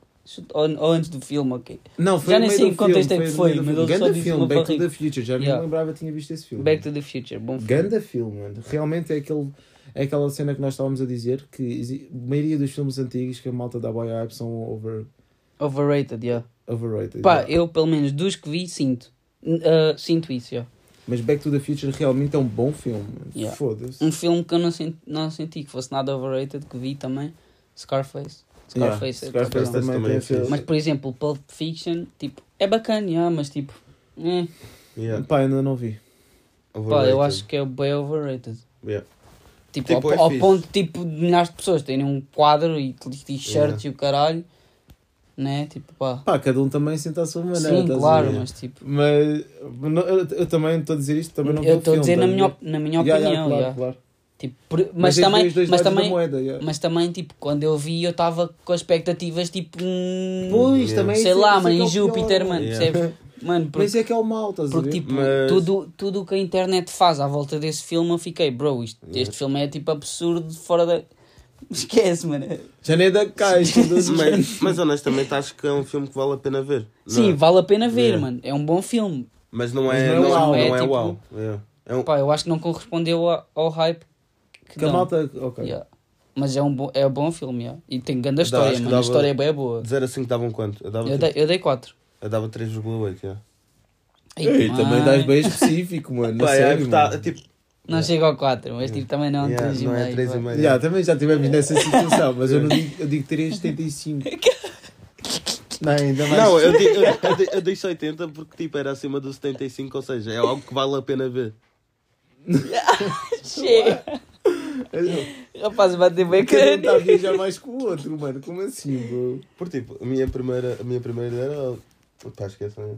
[SPEAKER 2] Ou, ou antes do filme, ok.
[SPEAKER 3] Não, foi
[SPEAKER 2] Já
[SPEAKER 3] no
[SPEAKER 2] nem
[SPEAKER 3] meio
[SPEAKER 2] sei
[SPEAKER 3] do
[SPEAKER 2] em que contexto é
[SPEAKER 3] filme,
[SPEAKER 2] que
[SPEAKER 3] no meio
[SPEAKER 2] foi,
[SPEAKER 3] do
[SPEAKER 2] mas
[SPEAKER 3] filme.
[SPEAKER 2] ele só
[SPEAKER 3] Ganda
[SPEAKER 2] disse
[SPEAKER 3] filme, Back to
[SPEAKER 2] mafarrica.
[SPEAKER 3] the Future, já nem
[SPEAKER 2] Yeah.
[SPEAKER 3] me lembrava que tinha visto esse filme.
[SPEAKER 2] Back to the Future, bom filme.
[SPEAKER 3] Ganda filme, mano. Realmente é aquele. É aquela cena que nós estávamos a dizer que exi- a maioria dos filmes antigos que a malta da Boy Hype são over,
[SPEAKER 2] Overrated, yeah.
[SPEAKER 3] overrated.
[SPEAKER 2] Pá,
[SPEAKER 3] yeah.
[SPEAKER 2] eu pelo menos dos que vi sinto. N- ah, sinto isso, yeah.
[SPEAKER 3] Mas Back to the Future realmente é um bom filme. mano.
[SPEAKER 2] Yeah.
[SPEAKER 3] Foda-se.
[SPEAKER 2] Um filme que eu não senti, não senti que fosse nada overrated, que vi também, Scarface.
[SPEAKER 3] Yeah,
[SPEAKER 2] Scarface, é
[SPEAKER 3] Scarface
[SPEAKER 2] capaz.
[SPEAKER 3] também,
[SPEAKER 4] Também
[SPEAKER 3] tem
[SPEAKER 4] é fixe.
[SPEAKER 3] filme.
[SPEAKER 2] Mas por exemplo, Pulp Fiction, tipo, é bacana, yeah, mas tipo, eh,
[SPEAKER 4] Yeah.
[SPEAKER 3] Pá, ainda não vi.
[SPEAKER 2] pá, eu
[SPEAKER 4] Overrated.
[SPEAKER 2] acho que é bem overrated.
[SPEAKER 4] Yeah.
[SPEAKER 2] Tipo,
[SPEAKER 4] Tipo,
[SPEAKER 2] ao,
[SPEAKER 4] é
[SPEAKER 2] ao
[SPEAKER 4] fixe.
[SPEAKER 2] ponto tipo, de milhares de pessoas terem um quadro e t-shirts
[SPEAKER 4] Yeah.
[SPEAKER 2] e o caralho, né? Tipo, pá.
[SPEAKER 3] Pá, cada um também sente à sua maneira.
[SPEAKER 2] Sim,
[SPEAKER 3] estás a
[SPEAKER 2] claro,
[SPEAKER 3] ver?
[SPEAKER 2] mas tipo.
[SPEAKER 3] Mas não, eu, eu também estou a dizer isto, também não vi
[SPEAKER 2] eu
[SPEAKER 3] o
[SPEAKER 2] estou a
[SPEAKER 3] filme,
[SPEAKER 2] dizer na
[SPEAKER 3] estás
[SPEAKER 2] minha,
[SPEAKER 3] ver?
[SPEAKER 2] op- na minha
[SPEAKER 3] Yeah,
[SPEAKER 2] opinião,
[SPEAKER 3] yeah, claro,
[SPEAKER 2] yeah.
[SPEAKER 3] claro.
[SPEAKER 2] Tipo, por- mas,
[SPEAKER 3] tem
[SPEAKER 2] também,
[SPEAKER 3] os dois
[SPEAKER 2] mas,
[SPEAKER 3] lados da
[SPEAKER 2] também,
[SPEAKER 3] moeda, yeah.
[SPEAKER 2] mas também, tipo, quando eu vi, eu estava com expectativas, tipo, hum,
[SPEAKER 3] Pois, também
[SPEAKER 2] sei
[SPEAKER 3] isso é-
[SPEAKER 2] lá,
[SPEAKER 3] isso é
[SPEAKER 2] mano,
[SPEAKER 3] que é
[SPEAKER 2] em
[SPEAKER 3] o pior,
[SPEAKER 2] Júpiter, mano,
[SPEAKER 4] Yeah.
[SPEAKER 2] percebes? Mano,
[SPEAKER 3] Mas
[SPEAKER 2] porque,
[SPEAKER 3] isso é que é o mal, estás a
[SPEAKER 2] porque
[SPEAKER 3] ver?
[SPEAKER 2] tipo,
[SPEAKER 4] Mas-
[SPEAKER 2] tudo tudo o que a internet faz à volta desse filme, eu fiquei, bro, isto, este filme é, tipo, absurdo, fora da... Esquece, mano.
[SPEAKER 3] Já nem é da caixa, dos
[SPEAKER 4] Mas, mas honestamente acho que é um filme que vale a pena ver. Não
[SPEAKER 2] Sim,
[SPEAKER 4] é?
[SPEAKER 2] vale a pena ver,
[SPEAKER 4] Yeah.
[SPEAKER 2] mano. É um bom filme.
[SPEAKER 4] Mas não é,
[SPEAKER 3] Mas
[SPEAKER 4] não, não é,
[SPEAKER 2] tipo-
[SPEAKER 4] uau. Yeah. É um-
[SPEAKER 2] Pá, eu acho que não correspondeu a- ao hype que,
[SPEAKER 3] Que a
[SPEAKER 2] dão.
[SPEAKER 3] malta. Ok.
[SPEAKER 2] Yeah. Mas é um bom, é um bom filme, yeah. E tem grande
[SPEAKER 4] Dá,
[SPEAKER 2] história,
[SPEAKER 4] acho que
[SPEAKER 2] mano. A
[SPEAKER 4] dava-
[SPEAKER 2] história é bem boa.
[SPEAKER 4] De 0 a 5 davam quanto? Eu dava,
[SPEAKER 2] Eu
[SPEAKER 4] tipo-
[SPEAKER 2] dei, eu dei 4.
[SPEAKER 4] eu dava 3,8. Yeah.
[SPEAKER 3] Ei, também dás bem específico, mano. na
[SPEAKER 4] Pá, é,
[SPEAKER 3] sério,
[SPEAKER 4] que tá,
[SPEAKER 3] mano.
[SPEAKER 4] tipo,
[SPEAKER 2] Não chega ao 4, mas tipo, também não é um
[SPEAKER 4] yeah,
[SPEAKER 2] 3,5.
[SPEAKER 4] não é
[SPEAKER 2] pá.
[SPEAKER 4] 3,5.
[SPEAKER 3] Yeah, também já estivemos nessa situação, mas eu não digo, eu digo 3,75. não, ainda mais.
[SPEAKER 4] Não, eu, di- eu, eu, di- eu deixo 80 porque tipo, era acima do 75, ou seja, é algo que vale a pena ver.
[SPEAKER 2] Chega! Rapaz, bateu bem
[SPEAKER 3] Cada um está a
[SPEAKER 2] cara.
[SPEAKER 3] viajar mais que o outro, mano. Como assim, bro?
[SPEAKER 4] Por tipo, a minha primeira, a minha primeira era. Pá, esquece. né?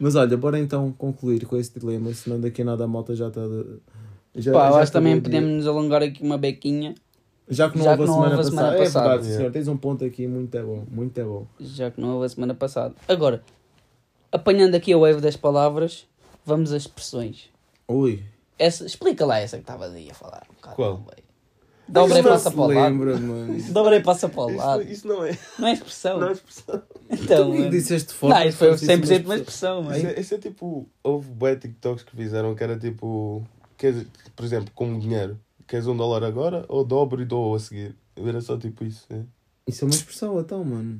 [SPEAKER 3] Mas olha, bora então concluir com esse dilema, senão daqui a nada a malta já está. de- Já,
[SPEAKER 2] Pá, eu
[SPEAKER 3] já
[SPEAKER 2] acho que também
[SPEAKER 3] acabou o dia.
[SPEAKER 2] podemos nos alongar aqui uma bequinha.
[SPEAKER 3] Já que não
[SPEAKER 2] Já
[SPEAKER 3] houve
[SPEAKER 2] que
[SPEAKER 3] a
[SPEAKER 2] não
[SPEAKER 3] semana
[SPEAKER 2] houve a
[SPEAKER 3] passada.
[SPEAKER 2] semana
[SPEAKER 3] É
[SPEAKER 2] passada.
[SPEAKER 3] verdade,
[SPEAKER 4] Yeah.
[SPEAKER 3] senhor. Tens um ponto aqui muito é bom. Muito é bom.
[SPEAKER 2] já que não houve a semana passada. Agora, apanhando aqui a wave das palavras, vamos às expressões.
[SPEAKER 3] Ui.
[SPEAKER 2] Essa, explica lá essa que estava aí a falar. Um bocado
[SPEAKER 4] Qual?
[SPEAKER 2] também. Dobrei
[SPEAKER 3] Isso não
[SPEAKER 2] passa
[SPEAKER 3] se
[SPEAKER 2] para o lado.
[SPEAKER 3] lembra, mano.
[SPEAKER 2] Dobrei passa para o
[SPEAKER 4] Isso,
[SPEAKER 2] lado.
[SPEAKER 4] isso não é.
[SPEAKER 2] Não é expressão.
[SPEAKER 4] Não é expressão.
[SPEAKER 2] Então,
[SPEAKER 3] Tu
[SPEAKER 2] mano.
[SPEAKER 3] disseste forte.
[SPEAKER 2] não, isso foi
[SPEAKER 3] mas disse
[SPEAKER 2] 100% uma
[SPEAKER 3] umas
[SPEAKER 2] expressão,
[SPEAKER 4] Isso
[SPEAKER 2] mano.
[SPEAKER 4] é, isso é tipo. Houve bué TikToks que fizeram que era tipo. Quer, dizer, por exemplo, com dinheiro. Queres um dólar agora ou dobro e dou a seguir? Era só tipo isso. né?
[SPEAKER 3] Isso é uma expressão, então, mano.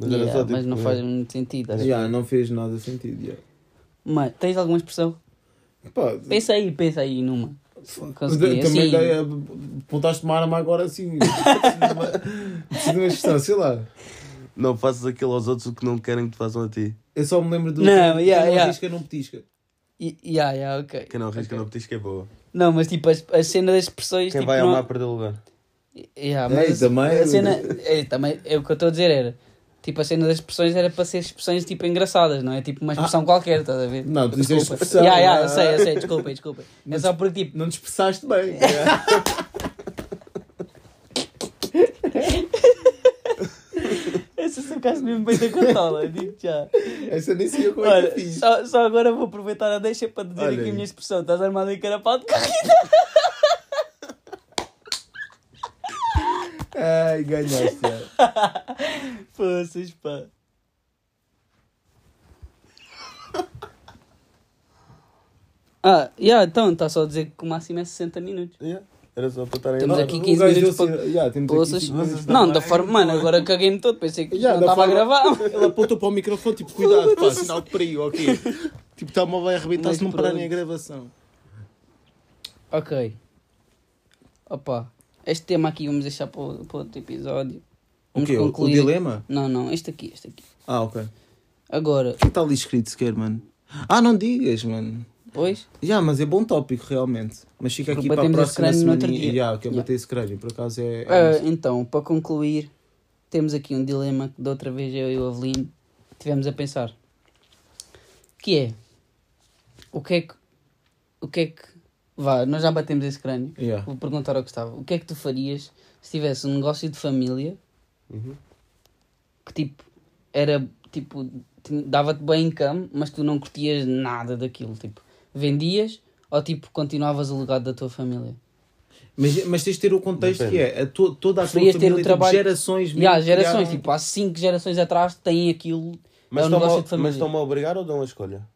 [SPEAKER 4] Mas
[SPEAKER 2] Yeah,
[SPEAKER 4] era só tipo.
[SPEAKER 2] mas não
[SPEAKER 4] né?
[SPEAKER 2] faz muito sentido. acho.
[SPEAKER 3] Já, não fez nada sentido. já.
[SPEAKER 2] Mas tens alguma expressão?
[SPEAKER 3] Pá,
[SPEAKER 2] Pensa aí, pensa aí numa. Consegui,
[SPEAKER 3] de- também
[SPEAKER 2] assim.
[SPEAKER 3] dei, apontaste uma arma agora assim. Preciso de uma expressão, sei lá.
[SPEAKER 4] Não faças aquilo aos outros o que não querem que te façam a ti.
[SPEAKER 3] Eu só me lembro do.
[SPEAKER 2] Não,
[SPEAKER 3] quem
[SPEAKER 2] yeah,
[SPEAKER 3] não
[SPEAKER 2] yeah.
[SPEAKER 3] risca, não petisca.
[SPEAKER 2] I- Yeah, yeah, ok.
[SPEAKER 4] Quem não arrisca
[SPEAKER 2] Ok.
[SPEAKER 4] não petisca é boa.
[SPEAKER 2] Não, mas tipo, as- a cena das expressões.
[SPEAKER 4] Quem
[SPEAKER 2] tipo,
[SPEAKER 4] vai ao
[SPEAKER 2] não-
[SPEAKER 4] mar perder o lugar.
[SPEAKER 2] Yeah,
[SPEAKER 3] Ei,
[SPEAKER 2] mas
[SPEAKER 3] também-
[SPEAKER 2] a cena, é, também é o que eu estou a dizer era tipo a cena das expressões era para ser expressões tipo engraçadas, não é? Tipo uma expressão qualquer, estás a ver?
[SPEAKER 3] Ah. Não, tu disseste
[SPEAKER 2] Desculpa.
[SPEAKER 3] expressão.
[SPEAKER 2] Yeah, yeah,
[SPEAKER 3] ah,
[SPEAKER 2] eu sei, eu sei, desculpa, desculpa. É
[SPEAKER 3] Mas-
[SPEAKER 2] só porque tipo,
[SPEAKER 3] Não te expressaste bem. tá
[SPEAKER 2] essa sacaste mesmo bem da cartola, digo já.
[SPEAKER 3] Essa nem sei eu como é que eu
[SPEAKER 2] Olha,
[SPEAKER 3] fiz.
[SPEAKER 2] só, só agora vou aproveitar a deixa para dizer
[SPEAKER 3] Olha
[SPEAKER 2] aqui
[SPEAKER 3] aí.
[SPEAKER 2] a minha expressão, estás armado em carapau de carrinho.
[SPEAKER 3] Ai, ganhaste. já.
[SPEAKER 2] Poças, pá. Ah, yeah, então, está só a dizer que o máximo é 60 minutos.
[SPEAKER 4] Yeah. Era só para estarem
[SPEAKER 2] Temos
[SPEAKER 4] lá.
[SPEAKER 2] aqui
[SPEAKER 3] O
[SPEAKER 2] 15
[SPEAKER 3] gajo
[SPEAKER 2] minutos
[SPEAKER 3] deu
[SPEAKER 2] para-
[SPEAKER 3] assim, já, temos aqui
[SPEAKER 2] Poças.
[SPEAKER 3] cinco minutos.
[SPEAKER 2] Não, da forma. Mano, agora caguei-me todo. Pensei que
[SPEAKER 3] Já,
[SPEAKER 2] não
[SPEAKER 3] da
[SPEAKER 2] estava a
[SPEAKER 3] forma-
[SPEAKER 2] gravar.
[SPEAKER 3] Ele apontou para o microfone, tipo, cuidado, pá, sinal de perigo, ok. Tipo, está mal vai arrebentar
[SPEAKER 2] Mas
[SPEAKER 3] se não pararem a
[SPEAKER 2] pronto.
[SPEAKER 3] gravação.
[SPEAKER 2] Ok. Opa. Este tema aqui vamos deixar para, o- para outro episódio. Vamos
[SPEAKER 3] quê? O- o dilema?
[SPEAKER 2] Não, não. Este aqui, este aqui.
[SPEAKER 3] Ah, ok.
[SPEAKER 2] Agora,
[SPEAKER 3] que está ali escrito sequer, mano? Ah, não digas, mano.
[SPEAKER 2] pois.
[SPEAKER 3] Já, mas é bom tópico, realmente. Mas fica aqui para a
[SPEAKER 2] Batemos esse
[SPEAKER 3] próxima
[SPEAKER 2] crânio no
[SPEAKER 3] semana.
[SPEAKER 2] outro dia.
[SPEAKER 3] Já, que eu
[SPEAKER 2] Já.
[SPEAKER 3] bati esse crânio, por acaso é.
[SPEAKER 2] Ah,
[SPEAKER 3] é
[SPEAKER 2] então, para concluir, temos aqui um dilema que da outra vez eu e o Avelino tivemos a pensar. Que é. O que é que. O que é que. Vá, nós já batemos esse crânio.
[SPEAKER 3] Yeah.
[SPEAKER 2] Vou perguntar ao Gustavo, o que é que tu farias se tivesse um negócio de família
[SPEAKER 4] Uhum.
[SPEAKER 2] que tipo era tipo tin- dava-te bem income, mas tu não curtias nada daquilo, tipo, vendias ou tipo continuavas o legado da tua família?
[SPEAKER 3] mas, mas tens de ter o contexto
[SPEAKER 4] Depende.
[SPEAKER 3] que é a tua- toda a tua
[SPEAKER 2] Preferias ter
[SPEAKER 3] família,
[SPEAKER 2] o
[SPEAKER 3] tipo,
[SPEAKER 2] trabalho-
[SPEAKER 3] gerações
[SPEAKER 2] E há gerações,
[SPEAKER 3] criaram-
[SPEAKER 2] tipo, há cinco gerações atrás têm aquilo,
[SPEAKER 4] Mas
[SPEAKER 2] é um
[SPEAKER 4] estão-me
[SPEAKER 2] negócio
[SPEAKER 4] a-
[SPEAKER 2] de família.
[SPEAKER 4] mas estão-me a obrigar ou dão a escolha?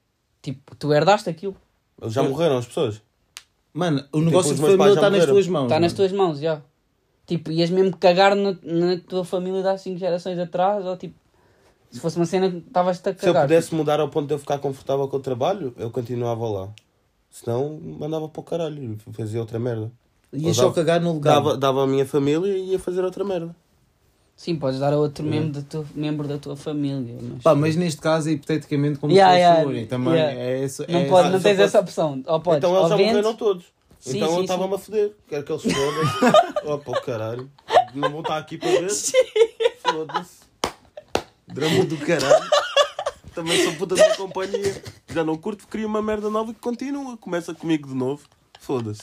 [SPEAKER 2] Tipo, tu herdaste aquilo,
[SPEAKER 4] Eles Já morreram as pessoas?
[SPEAKER 3] Mano, o negócio
[SPEAKER 4] Tipo, os
[SPEAKER 3] de
[SPEAKER 4] meus
[SPEAKER 3] família
[SPEAKER 4] pais já
[SPEAKER 3] está nas
[SPEAKER 4] morreram.
[SPEAKER 3] tuas mãos.
[SPEAKER 2] está Tá nas
[SPEAKER 3] mano.
[SPEAKER 2] tuas mãos, já. Tipo, ias mesmo cagar no- na tua família de há cinco gerações atrás ou tipo, se fosse uma cena, estavas-te a
[SPEAKER 4] Se eu
[SPEAKER 2] cagar.
[SPEAKER 4] pudesse mudar ao ponto de eu ficar confortável com o trabalho, eu continuava lá. Senão, mandava para o caralho e fazia outra merda.
[SPEAKER 3] Ias só
[SPEAKER 4] Dava-
[SPEAKER 3] cagar no lugar.
[SPEAKER 4] Dava, dava à minha família e ia fazer outra merda.
[SPEAKER 2] Sim, podes dar a outro
[SPEAKER 4] Uhum.
[SPEAKER 2] membro, da tua, membro da tua família. Mas...
[SPEAKER 3] Pá, mas neste caso é hipoteticamente como
[SPEAKER 2] Yeah,
[SPEAKER 3] se fosse
[SPEAKER 2] yeah,
[SPEAKER 3] o único. Também
[SPEAKER 2] yeah.
[SPEAKER 3] é isso.
[SPEAKER 2] não
[SPEAKER 3] é
[SPEAKER 2] pode,
[SPEAKER 4] ah,
[SPEAKER 2] não
[SPEAKER 4] só
[SPEAKER 2] tens
[SPEAKER 4] pode-
[SPEAKER 2] essa opção. Ou podes,
[SPEAKER 4] então
[SPEAKER 2] ou
[SPEAKER 4] eles já
[SPEAKER 2] vendes,
[SPEAKER 4] morreram todos.
[SPEAKER 2] Sim,
[SPEAKER 4] então
[SPEAKER 2] sim,
[SPEAKER 4] eu estava-me a foder. Quero que eles se fodam. oh, pô, caralho. Não vou estar aqui para ver. Foda-se. Drama do caralho. Também sou puta da companhia. Já não curto, crio uma merda nova que continua. Começa comigo de novo. Foda-se.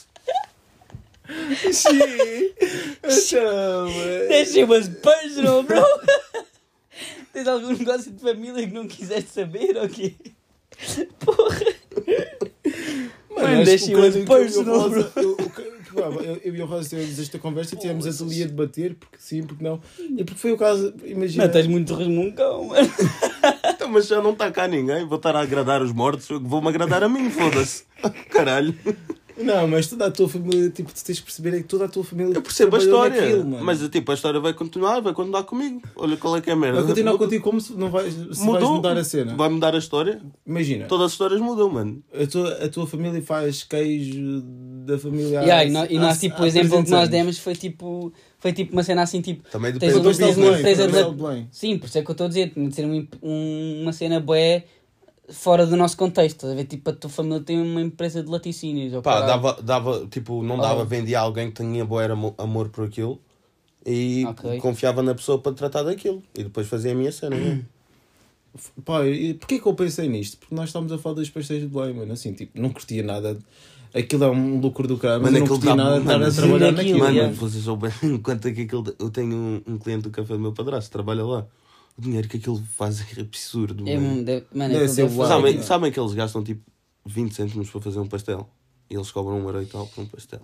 [SPEAKER 3] Então,
[SPEAKER 2] That shit was personal, bro. Tens algum negócio de família que não quiseste saber ou quê? Porra. Mano, that shit was personal, bro.
[SPEAKER 3] assim, Eu eu e o Rosa tivemos esta conversa e tivemos essa ali a debater, porque sim, porque não. E porque foi o caso, imagina.
[SPEAKER 2] Não, tens muito resmungão, mano.
[SPEAKER 4] Então, mas já não está cá ninguém. Vou estar a agradar os mortos. Vou-me agradar a mim. Foda-se. Caralho.
[SPEAKER 3] Não, mas toda a tua família, tipo, tu tens de perceber é que toda a tua família.
[SPEAKER 4] Eu percebo a
[SPEAKER 3] trabalhou
[SPEAKER 4] história.
[SPEAKER 3] naquilo, é mano.
[SPEAKER 4] mas tipo, a história vai continuar. Vai continuar comigo. Olha qual é que é a merda.
[SPEAKER 3] Vai continuar contigo como se não vais, se vais mudar a cena.
[SPEAKER 4] um- Vai mudar a história.
[SPEAKER 3] Imagina,
[SPEAKER 4] Todas as histórias mudam, mano.
[SPEAKER 3] a tua, a tua família faz queijo da família. há-
[SPEAKER 2] Yeah, e nós, e nós
[SPEAKER 3] há-
[SPEAKER 2] tipo,
[SPEAKER 3] há
[SPEAKER 2] o exemplo que
[SPEAKER 3] 300
[SPEAKER 2] nós
[SPEAKER 3] anos.
[SPEAKER 2] demos foi tipo, foi tipo uma cena assim, tipo.
[SPEAKER 4] Também
[SPEAKER 2] Tens
[SPEAKER 4] depende
[SPEAKER 2] um
[SPEAKER 4] do
[SPEAKER 3] Contexto
[SPEAKER 2] business,
[SPEAKER 3] ao
[SPEAKER 4] business.
[SPEAKER 3] blank,
[SPEAKER 2] tens a-
[SPEAKER 3] contexto ao blank.
[SPEAKER 2] Sim, por isso é que eu estou a dizer, tinha de ser um imp- um- uma cena bué fora do nosso contexto. Estás a ver? Tipo, a tua família tem uma empresa de laticínios. ou
[SPEAKER 4] Pá,
[SPEAKER 2] caralho.
[SPEAKER 4] dava, dava, tipo, não dava,
[SPEAKER 2] Ah.
[SPEAKER 4] vendia a alguém que tinha boa era mo- amor por aquilo e
[SPEAKER 2] Ok.
[SPEAKER 4] confiava na pessoa para tratar daquilo e depois fazia a minha cena. né?
[SPEAKER 3] Pá, e porquê que eu pensei nisto? Porque nós estávamos a falar dos pastéis de Belém, mano. Assim, tipo, não curtia nada. Aquilo é um lucro do caralho, mas
[SPEAKER 4] Mano,
[SPEAKER 3] eu não
[SPEAKER 4] aquilo
[SPEAKER 3] curtia
[SPEAKER 4] dá-
[SPEAKER 3] nada de estar
[SPEAKER 4] mano,
[SPEAKER 3] a
[SPEAKER 4] sim,
[SPEAKER 3] trabalhar
[SPEAKER 2] aquilo,
[SPEAKER 3] naquilo.
[SPEAKER 4] Mano,
[SPEAKER 2] yeah.
[SPEAKER 4] vocês souberem quanto é que aquilo. dá- Eu tenho um, um cliente do café do meu padrasto, trabalha lá. O dinheiro que aquilo faz é absurdo.
[SPEAKER 2] É,
[SPEAKER 4] mano.
[SPEAKER 2] mesmo, deve- mano,
[SPEAKER 3] Deve
[SPEAKER 2] aquilo
[SPEAKER 3] ser
[SPEAKER 2] deve
[SPEAKER 3] bué.
[SPEAKER 2] fazer-
[SPEAKER 4] sabem,
[SPEAKER 3] tipo-
[SPEAKER 4] sabem que eles gastam tipo 20 cêntimos para fazer um pastel? E eles cobram um euro e tal por um pastel.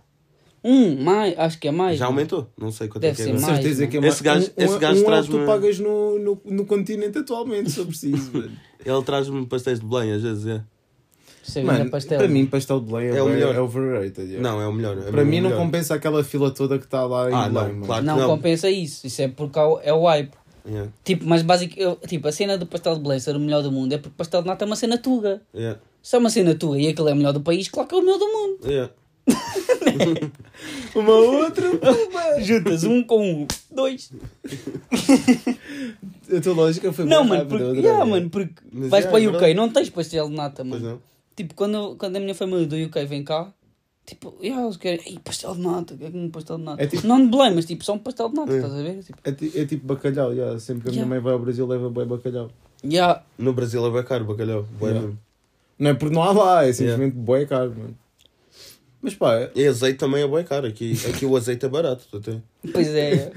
[SPEAKER 2] Um, mais, acho que é mais.
[SPEAKER 4] Já aumentou? Não sei quanto é
[SPEAKER 2] Deve
[SPEAKER 4] que
[SPEAKER 2] ser
[SPEAKER 4] é.
[SPEAKER 3] Com
[SPEAKER 4] agora.
[SPEAKER 2] mais.
[SPEAKER 3] certeza que é
[SPEAKER 4] mano.
[SPEAKER 3] mais-
[SPEAKER 4] Esse gajo-
[SPEAKER 3] um,
[SPEAKER 4] esse gajo
[SPEAKER 3] um, um euro que
[SPEAKER 4] traz-me-
[SPEAKER 3] tu pagas no, no, no continente atualmente, se eu preciso, mano.
[SPEAKER 4] Ele traz-me pastéis de Belém às vezes, é.
[SPEAKER 2] Isso é
[SPEAKER 3] Mano,
[SPEAKER 2] grande pastel.
[SPEAKER 3] para mim, pastel de Belém é,
[SPEAKER 4] É o
[SPEAKER 3] bué-
[SPEAKER 4] melhor.
[SPEAKER 3] é overrated. yeah.
[SPEAKER 4] Não, é o melhor. é
[SPEAKER 3] para
[SPEAKER 4] mesmo
[SPEAKER 3] mim,
[SPEAKER 4] o
[SPEAKER 3] não
[SPEAKER 4] melhor.
[SPEAKER 3] compensa aquela fila toda que está lá em
[SPEAKER 4] Ah,
[SPEAKER 3] Belém,
[SPEAKER 4] não,
[SPEAKER 3] mano.
[SPEAKER 4] claro.
[SPEAKER 2] não,
[SPEAKER 4] não.
[SPEAKER 2] compensa isso. Isso é porque há o- é o hype.
[SPEAKER 4] Yeah,
[SPEAKER 2] Tipo, mas basicamente, tipo, a cena do pastel de Belém ser o melhor do mundo é porque pastel de nata é uma cena tuga.
[SPEAKER 4] yeah,
[SPEAKER 2] Se é uma cena tuga e aquele é o melhor do país, claro que é o melhor do mundo.
[SPEAKER 4] yeah.
[SPEAKER 3] Uma outra.
[SPEAKER 2] Juntas um com um, dois.
[SPEAKER 3] A tua lógica foi
[SPEAKER 2] Não,
[SPEAKER 3] bué
[SPEAKER 2] mano,
[SPEAKER 3] rápida,
[SPEAKER 2] porque,
[SPEAKER 3] eu adorei.
[SPEAKER 2] yeah, mano, porque
[SPEAKER 4] Mas
[SPEAKER 2] vais
[SPEAKER 4] é,
[SPEAKER 2] para
[SPEAKER 4] é
[SPEAKER 2] o UK,
[SPEAKER 4] verdade.
[SPEAKER 2] não tens pastel de nata,
[SPEAKER 4] Pois
[SPEAKER 2] mano.
[SPEAKER 4] não.
[SPEAKER 2] Tipo, quando, quando a minha família do UK vem cá, tipo, yeah, eles querem, ei, pastel de nata, que é que um pastel de nata.
[SPEAKER 3] É tipo-
[SPEAKER 2] Não de Belém, mas tipo, só um pastel de nata,
[SPEAKER 4] É.
[SPEAKER 2] estás a ver? Tipo,
[SPEAKER 3] É, ti- é tipo bacalhau, yeah. sempre que a minha
[SPEAKER 2] Yeah.
[SPEAKER 3] mãe vai ao Brasil leva bem bacalhau.
[SPEAKER 2] yeah,
[SPEAKER 4] No Brasil é bem caro, bacalhau. Bué
[SPEAKER 3] Yeah.
[SPEAKER 4] mesmo.
[SPEAKER 3] Não é porque não há lá, é simplesmente bué caro, mano. Mas pá, é-
[SPEAKER 4] E azeite também é bem caro. Aqui, aqui o azeite é barato. Até.
[SPEAKER 2] pois é.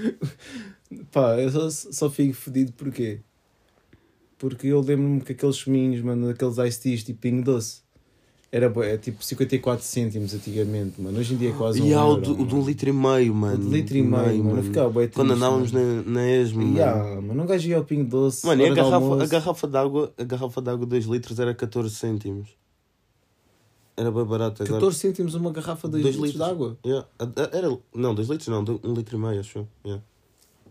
[SPEAKER 3] pá, eu só, só fico fodido porquê? Porque eu lembro-me que aqueles chuminhos, mano, aqueles ice teas tipo pingo doce, era bué, é tipo 54 cêntimos antigamente, mano. Hoje em dia é quase um
[SPEAKER 4] E há o
[SPEAKER 3] euro,
[SPEAKER 4] de, o de um
[SPEAKER 3] mano.
[SPEAKER 4] litro e meio, mano. Um
[SPEAKER 3] de litro e meio, mano. Eu ficava bué
[SPEAKER 4] Quando
[SPEAKER 3] triste,
[SPEAKER 4] andávamos na,
[SPEAKER 3] mano.
[SPEAKER 4] na ESMO, mano.
[SPEAKER 3] Yeah, mano, um gajo ia ao pingo doce,
[SPEAKER 4] Uhum. Mano, e a
[SPEAKER 3] hora de
[SPEAKER 4] garrafa, a
[SPEAKER 3] almoço.
[SPEAKER 4] garrafa d'água, a garrafa d'água 2 litros era 14 cêntimos. Era bem barato agora.
[SPEAKER 3] 14 cêntimos uma garrafa de 2
[SPEAKER 4] Dois
[SPEAKER 3] litros, de
[SPEAKER 4] litros.
[SPEAKER 3] água.
[SPEAKER 4] Yeah. A- a- Era, não, 2 litros não, 1 um litro e meio, acho eu. Yeah.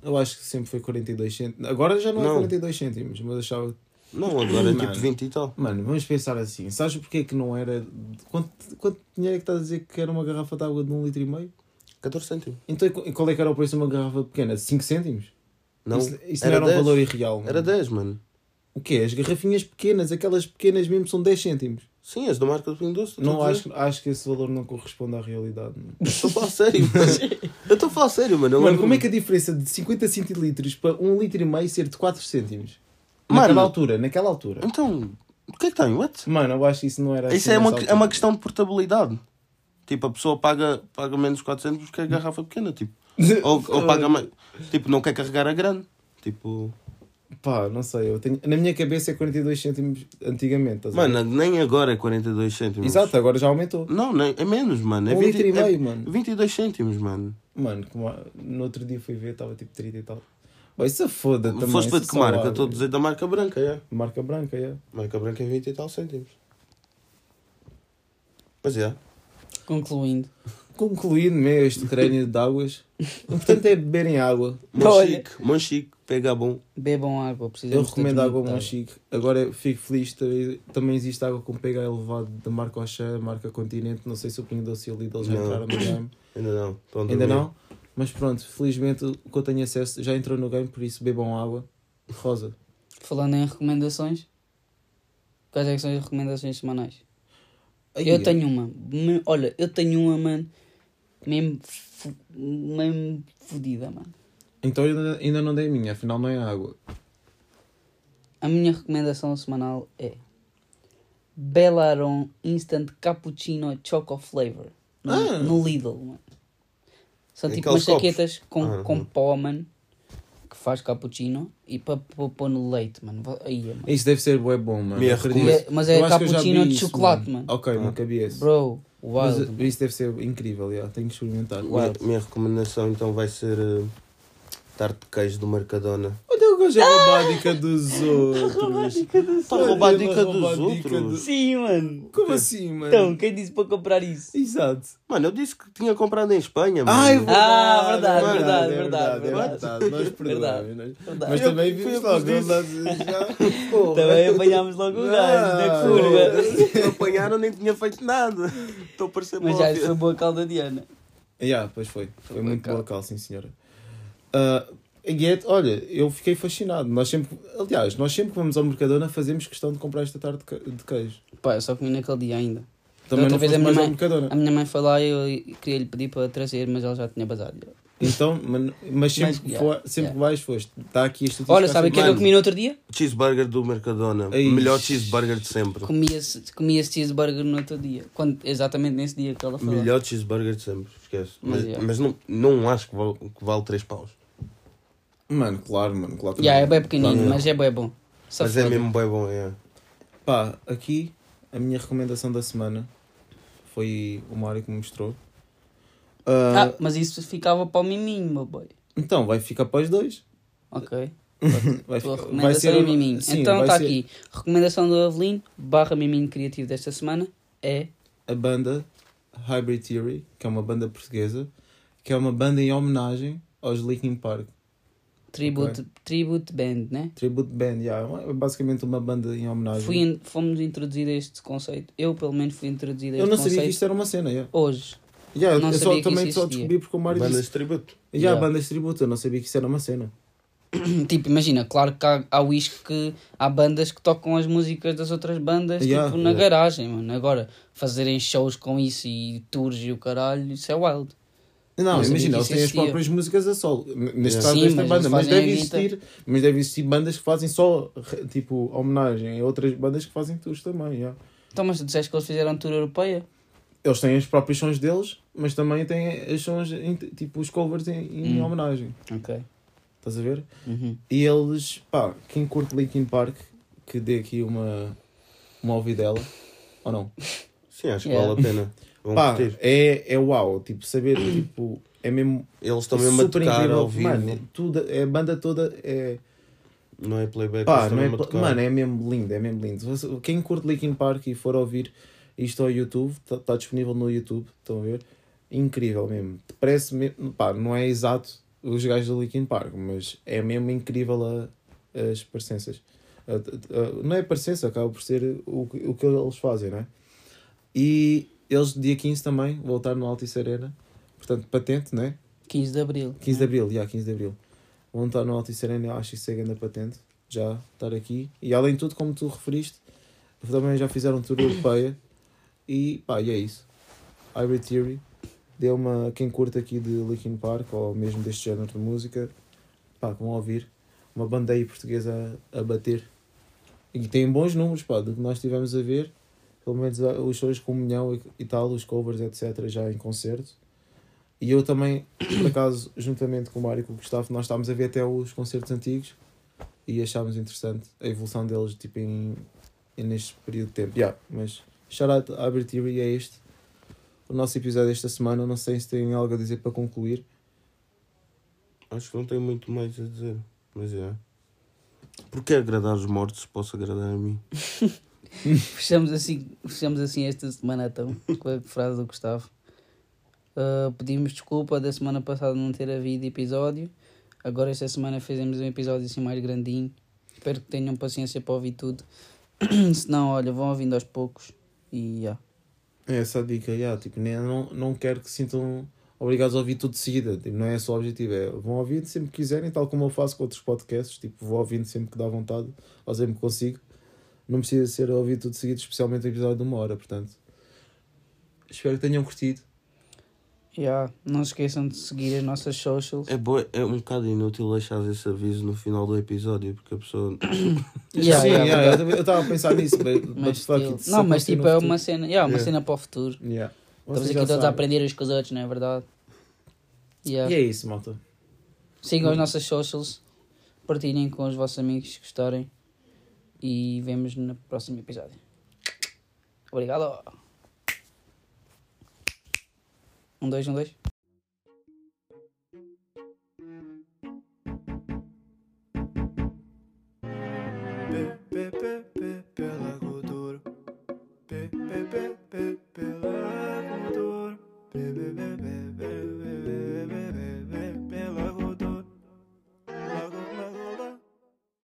[SPEAKER 3] Eu acho que sempre foi 42 cêntimos. Agora já não, é
[SPEAKER 4] Não.
[SPEAKER 3] 42 cêntimos, mas achava.
[SPEAKER 4] Não, agora é tipo
[SPEAKER 3] Mano.
[SPEAKER 4] 20 e tal.
[SPEAKER 3] Mano, vamos pensar assim. Sabes porque é que não era. Quanto, quanto dinheiro é que estás a dizer que era uma garrafa de água de 1 um litro e meio?
[SPEAKER 4] 14 cêntimos.
[SPEAKER 3] Então e qu- e qual é que era o preço de uma garrafa pequena? 5 cêntimos?
[SPEAKER 4] Não,
[SPEAKER 3] isso, isso não era um
[SPEAKER 4] 10.
[SPEAKER 3] valor irreal. mano.
[SPEAKER 4] Era 10, mano.
[SPEAKER 3] O quê? As garrafinhas pequenas, aquelas pequenas mesmo, são 10 cêntimos.
[SPEAKER 4] Sim, as da marca do Pinho Doce.
[SPEAKER 3] Não,
[SPEAKER 4] estou a dizer.
[SPEAKER 3] acho, acho que esse valor não corresponde à realidade. Mano,
[SPEAKER 4] Estou a falar sério, mano. Eu estou a falar sério, mano. Eu
[SPEAKER 3] mano
[SPEAKER 4] lembro-
[SPEAKER 3] como é que a diferença de 50 centilitros para 1 um litro e meio ser de 4 cêntimos?
[SPEAKER 4] Mano.
[SPEAKER 3] Naquela altura, naquela altura.
[SPEAKER 4] Então, o que é que tem? What?
[SPEAKER 3] Mano, eu acho que isso não era
[SPEAKER 4] Isso
[SPEAKER 3] assim
[SPEAKER 4] é uma,
[SPEAKER 3] nessa
[SPEAKER 4] é uma
[SPEAKER 3] altura.
[SPEAKER 4] questão de portabilidade. Tipo, a pessoa paga, paga menos 400 porque é a garrafa pequena, tipo. Ou, ou paga mais. Tipo, não quer carregar a grande. Tipo.
[SPEAKER 3] Pá, não sei, eu tenho... Na minha cabeça é 42 cêntimos antigamente, estás a ver?
[SPEAKER 4] Mano, nem agora é 42 cêntimos.
[SPEAKER 3] Exato, agora já aumentou.
[SPEAKER 4] Não, nem, é menos, mano. É
[SPEAKER 3] Um litro e
[SPEAKER 4] é
[SPEAKER 3] meio, mano.
[SPEAKER 4] 22 cêntimos, mano.
[SPEAKER 3] Mano, como... a- no outro dia fui ver, estava tipo 30 e tal. Pá, isso é foda também.
[SPEAKER 4] Foste
[SPEAKER 3] isso
[SPEAKER 4] para
[SPEAKER 3] é
[SPEAKER 4] de que
[SPEAKER 3] só
[SPEAKER 4] marca?
[SPEAKER 3] água.
[SPEAKER 4] Estou a dizer da marca branca, é.
[SPEAKER 3] Marca branca, é.
[SPEAKER 4] Marca branca é 20 e tal cêntimos. Mas é.
[SPEAKER 2] Concluindo.
[SPEAKER 3] Concluído mesmo este crânio de águas. O importante é beberem água.
[SPEAKER 2] Olha.
[SPEAKER 4] Monchique, Monchique, pega bom.
[SPEAKER 2] Bebam água, precisamos
[SPEAKER 3] Eu
[SPEAKER 2] todos
[SPEAKER 3] recomendo
[SPEAKER 2] muito
[SPEAKER 3] água
[SPEAKER 2] de
[SPEAKER 3] Monchique. Agora eu fico feliz, também- também existe água com pH elevado da marca Oxã, marca Continente. Não sei se o Pinho Doce e o Lidl já
[SPEAKER 4] Não.
[SPEAKER 3] entraram no game.
[SPEAKER 4] Ainda não. Estão a
[SPEAKER 3] Ainda
[SPEAKER 4] dormir.
[SPEAKER 3] não? Mas pronto, felizmente o que eu tenho acesso já entrou no game, por isso bebam água. Rosa.
[SPEAKER 2] Falando em recomendações, quais é que são as recomendações semanais? eu tenho uma. Me- Olha, eu tenho uma, mano, mesmo, fu- mesmo fodida, mano.
[SPEAKER 3] Então eu ainda- ainda não dei a minha, afinal não é água.
[SPEAKER 2] A minha recomendação semanal é Bellaron Instant Cappuccino Choco Flavor no,
[SPEAKER 4] Ah.
[SPEAKER 2] no Lidl, mano. São tipo
[SPEAKER 4] Aqueles
[SPEAKER 2] umas
[SPEAKER 4] copos.
[SPEAKER 2] jaquetas com,
[SPEAKER 4] Ah,
[SPEAKER 2] com
[SPEAKER 4] hum.
[SPEAKER 2] pó, mano, que faz cappuccino e para pôr no leite, mano. Va- Aí, mano.
[SPEAKER 3] Isso deve ser bué bom, mano.
[SPEAKER 4] Me
[SPEAKER 3] Acredito.
[SPEAKER 4] arrecomendas.
[SPEAKER 2] Mas é
[SPEAKER 3] Eu acho que eu já
[SPEAKER 2] cappuccino
[SPEAKER 3] vi
[SPEAKER 2] de
[SPEAKER 3] isso,
[SPEAKER 2] chocolate, mano.
[SPEAKER 3] Ok, nunca vi esse.
[SPEAKER 2] Bro,
[SPEAKER 3] Mas
[SPEAKER 2] wild.
[SPEAKER 3] isso deve ser incrível, já. tenho que experimentar.
[SPEAKER 4] Minha, minha recomendação então vai ser eh, tarte de queijo do Mercadona.
[SPEAKER 3] Olha o gajo é robótica dos outros.
[SPEAKER 4] Está a roubar a
[SPEAKER 3] Ele
[SPEAKER 4] dica
[SPEAKER 3] rouba a
[SPEAKER 4] dos
[SPEAKER 3] Tá dica do-
[SPEAKER 4] outros.
[SPEAKER 2] Sim, mano.
[SPEAKER 3] Como assim, mano?
[SPEAKER 2] Então, quem disse para comprar isso?
[SPEAKER 3] Exato.
[SPEAKER 4] Mano, eu disse que tinha comprado em Espanha, mano.
[SPEAKER 3] Ai, verdade,
[SPEAKER 2] Ah, verdade,
[SPEAKER 3] é
[SPEAKER 2] verdade, verdade,
[SPEAKER 3] é é
[SPEAKER 2] verdade.
[SPEAKER 3] Nós
[SPEAKER 2] Verdade.
[SPEAKER 3] perdoamos. nós-
[SPEAKER 2] Verdade.
[SPEAKER 3] Mas
[SPEAKER 2] Eu-
[SPEAKER 3] também
[SPEAKER 4] fui
[SPEAKER 3] vimos
[SPEAKER 4] eu que
[SPEAKER 3] logo.
[SPEAKER 4] vos disse.
[SPEAKER 3] nós- já- Porra.
[SPEAKER 2] Também apanhámos logo o gajo é da
[SPEAKER 3] Não.
[SPEAKER 2] curva.
[SPEAKER 4] Me apanharam, nem tinha feito nada. Estou a parecer
[SPEAKER 2] Mas já, isso foi boa calda Diana.
[SPEAKER 3] Então, Yeah, pois foi. Foi
[SPEAKER 2] boa
[SPEAKER 3] muito
[SPEAKER 2] cal.
[SPEAKER 3] boa cal, sim, senhora. Ah, e é- olha, eu fiquei fascinado. Nós sempre, aliás, nós sempre que vamos ao Mercadona fazemos questão de comprar esta tarde de que- de queijo.
[SPEAKER 2] Pá, eu só comi naquele dia ainda.
[SPEAKER 3] Também
[SPEAKER 2] outra
[SPEAKER 3] não
[SPEAKER 2] vez
[SPEAKER 3] foste
[SPEAKER 2] a minha
[SPEAKER 3] mais ao
[SPEAKER 2] mãe-
[SPEAKER 3] Mercadona.
[SPEAKER 2] A minha mãe foi lá e eu queria lhe pedir para trazer, mas ela já tinha bazado.
[SPEAKER 3] Então, mano, mas sempre,
[SPEAKER 2] Mas,
[SPEAKER 3] que
[SPEAKER 2] yeah,
[SPEAKER 3] for- sempre que vais, foste. Está aqui este
[SPEAKER 2] Olha, sabe o que é que eu
[SPEAKER 4] mano.
[SPEAKER 2] comi no outro dia?
[SPEAKER 4] Cheeseburger do Mercadona.
[SPEAKER 3] Ei.
[SPEAKER 4] Melhor cheeseburger de sempre.
[SPEAKER 2] Comia esse, comia esse cheeseburger no outro dia. Quando, exatamente nesse dia que ela falou.
[SPEAKER 4] Melhor cheeseburger de sempre, esquece.
[SPEAKER 2] Mas,
[SPEAKER 4] Mas,
[SPEAKER 2] é. yeah.
[SPEAKER 4] mas não, não acho que vale, que vale 3 paus.
[SPEAKER 3] Mano, claro, mano, claro. que
[SPEAKER 2] Yeah, é
[SPEAKER 3] não.
[SPEAKER 2] bem pequenino,
[SPEAKER 4] Claro.
[SPEAKER 2] mas é bem bom. Só
[SPEAKER 4] mas
[SPEAKER 2] foda.
[SPEAKER 4] é mesmo bem bom, é.
[SPEAKER 3] Pá, aqui a minha recomendação da semana foi o Mário que me mostrou. Ah,
[SPEAKER 2] Ah, mas isso ficava para o miminho, meu boy.
[SPEAKER 3] Então, vai ficar para os dois.
[SPEAKER 2] Ok.
[SPEAKER 3] Vai,
[SPEAKER 2] Tua
[SPEAKER 3] ficar- vai
[SPEAKER 2] recomendação é
[SPEAKER 3] o-
[SPEAKER 2] miminho.
[SPEAKER 3] Sim,
[SPEAKER 2] então
[SPEAKER 3] vai
[SPEAKER 2] está
[SPEAKER 3] ser
[SPEAKER 2] aqui. Recomendação do Avelino barra miminho criativo desta semana é.
[SPEAKER 3] A banda Hybrid Theory, que é uma banda portuguesa, que é uma banda em homenagem aos Linkin Park.
[SPEAKER 2] Tribute, tribute Band, né?
[SPEAKER 3] Tribute Band, yeah, é basicamente uma banda em homenagem.
[SPEAKER 2] Fui in- fomos introduzidos a este conceito. Eu, pelo menos, fui introduzido a este
[SPEAKER 3] Eu não
[SPEAKER 2] conceito
[SPEAKER 3] sabia que isto era uma cena, yeah.
[SPEAKER 2] hoje.
[SPEAKER 3] Yeah,
[SPEAKER 2] Não
[SPEAKER 3] eu só,
[SPEAKER 2] sabia que
[SPEAKER 3] também
[SPEAKER 2] isso
[SPEAKER 3] só
[SPEAKER 2] existia.
[SPEAKER 3] descobri porque o Mário
[SPEAKER 4] Bandas
[SPEAKER 3] disse.
[SPEAKER 4] de tributo.
[SPEAKER 3] Yeah,
[SPEAKER 2] Yeah.
[SPEAKER 3] bandas de tributo, eu não sabia que isso era uma cena.
[SPEAKER 2] Tipo, imagina, claro que há, há whisky que há bandas que tocam as músicas das outras bandas
[SPEAKER 3] Yeah,
[SPEAKER 2] tipo, na
[SPEAKER 4] yeah.
[SPEAKER 2] garagem, mano. Agora, fazerem shows com isso e tours e o caralho, isso é wild.
[SPEAKER 3] Não,
[SPEAKER 2] Não sabia que
[SPEAKER 3] imagina, eles
[SPEAKER 2] isso
[SPEAKER 3] têm as
[SPEAKER 2] existia.
[SPEAKER 3] próprias músicas a solo. N- Neste
[SPEAKER 4] Yeah.
[SPEAKER 3] caso,
[SPEAKER 2] Sim,
[SPEAKER 3] esta
[SPEAKER 2] mas
[SPEAKER 3] banda.
[SPEAKER 2] eles
[SPEAKER 3] Mas
[SPEAKER 2] fazem
[SPEAKER 3] deve,
[SPEAKER 2] a
[SPEAKER 3] existir, mas deve existir bandas que fazem só, re- tipo, homenagem a outras bandas que fazem tours também. yeah.
[SPEAKER 2] Então, mas tu disseste que eles fizeram tour europeia?
[SPEAKER 3] Eles têm os próprios sons deles, mas também têm os sons, em- tipo, os covers em, em
[SPEAKER 2] Hum.
[SPEAKER 3] homenagem.
[SPEAKER 2] Ok. Uhum.
[SPEAKER 3] Estás a ver? E eles, pá, quem curte Linkin Park, que dê aqui uma, uma ouvidela. Ou não?
[SPEAKER 4] Sim, acho que
[SPEAKER 2] Yeah.
[SPEAKER 4] vale a pena. Vão
[SPEAKER 3] Pá,
[SPEAKER 4] curtir.
[SPEAKER 3] é, é uau, tipo, saber, tipo, é mesmo
[SPEAKER 4] Eles também mesmo a
[SPEAKER 3] super
[SPEAKER 4] tocar
[SPEAKER 3] incrível.
[SPEAKER 4] ao vivo.
[SPEAKER 3] Mano, tudo, é, a banda toda é.
[SPEAKER 4] Não é playback,
[SPEAKER 3] Pá,
[SPEAKER 4] eles
[SPEAKER 3] não
[SPEAKER 4] também
[SPEAKER 3] é,
[SPEAKER 4] mesmo a tocar.
[SPEAKER 3] mano, é mesmo lindo, é mesmo lindo. Você- Quem curte Linkin Park e for ouvir isto ao YouTube, está disponível no YouTube, estão a ver? Incrível mesmo. Parece mesmo, pá, não é exato os gajos do Linkin Park, mas é mesmo incrível a- as parecenças. A- a- a- não é parecença, acaba por ser o, que- o que eles fazem, não é? E eles, dia 15 também, voltaram no Altice Arena, portanto, patente, não é?
[SPEAKER 2] 15 de Abril.
[SPEAKER 3] 15 de Abril, já, 15 de Abril. Vão estar no Altice Arena, acho que isso é grande patente, já estar aqui. E além de tudo, como tu referiste, também já fizeram tour europeia. E pá, e é isso. Hybrid Theory. Dê uma. Quem curta aqui de Linkin Park ou mesmo deste género de música, pá, que vão ouvir. Uma banda aí portuguesa a a bater. E tem bons números, pá, do que nós estivemos a ver. Pelo menos ah, os shows com um milhão e- e tal, os covers, etc., já em concerto. E eu também, por acaso, juntamente com o Mário e com o Gustavo, nós estávamos a ver até os concertos antigos e achámos interessante a evolução deles tipo, em, em- neste período de tempo. Yeah, mas shout out à Albert Theory é este. O nosso episódio desta semana, não sei se tem algo a dizer para concluir.
[SPEAKER 4] Acho que não tenho muito mais a dizer. Mas é. Porque é agradar os mortos se posso agradar a mim?
[SPEAKER 2] Fechamos assim, fechamos assim esta semana então, com a frase do Gustavo. Ah, pedimos desculpa da semana passada não ter havido episódio. Agora esta semana fizemos um episódio assim mais grandinho. Espero que tenham paciência para ouvir tudo. Se não, olha, vão ouvindo aos poucos. E yeah.
[SPEAKER 3] É essa a dica, yeah, tipo, nem, não, não quero que se sintam obrigados a ouvir tudo de seguida. Tipo, não é esse o objetivo, é vão ouvindo sempre que quiserem, tal como eu faço com outros podcasts. Tipo, vou ouvindo sempre que dá vontade ou sempre que consigo. Não precisa ser ouvido tudo de seguida, especialmente o episódio de uma hora. Portanto, espero que tenham curtido.
[SPEAKER 2] Yeah. Não se esqueçam de seguir as nossas socials.
[SPEAKER 4] É, boi, é um bocado inútil deixar esse aviso no final do episódio, porque a pessoa.
[SPEAKER 2] Yeah,
[SPEAKER 3] Sim,
[SPEAKER 2] yeah.
[SPEAKER 3] yeah, eu também- eu estava a pensar nisso, mas,
[SPEAKER 2] Mas
[SPEAKER 3] mas, aqui,
[SPEAKER 2] still-
[SPEAKER 3] se
[SPEAKER 2] Não, mas
[SPEAKER 3] acontecer no
[SPEAKER 2] tipo, é
[SPEAKER 3] futuro-
[SPEAKER 2] uma cena, yeah, uma
[SPEAKER 4] Yeah.
[SPEAKER 2] cena para o futuro.
[SPEAKER 3] Yeah.
[SPEAKER 2] Estamos
[SPEAKER 3] Vocês
[SPEAKER 2] aqui
[SPEAKER 3] já
[SPEAKER 2] todos a
[SPEAKER 3] sabem.
[SPEAKER 2] aprender uns com os outros, não é verdade? Yeah.
[SPEAKER 3] E é isso, malta.
[SPEAKER 2] Sigam as nossas socials, partilhem com os vossos amigos que gostarem e vemos no próximo episódio. Obrigado! Um, dois, um, dois.
[SPEAKER 1] Pe- pe- pe- pe- pela gordura. Pe- pe- pe- pe- pela